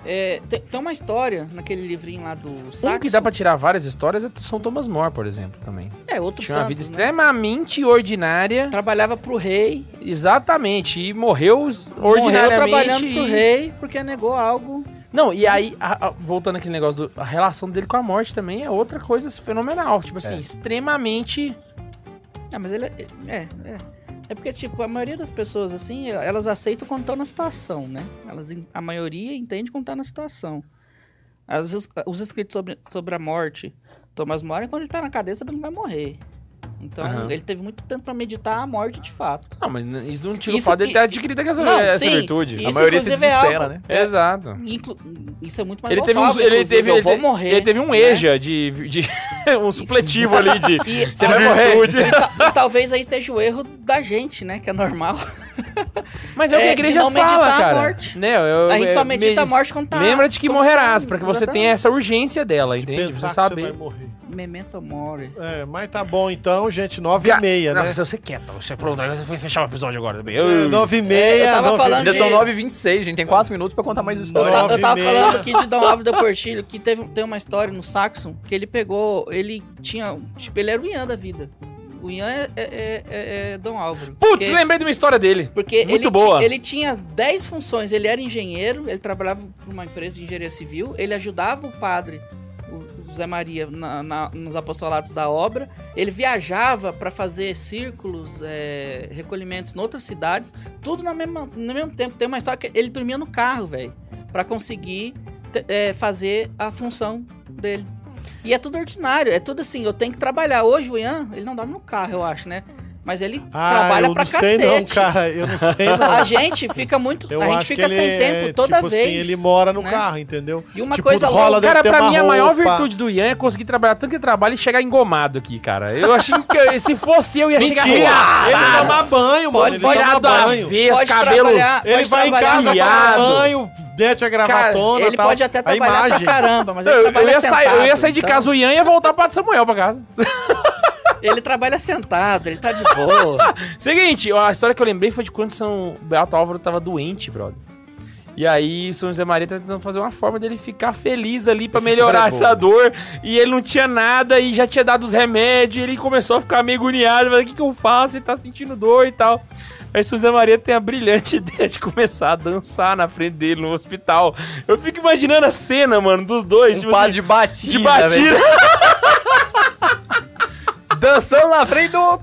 S4: É, tem, tem uma história naquele livrinho lá do Saxo.
S2: Um que dá pra tirar várias histórias é São Thomas More, por exemplo, também.
S4: É, outro
S2: Tinha uma
S4: santo,
S2: vida
S4: né?
S2: extremamente ordinária.
S4: Trabalhava pro rei,
S2: Exatamente. E morreu
S4: Morreu
S2: ordinariamente.
S4: trabalhando pro
S2: e-
S4: rei porque negou algo.
S2: Não, e aí, a- a- voltando àquele negócio, do, a relação dele com a morte também é outra coisa fenomenal. Tipo assim,
S3: É.
S2: extremamente.
S4: Ah, mas ele é, é, é. É porque, tipo, a maioria das pessoas, assim, elas aceitam quando estão na situação, né? Elas, en- a maioria entende quando tá na situação. As es- os escritos sobre, sobre a morte, Thomas More, quando ele tá na cadeia, sabe que ele vai morrer. Então,
S2: Aham.
S4: ele teve muito tempo pra meditar a morte de fato.
S2: Não, mas n- isso não tira o
S4: Isso
S2: fato dele
S4: e-
S2: ter adquirido essa,
S4: Não,
S2: essa
S4: sim,
S2: virtude.
S4: isso,
S3: a maioria se
S4: inclusive, é
S3: desespera,
S4: algo-
S3: né?
S2: Exato.
S4: Inclu- isso é muito mais
S2: ele teve um,
S4: louvável,
S2: ele
S4: inclusive,
S2: teve,
S4: eu
S2: ele
S4: vou
S2: te-
S4: morrer.
S2: ele teve um
S4: né?
S2: EJA de, de um supletivo ali de
S4: E-
S2: você
S4: Ah,
S2: vai morrer.
S4: E ta- e talvez aí esteja o erro da gente, né? Que é normal.
S2: Mas é, o que a
S4: É, de
S2: igreja
S4: não meditar
S2: fala,
S4: a
S2: cara.
S4: morte.
S2: Né, eu- eu-
S4: A gente só
S2: eu-
S4: medita
S2: me-
S4: a morte quando tá.
S2: Lembra de que
S4: quando
S2: morrerás,
S4: sabe,
S2: pra que você tenha
S4: exatamente.
S2: essa urgência dela, entende? Pra
S5: Pensar
S2: Você
S5: que vai
S2: saber.
S5: morrer.
S4: Memento mori.
S5: É, mas tá bom então, gente. Nove e meia,
S2: Não,
S5: né?
S2: se você quer, tá? você pronto, agora você vai fechar o episódio agora também.
S5: É,
S2: Eu-
S5: Nove e
S4: É,
S5: meia.
S4: eu tava
S5: nove e
S4: falando
S3: Ainda
S5: meia.
S3: são
S4: de-
S3: 9h26, gente. Tem 4 minutos pra contar mais
S4: Eu,
S3: histórias.
S4: ta- eu tava
S5: Nove e meia.
S4: falando aqui de Dom Álvaro da Portilho, que teve, tem uma história no Saxon, que ele pegou, ele tinha, tipo, ele era o Ian da vida. O Ian é, é- é- é Dom Álvaro.
S2: Putz,
S4: Porque-
S2: lembrei de uma história dele.
S4: Porque
S2: Muito
S4: ele,
S2: boa.
S4: ti- ele tinha 10 funções. Ele era engenheiro, ele trabalhava para uma empresa de engenharia civil, ele ajudava o padre, o o Zé Maria, na- na- nos apostolados da obra. Ele viajava para fazer círculos, é, recolhimentos em outras cidades, tudo na mesma- no mesmo tempo. Tem uma história que ele dormia no carro, velho, para conseguir te- é, fazer a função dele. E é tudo ordinário, é tudo assim. Eu tenho que trabalhar. Hoje o Ian, ele não dorme no carro, eu acho, né? Mas ele
S5: Ah,
S4: trabalha
S5: eu
S4: pra
S5: não sei
S4: cacete.
S5: não, cara. Eu não sei
S4: A
S5: não.
S4: gente fica muito.
S5: Eu
S4: a gente
S5: acho
S4: fica
S5: que
S4: sem
S5: ele
S4: tempo
S5: é,
S4: toda
S5: tipo
S4: vez.
S5: Assim, ele mora no
S4: né?
S5: carro, entendeu?
S4: E uma
S5: tipo,
S4: coisa
S5: rola
S4: louca.
S5: deve
S2: Cara,
S5: ter
S2: pra
S5: uma
S2: mim a maior
S5: roupa.
S2: virtude do Ian é conseguir trabalhar tanto que trabalha e chegar engomado aqui, cara. Eu achei que se fosse eu ia chegar
S5: Ele
S2: arregaçado,
S5: toma banho, mano.
S4: Pode-
S5: Ele
S4: pode
S5: toma
S2: virado a
S5: banho.
S2: vez, cabelo...
S4: trabalhar-
S5: Ele
S4: pode
S5: vai em
S4: trabalhar-
S5: casa, toma
S2: molhado.
S5: banho, mete a gravatona
S4: Ele
S5: tal.
S4: pode até
S5: A
S4: trabalhar
S5: imagem.
S4: pra caramba, mas
S2: Eu,
S4: ele
S2: eu
S4: trabalha
S2: ia
S4: sentado.
S2: sair, eu ia sair de
S4: então,
S2: casa o Ian e ia voltar pro Padre Samuel pra casa.
S4: Ele trabalha sentado, ele tá de boa.
S2: Seguinte, ó, a história que eu lembrei foi de quando São Beato Álvaro tava doente, brother. E aí, São José Maria tava tentando fazer uma forma dele ficar feliz ali pra
S3: Essa
S2: melhorar
S3: história é
S2: essa dor. E ele não tinha nada e já tinha dado os remédios. E ele começou a ficar meio agoniado. Mas o que, que eu faço? Ele tá sentindo dor e tal. Aí São José Maria tem a brilhante ideia de começar a dançar na frente dele no hospital. Eu fico imaginando a cena, mano, dos dois.
S3: Um
S2: tipo
S3: par
S2: assim,
S3: de batida.
S2: de batida.
S3: velho. Dançando na frente do.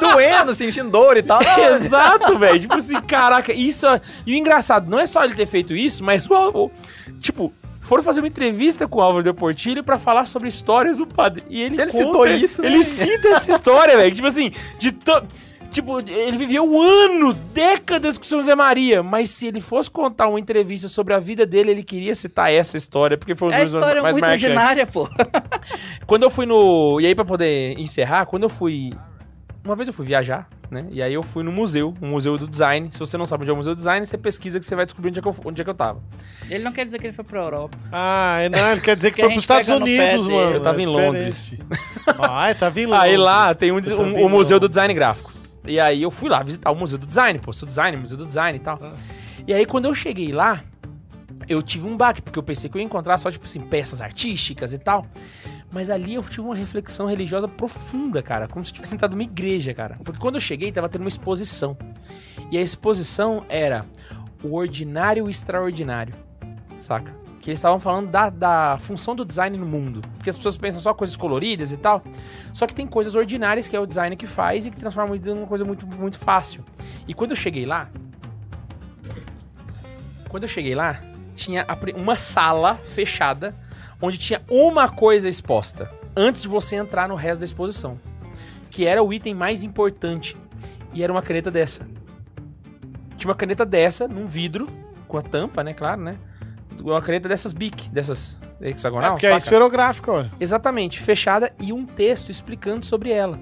S3: doendo, sentindo dor e tal. Não, é.
S2: Exato, velho. Tipo assim, caraca, isso. é- E o engraçado, não é só ele ter feito isso, mas o. o- tipo, foram fazer uma entrevista com o Álvaro de Portilho pra falar sobre histórias do padre. E ele,
S3: Ele
S2: conta-
S3: citou isso,
S2: Ele
S3: né?
S2: cita essa história, velho. Tipo assim, de. to- Tipo, ele viveu anos, décadas com São José Maria, mas se ele fosse contar uma entrevista sobre a vida dele, ele queria citar essa história, porque foi um
S4: É a
S2: dos
S4: história
S2: mais
S4: muito
S2: marcantes.
S4: ordinária, pô.
S2: Quando eu fui no. E aí, pra poder encerrar, quando eu fui. Uma vez eu fui viajar, né? E aí eu fui no museu, um museu do design. Se você não sabe onde é o museu do design, você pesquisa que você vai descobrir onde é que eu, onde é que eu tava.
S4: Ele não quer dizer que ele foi pra Europa.
S5: Ah, é, não, ele quer dizer que
S4: Porque
S5: foi
S4: a
S5: pros
S4: gente pega
S5: Estados
S4: no pé
S5: Unidos,
S4: dele.
S5: mano.
S2: Eu tava
S5: é
S2: em Londres.
S5: diferente. Ah, tava em Londres.
S2: Aí lá tem um,
S5: Eu
S2: um-
S5: também
S2: o museu
S5: não.
S2: do design gráfico.
S5: É
S2: E aí eu fui lá visitar o museu do design, pô, sou design, museu do design e tal.
S5: Ah.
S2: E aí quando eu cheguei lá, eu tive um baque, porque eu pensei que eu ia encontrar só, tipo assim, peças artísticas e tal. Mas ali eu tive uma reflexão religiosa profunda, cara. Como se eu tivesse entrado numa igreja, cara. Porque quando eu cheguei, tava tendo uma exposição. E a exposição era o ordinário e o extraordinário, saca? Que eles estavam falando da, da função do design no mundo. Porque as pessoas pensam só coisas coloridas e tal. Só que tem coisas ordinárias que é o design que faz e que transforma isso numa coisa muito, muito fácil. E quando eu cheguei lá. Quando eu cheguei lá, tinha a pri- uma sala fechada onde tinha uma coisa exposta antes de você entrar no resto da exposição, que era o item mais importante e era uma caneta dessa. Tinha uma caneta dessa num vidro com com a tampa, né? Claro, né? Uma caneta dessas bic, dessas
S5: É
S2: hexagonal.
S5: porque é
S2: saca?
S5: esferográfico, ó.
S2: Exatamente, fechada e um texto explicando sobre ela.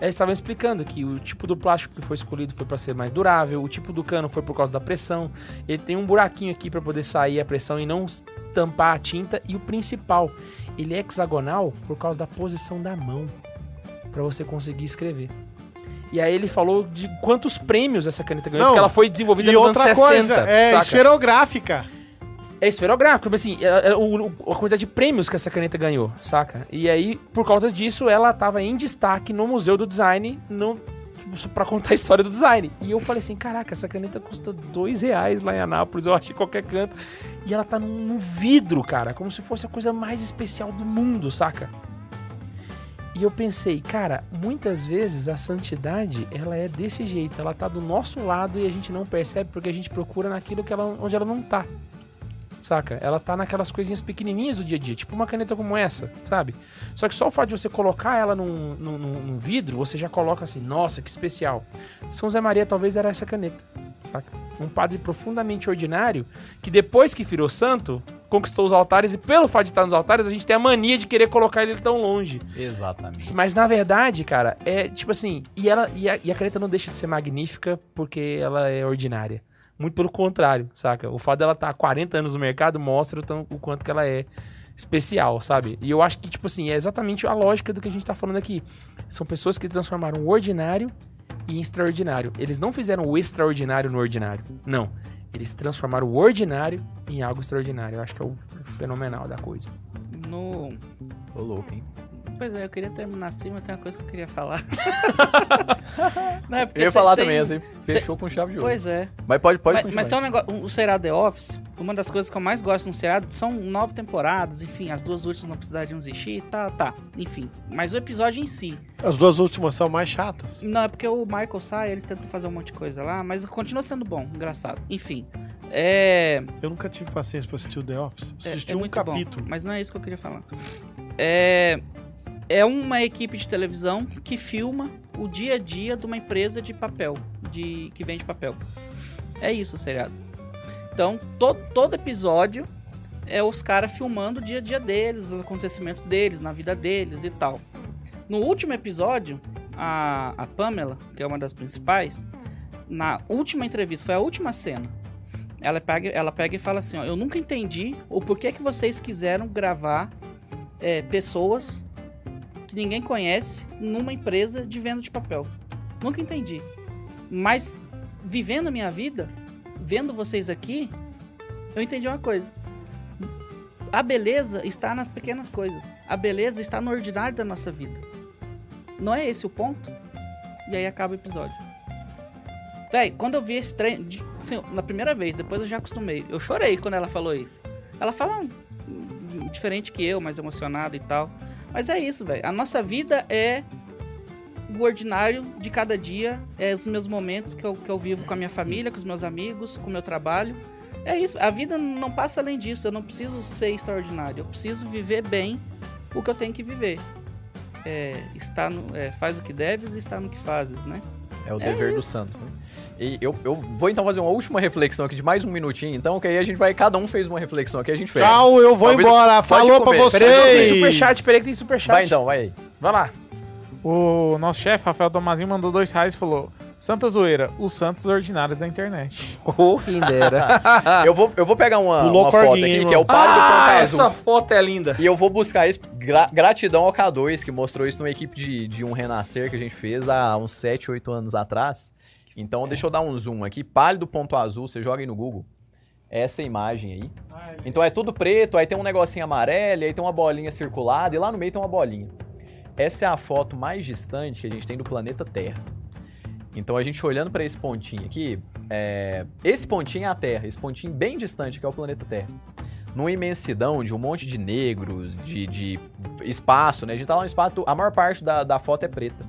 S2: Eles estavam explicando que o tipo do plástico que foi escolhido foi para ser mais durável, o tipo do cano foi por causa da pressão, ele tem um buraquinho aqui para poder sair a pressão e não s- tampar a tinta, e o principal, ele é hexagonal por causa da posição da mão, para você conseguir escrever. E aí ele falou de quantos prêmios essa caneta ganhou,
S5: Não,
S2: porque ela foi desenvolvida
S5: E
S2: nos
S5: outra
S2: anos 60,
S5: coisa, é
S2: saca?
S5: esferográfica.
S2: É esferográfico, mas assim, ela- ela- o- o- a quantidade de prêmios que essa caneta ganhou, saca? E aí, por causa disso, ela tava em destaque no Museu do Design, no, tipo, pra contar a história do design. E eu falei assim, caraca, essa caneta custa dois reais lá em Anápolis, eu acho em qualquer canto. E ela tá num, num vidro, cara, como se fosse a coisa mais especial do mundo, saca? E eu pensei, cara, muitas vezes a santidade, ela é desse jeito, ela tá do nosso lado e a gente não percebe porque a gente procura naquilo que ela, onde ela não tá saca? Ela tá naquelas coisinhas pequenininhas do dia a dia, tipo uma caneta como essa, sabe? Só que só o fato de você colocar ela num, num- num- num vidro, você já coloca assim, nossa, que especial. São Zé Maria talvez era essa caneta, saca? Um padre profundamente ordinário, que depois que virou santo, conquistou os altares, e pelo fato de estar nos altares, a gente tem a mania de querer colocar ele tão longe.
S3: Exatamente.
S2: Mas na verdade, cara, é tipo assim, e ela e a, e a caneta não deixa de ser magnífica porque ela é ordinária. Muito pelo contrário, saca? O fato dela estar há 40 anos no mercado mostra o, tão- o quanto que ela é especial, sabe? E eu acho que, tipo assim, é exatamente a lógica do que a gente tá falando aqui. São pessoas que transformaram o ordinário em extraordinário. Eles não fizeram o extraordinário no ordinário. Não. Eles transformaram o ordinário em algo extraordinário. Eu acho que é o fenomenal da coisa.
S4: No...
S3: Ô, louco, hein?
S4: Pois é, eu queria terminar assim, mas tem uma coisa que eu queria falar. Não, é porque
S3: Eu ia
S4: tem-
S3: falar
S4: tem-
S3: também, assim, fechou com chave de ouro.
S4: Pois é.
S3: Mas pode, pode
S4: mas,
S3: continuar.
S4: mas tem um negócio. O Serado The Office, uma das coisas que eu mais gosto no Serado são nove temporadas, enfim, as duas últimas não precisariam existir, tá, tá. Enfim. Mas o episódio em si.
S5: As duas últimas são mais chatas.
S4: Não, é porque o Michael sai, eles tentam fazer um monte de coisa lá, mas continua sendo bom, engraçado. Enfim. É.
S5: Eu nunca tive paciência pra assistir o The Office.
S4: É-
S5: Assisti
S4: é
S5: um
S4: muito bom,
S5: capítulo.
S4: mas não é isso que eu queria falar. É, é uma equipe de televisão que filma o dia a dia de uma empresa de papel, de que vende papel. É isso o seriado. Então, to- todo episódio é os caras filmando o dia a dia deles, os acontecimentos deles, na vida deles e tal. No último episódio, a, a Pamela, que é uma das principais, na última entrevista, foi a última cena. Ela pega, ela pega e fala assim: ó, Eu nunca entendi o porquê que vocês quiseram gravar é, pessoas que ninguém conhece numa empresa de venda de papel. Nunca entendi. Mas vivendo a minha vida, vendo vocês aqui, eu entendi uma coisa. A beleza está nas pequenas coisas. A beleza está no ordinário da nossa vida. Não é esse o ponto? E aí acaba o episódio. Véi, quando eu vi esse trem, de- assim, na primeira vez, depois eu já acostumei. Eu chorei quando ela falou isso. Ela fala hum, diferente que eu, mais emocionada e tal. Mas é isso, velho. A nossa vida é o ordinário de cada dia, é os meus momentos que eu, que eu vivo com a minha família, com os meus amigos, com o meu trabalho. É isso. A vida não passa além disso. Eu não preciso ser extraordinário. Eu preciso viver bem o que eu tenho que viver. É, está no, é, faz o que deves e está no que fazes, né?
S3: É o dever do santo. né? E eu, eu vou então fazer uma última reflexão aqui de mais um minutinho, então, que aí a gente vai. Cada um fez uma reflexão aqui, a gente fez.
S5: Tchau, eu vou
S3: Talvez-
S5: embora.
S3: Pode
S5: Falou pra
S3: comer. Peraí,
S2: Tem
S5: vocês.
S2: superchat, peraí que tem superchat.
S3: Vai então, vai aí.
S2: Vai lá.
S6: O nosso chefe, Rafael Tomazinho, mandou dois reais e falou: Santa Zoeira, os santos ordinários da internet.
S2: Oh, quem dera.
S3: Eu vou, eu vou pegar uma,
S5: Pulou
S3: uma foto
S5: corguinho,
S3: aqui,
S5: hein,
S3: que é o Padre do
S2: ah,
S3: Ponta Azul.
S2: essa foto é linda.
S3: E eu vou buscar isso. Gra- gratidão ao K2, que mostrou isso numa equipe de, de um renascer que a gente fez há uns 7, 8 anos atrás. Então, deixa eu dar um zoom aqui. Pálido ponto azul, você joga aí no Google. Essa imagem aí. Então é tudo preto, aí tem um negocinho amarelo, aí tem uma bolinha circulada e lá no meio tem uma bolinha. Essa é a foto mais distante que a gente tem do planeta Terra. Então a gente olhando pra esse pontinho aqui, é, esse pontinho é a Terra, esse pontinho bem distante que é o planeta Terra. Numa imensidão de um monte de negros, de, de espaço, né? A gente tá lá no espaço, a maior parte da, da foto é preta.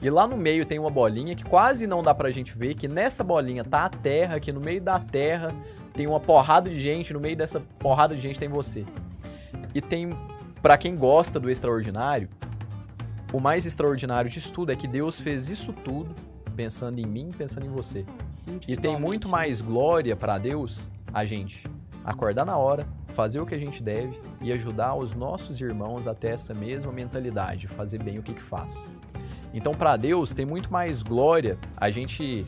S3: E lá no meio tem uma bolinha que quase não dá pra gente ver, que nessa bolinha tá a Terra, que no meio da Terra tem uma porrada de gente, no meio dessa porrada de gente tem você. E tem, pra quem gosta do extraordinário, o mais extraordinário de tudo é que Deus fez isso tudo pensando em mim, pensando em você. E tem muito mais glória pra Deus a gente acordar na hora, fazer o que a gente deve e ajudar os nossos irmãos até essa mesma mentalidade, fazer bem o que, que faz. Então, para Deus, tem muito mais glória a gente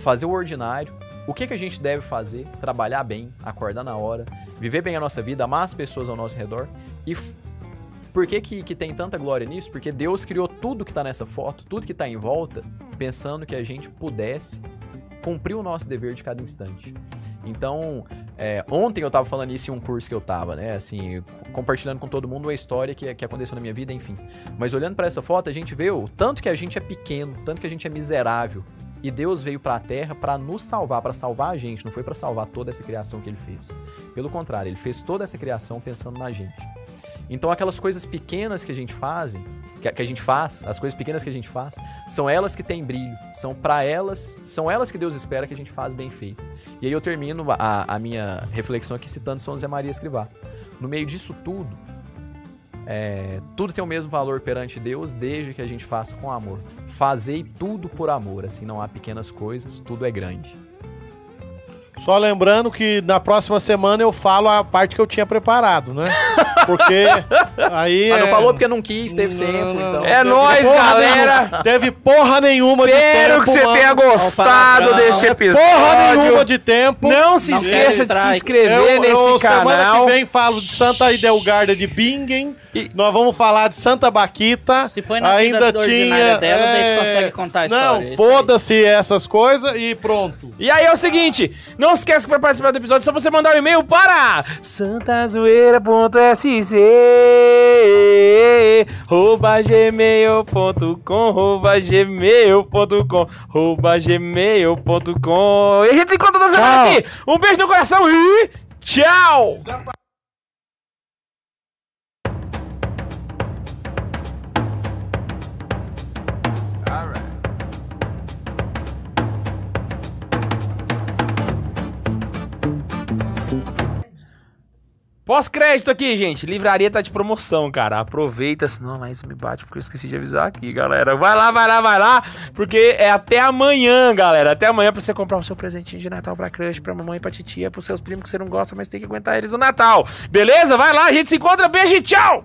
S3: fazer o ordinário. O que, que a gente deve fazer? Trabalhar bem, acordar na hora, viver bem a nossa vida, amar as pessoas ao nosso redor. E f- por que, que, que tem tanta glória nisso? Porque Deus criou tudo que está nessa foto, tudo que está em volta, pensando que a gente pudesse cumprir o nosso dever de cada instante. Então, é, ontem eu tava falando isso em um curso que eu tava, né? Assim, compartilhando com todo mundo uma história que, que aconteceu na minha vida, enfim. Mas olhando pra essa foto, a gente vê o tanto que a gente é pequeno, tanto que a gente é miserável. E Deus veio pra terra pra nos salvar, pra salvar a gente, não foi pra salvar toda essa criação que ele fez. Pelo contrário, ele fez toda essa criação pensando na gente. Então aquelas coisas pequenas que a gente fazem, que, a- que a gente faz, as coisas pequenas que a gente faz, são elas que têm brilho, são para elas, são elas que Deus espera que a gente faz bem feito. E aí eu termino a, a minha reflexão aqui citando São José Maria Escrivá. No meio disso tudo, é, tudo tem o mesmo valor perante Deus, desde que a gente faça com amor. Fazei tudo por amor, assim não há pequenas coisas, tudo é grande.
S5: Só lembrando que na próxima semana eu falo a parte que eu tinha preparado, né? Porque aí.
S3: Ah, não
S5: é-
S3: falou porque não quis, teve
S5: Não,
S3: tempo,
S5: não.
S3: então.
S2: É nóis,
S5: Porra
S2: galera!
S5: nenhuma. Teve porra nenhuma
S2: Espero
S5: de tempo.
S2: que você
S5: mano.
S2: tenha gostado
S4: palavrão.
S2: deste
S4: É
S2: episódio.
S5: Porra nenhuma de tempo.
S2: Não se
S4: Não
S2: esqueça de
S4: tem
S2: se
S4: strike.
S2: inscrever nesse
S5: Semana
S2: canal.
S5: que vem falo de Santa Idelgarda de Bingen.
S2: E-
S5: Nós vamos falar de Santa Baquita.
S4: Se põe na
S5: Ainda
S4: vida ordinária
S5: tinha,
S4: delas, aí
S5: é,
S4: tu consegue contar a história. é isso
S5: Não,
S4: aí.
S5: foda-se essas coisas e pronto.
S2: E aí é o seguinte, não se esqueça que para participar do episódio é só você mandar um e-mail para santazoeira.sc rouba gmail.com rouba gmail.com rouba gmail.com E a gente se encontra na semana
S5: Tchau.
S2: aqui. Um beijo no coração e tchau! Pós-crédito aqui, gente. Livraria tá de promoção, cara. Aproveita, senão mas me bate porque eu esqueci de avisar aqui, galera. Vai lá, vai lá, vai lá, porque é até amanhã, galera. Até amanhã pra você comprar o seu presentinho de Natal pra crush, pra mamãe, pra titia, pros seus primos que você não gosta, mas tem que aguentar eles no Natal. Beleza? Vai lá, a gente se encontra. Beijo e tchau!